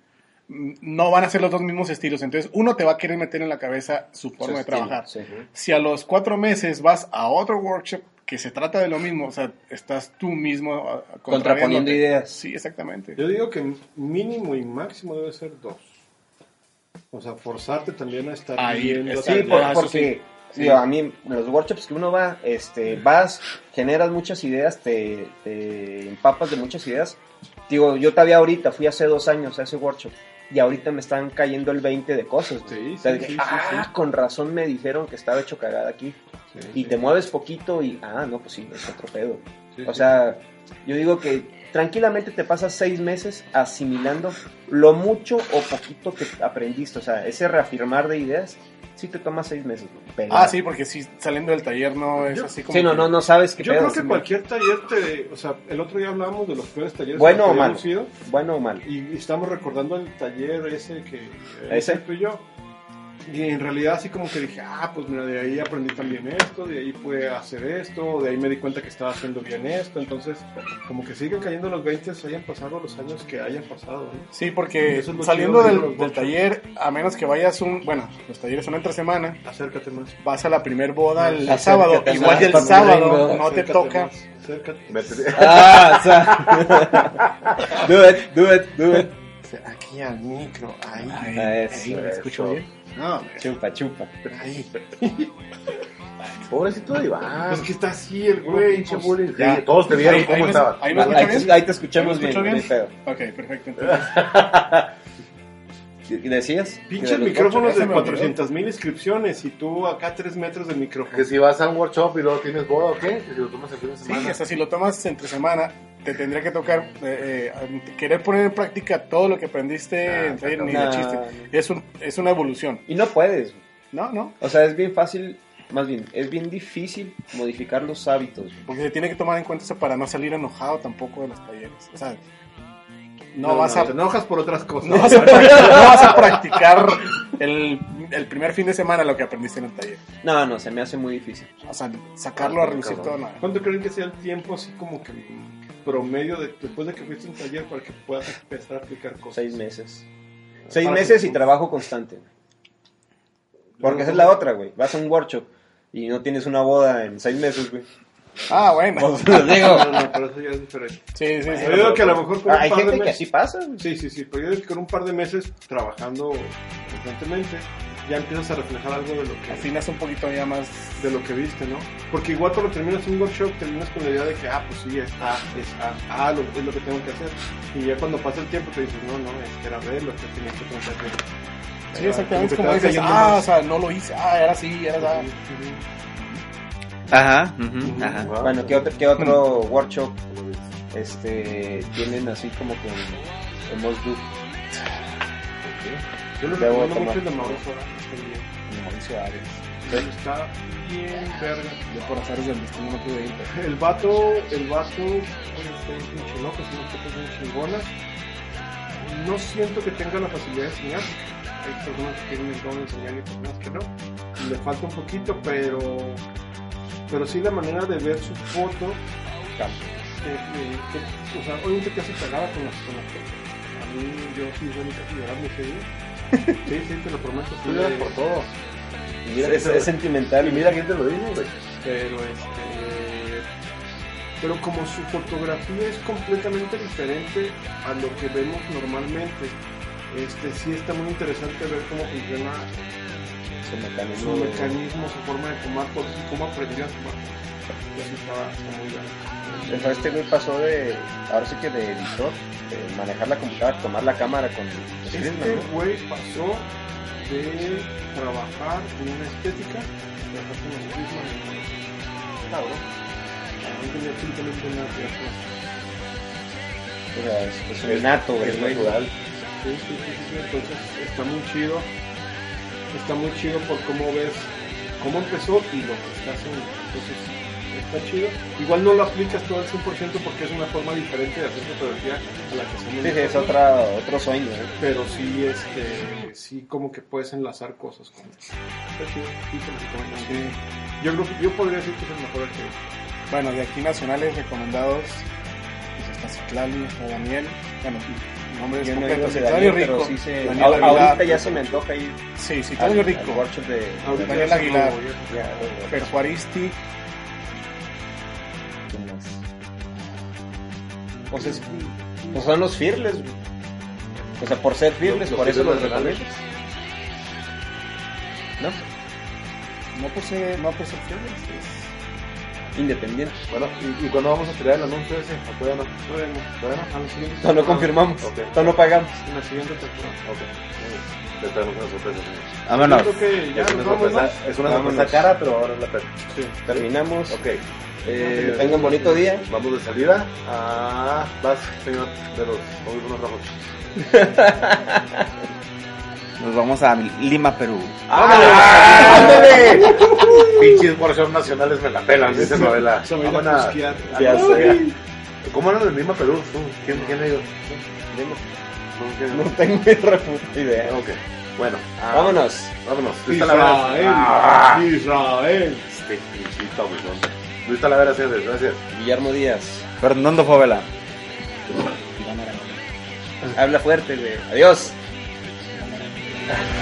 Speaker 4: Mm, No van a ser los dos mismos estilos, entonces uno te va a querer meter en la cabeza su forma de
Speaker 1: estilo,
Speaker 4: trabajar.
Speaker 1: sí.
Speaker 4: Si a los cuatro meses vas a otro workshop que se trata de lo mismo, o sea, estás tú mismo ah,
Speaker 1: Contraponiendo
Speaker 4: contrariándote.
Speaker 1: ideas.
Speaker 4: Sí, exactamente.
Speaker 2: Yo digo que mínimo y máximo debe ser dos. O sea, forzarte también a estar
Speaker 4: Ahí,
Speaker 2: viendo
Speaker 1: Sí,
Speaker 4: exacto.
Speaker 2: también.
Speaker 1: por-
Speaker 4: Ah, eso
Speaker 1: porque
Speaker 4: sí.
Speaker 1: digo, a mí los workshops que uno va, este, vas, generas muchas ideas, te, te empapas de muchas ideas. Digo, yo todavía ahorita fui hace dos años a ese workshop y ahorita me están cayendo el 20 de cosas. güey.
Speaker 2: Sí,
Speaker 1: O sea,
Speaker 2: sí,
Speaker 1: dije,
Speaker 2: sí, sí,
Speaker 1: ah,
Speaker 2: sí.
Speaker 1: con razón me dijeron que estaba hecho cagada aquí.
Speaker 2: Sí,
Speaker 1: Y
Speaker 2: sí,
Speaker 1: te mueves poquito y, ah, no, pues sí, es otro pedo.
Speaker 2: sí,
Speaker 1: O
Speaker 2: sí.
Speaker 1: sea, yo digo que tranquilamente te pasas seis meses asimilando lo mucho o poquito que aprendiste. O sea, ese reafirmar de ideas, sí te toma seis meses. güey, pero-
Speaker 4: Ah, sí, porque si saliendo del taller no es así como.
Speaker 1: Sí, no,
Speaker 4: que-
Speaker 1: no, no sabes qué
Speaker 2: Yo
Speaker 1: pedo,
Speaker 2: creo que
Speaker 1: sí,
Speaker 2: cualquier taller te. O sea, el otro día hablábamos de los peores talleres
Speaker 1: Bueno
Speaker 2: que
Speaker 1: o malo.
Speaker 2: hemos ido.
Speaker 1: Bueno o malo.
Speaker 2: Y estamos recordando el taller ese que. eh,
Speaker 1: ¿Ese?
Speaker 2: tú y yo. Y en realidad, así como que dije, ah, pues mira, de ahí aprendí también esto, de ahí pude hacer esto, de ahí me di cuenta que estaba haciendo bien esto. Entonces, como que siguen cayendo los 20, hayan pasado los años que hayan pasado. ¿no?
Speaker 4: Sí, porque
Speaker 2: Eso es lo
Speaker 4: saliendo
Speaker 2: chido de
Speaker 4: del,
Speaker 2: los
Speaker 4: del
Speaker 2: bochos.
Speaker 4: taller, a menos que vayas un. Bueno, los talleres son entre semana.
Speaker 2: Acércate más.
Speaker 4: Vas a la primer boda el
Speaker 5: Acércate
Speaker 4: sábado.
Speaker 5: más,
Speaker 1: Ah,
Speaker 4: Igual y el
Speaker 5: papi,
Speaker 4: sábado
Speaker 5: vengo.
Speaker 4: no te
Speaker 2: Acércate
Speaker 4: toca.
Speaker 2: más, acércate.
Speaker 3: Métete-
Speaker 5: Ah, o sea. do it, do it, do it.
Speaker 4: Aquí al micro. Ahí. Ahí.
Speaker 1: Ah, Eso,
Speaker 4: ¿Me escucho
Speaker 1: eso.
Speaker 4: bien? No, hombre,
Speaker 1: Chupa, chupa.
Speaker 4: ahí.
Speaker 3: Pobrecito de
Speaker 4: Ah,
Speaker 3: Iván.
Speaker 2: Es que está así el güey,
Speaker 3: Pinche
Speaker 2: pues,
Speaker 3: bullying. Sí, todos te vieron
Speaker 4: Ahí- ahí
Speaker 3: cómo
Speaker 4: me-
Speaker 3: estaban.
Speaker 4: Ahí me
Speaker 1: Ah, Ahí,
Speaker 4: escuchan
Speaker 1: te-
Speaker 4: bien.
Speaker 1: ahí te escuchamos
Speaker 4: ¿Me
Speaker 1: bien,
Speaker 4: escucho
Speaker 1: no hay
Speaker 4: bien?
Speaker 1: pedo.
Speaker 4: Ok, perfecto. entonces.
Speaker 1: ¿Y decías?
Speaker 2: Pinches micrófonos de 400 mil inscripciones y tú acá 3 metros de
Speaker 3: Que
Speaker 2: micrófono.
Speaker 3: si vas a un workshop y luego tienes boda o qué, que si lo tomas el fin de
Speaker 4: Sí,
Speaker 3: semana.
Speaker 4: o sea, si lo tomas entre semana, te tendría que tocar, eh, eh, querer poner en práctica todo lo que aprendiste
Speaker 3: Ah,
Speaker 4: en taller, ni
Speaker 1: no.
Speaker 4: de chiste. Es, un, es una evolución.
Speaker 1: ¿eh? Y no puedes.
Speaker 4: No, no,
Speaker 1: O sea, es bien fácil, más bien, es bien difícil modificar los hábitos. güey.
Speaker 4: porque se tiene que tomar en cuenta eso para no salir enojado tampoco de los talleres. O sea, no,
Speaker 2: No,
Speaker 4: vas a...
Speaker 2: Te enojas por otras cosas.
Speaker 4: No vas a practicar, no vas a practicar el, el primer fin de semana lo que aprendiste en el taller.
Speaker 1: No, no, se me hace muy difícil.
Speaker 4: O sea, sacarlo a relucir todo. no.
Speaker 2: ¿Cuánto creen que sea el tiempo así como que promedio de, después de que fuiste a un taller para que puedas empezar a aplicar cosas?
Speaker 1: Seis meses. Seis
Speaker 2: Para
Speaker 1: meses
Speaker 2: que-
Speaker 1: y trabajo constante. güey. Porque esa es la otra, güey. Vas a un workshop y no tienes una boda en seis meses, güey.
Speaker 4: Ah, bueno.
Speaker 1: Te lo digo.
Speaker 2: No, no, pero eso ya es diferente.
Speaker 4: Sí, sí, sí.
Speaker 2: Yo digo que a lo mejor con un
Speaker 1: Hay
Speaker 2: par de
Speaker 1: gente que
Speaker 2: meses.
Speaker 1: así pasa. güey.
Speaker 2: Sí, sí, sí, pero yo digo que con un par de meses trabajando constantemente ya empiezas a reflejar algo de lo que
Speaker 4: Afinas un poquito ya más.
Speaker 2: de lo que viste, ¿no? Porque igual cuando terminas un workshop, terminas con la idea de que, ah, pues sí, es A, es A, A lo, es lo que tengo que hacer. Y ya cuando pasa el tiempo te dices, no, no, es que era B lo que tenía que pensar.
Speaker 4: Sí, exactamente.
Speaker 2: Como que te
Speaker 4: Como
Speaker 2: va
Speaker 4: dices,
Speaker 2: cayendo
Speaker 4: ah,
Speaker 2: más.
Speaker 4: o sea, no lo hice. Ah, era así, era así.
Speaker 5: Ajá, ujú, ajá.
Speaker 3: Wow.
Speaker 1: Bueno, ¿qué otro, qué otro workshop este, tienen así como que hemos du-
Speaker 2: Yo lo
Speaker 1: Ya voy a
Speaker 2: recomiendo mucho
Speaker 1: tomar.
Speaker 2: el de Mauricio Ara, también.
Speaker 4: Mauricio Arias.
Speaker 2: Está bien verga.
Speaker 4: Yo por azares del destino no pude ir. pero-
Speaker 2: El vato, el vato, este, es un chinoco, es una foto bien pues, chingona. No siento que tenga la facilidad de enseñar. Hay personas que tienen el don de enseñar y personas que no. Le falta un poquito, pero, pero sí la manera de ver su foto. eh, eh, que- o sea, obviamente te hace cagada con las con las fotos. A mí, yo sí, yo casi llorando ese día. Sí, sí, te lo prometo. sí,
Speaker 3: Tú lloras
Speaker 2: eh,
Speaker 3: por todo.
Speaker 1: Mira, es, es sentimental.
Speaker 3: Y mira quién te lo dijo, güey.
Speaker 2: pero este pero como su fotografía es completamente diferente a lo que vemos normalmente este sí está muy interesante ver cómo funciona
Speaker 1: Su
Speaker 2: su
Speaker 1: mecanismo de-
Speaker 2: mecanismo su forma de tomar fotos y cómo aprendió a tomar y así estaba está muy
Speaker 1: O sea, este güey pasó de, ahora sí que de editor, de manejar la computadora, tomar la cámara con...
Speaker 2: bien este güey pasó de trabajar en una estética a trabajar con el mismo cabrón no tenía absolutamente nada que ver con eso.
Speaker 1: O sea, es, es un nato,
Speaker 3: Es
Speaker 1: güey.
Speaker 3: natural.
Speaker 2: Sí, sí, sí, sí, sí, entonces está muy chido. Está muy chido por cómo ves cómo empezó y lo que está haciendo. Entonces, está chido. Igual no lo aplicas todo al 100% porque es una forma diferente de hacer fotografía a la que somos
Speaker 1: Sí, sí, es
Speaker 2: nosotros,
Speaker 1: otra, otro sueño, ¿eh?
Speaker 2: Pero sí, este, sí como que puedes enlazar cosas con Está chido. Sí, te lo recomiendo. Yo creo que yo podría decir que es el mejor archivo.
Speaker 4: Bueno, de aquí nacionales recomendados. Pues está Citlali, está Daniel. Bueno, nombres
Speaker 1: Yo no he ido
Speaker 4: completos.
Speaker 1: de
Speaker 4: Citlali
Speaker 1: Daniel, pero
Speaker 4: Rico.
Speaker 1: sí se...
Speaker 4: Daniel
Speaker 1: ahor-
Speaker 4: Aguilar.
Speaker 1: ahorita ya se me antoja ir
Speaker 4: Sí,
Speaker 1: al,
Speaker 4: Citlali
Speaker 1: al
Speaker 4: Rico.
Speaker 1: workshop de...
Speaker 2: Ahorita
Speaker 4: Daniel
Speaker 2: ya
Speaker 4: Aguilar.
Speaker 2: se lo voy
Speaker 1: Ya, de- de-
Speaker 4: Perjuaristi.
Speaker 1: ¿quién más? Pues es- pues son los fearless, güey. O sea, por ser fearless,
Speaker 3: Los-
Speaker 1: por
Speaker 3: los
Speaker 1: eso los
Speaker 3: Fearless de
Speaker 1: recomiendo. ¿No?
Speaker 4: No posee, no posee opciones. es-
Speaker 1: Independiente.
Speaker 3: Bueno, ¿y, y cuándo vamos a tirar el anuncio ese? ¿O todavía no?
Speaker 2: a- Bueno,
Speaker 3: ¿Todavía
Speaker 2: a la Ah,
Speaker 1: No lo
Speaker 2: siguiente temporada.
Speaker 1: confirmamos,
Speaker 3: Ok.
Speaker 1: no lo pagamos.
Speaker 2: En la siguiente temporada.
Speaker 3: no? Ok. Te traemos una sorpresa. señor.
Speaker 2: Yo creo que ya
Speaker 3: Es
Speaker 2: nos
Speaker 3: una
Speaker 2: vamos, ¿no?
Speaker 3: sorpresa, es una sorpresa
Speaker 1: Vámonos.
Speaker 3: cara, pero ahora es la pena.
Speaker 2: Sí.
Speaker 1: Terminamos.
Speaker 3: Ok.
Speaker 1: Eh, tengan bonito día.
Speaker 3: Vamos de salida. Ah, vas, señor de los audífonos rojos.
Speaker 5: Nos vamos a Lima, Perú.
Speaker 3: ¡Ándale! Pinches borrachos nacionales me la pelan, dice novela.
Speaker 2: Se me irá a cusquear.
Speaker 3: ¿Cómo eran en Lima, Perú? ¿Tú? ¿Quién, quién le digo?
Speaker 1: No tengo ni reputa idea.
Speaker 3: Ok, bueno. ah,
Speaker 1: Vámonos.
Speaker 3: Vámonos. Luis
Speaker 2: Israel.
Speaker 3: Talavera. Ah,
Speaker 2: Israel.
Speaker 3: este pinchito, abusón. Luis Talavera, señores, gracias.
Speaker 1: Guillermo Díaz.
Speaker 5: Fernando Favela.
Speaker 1: Habla fuerte, güey. Adiós.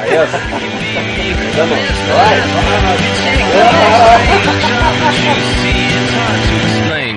Speaker 1: Adiós. Nos vemos. Bye.
Speaker 7: slave.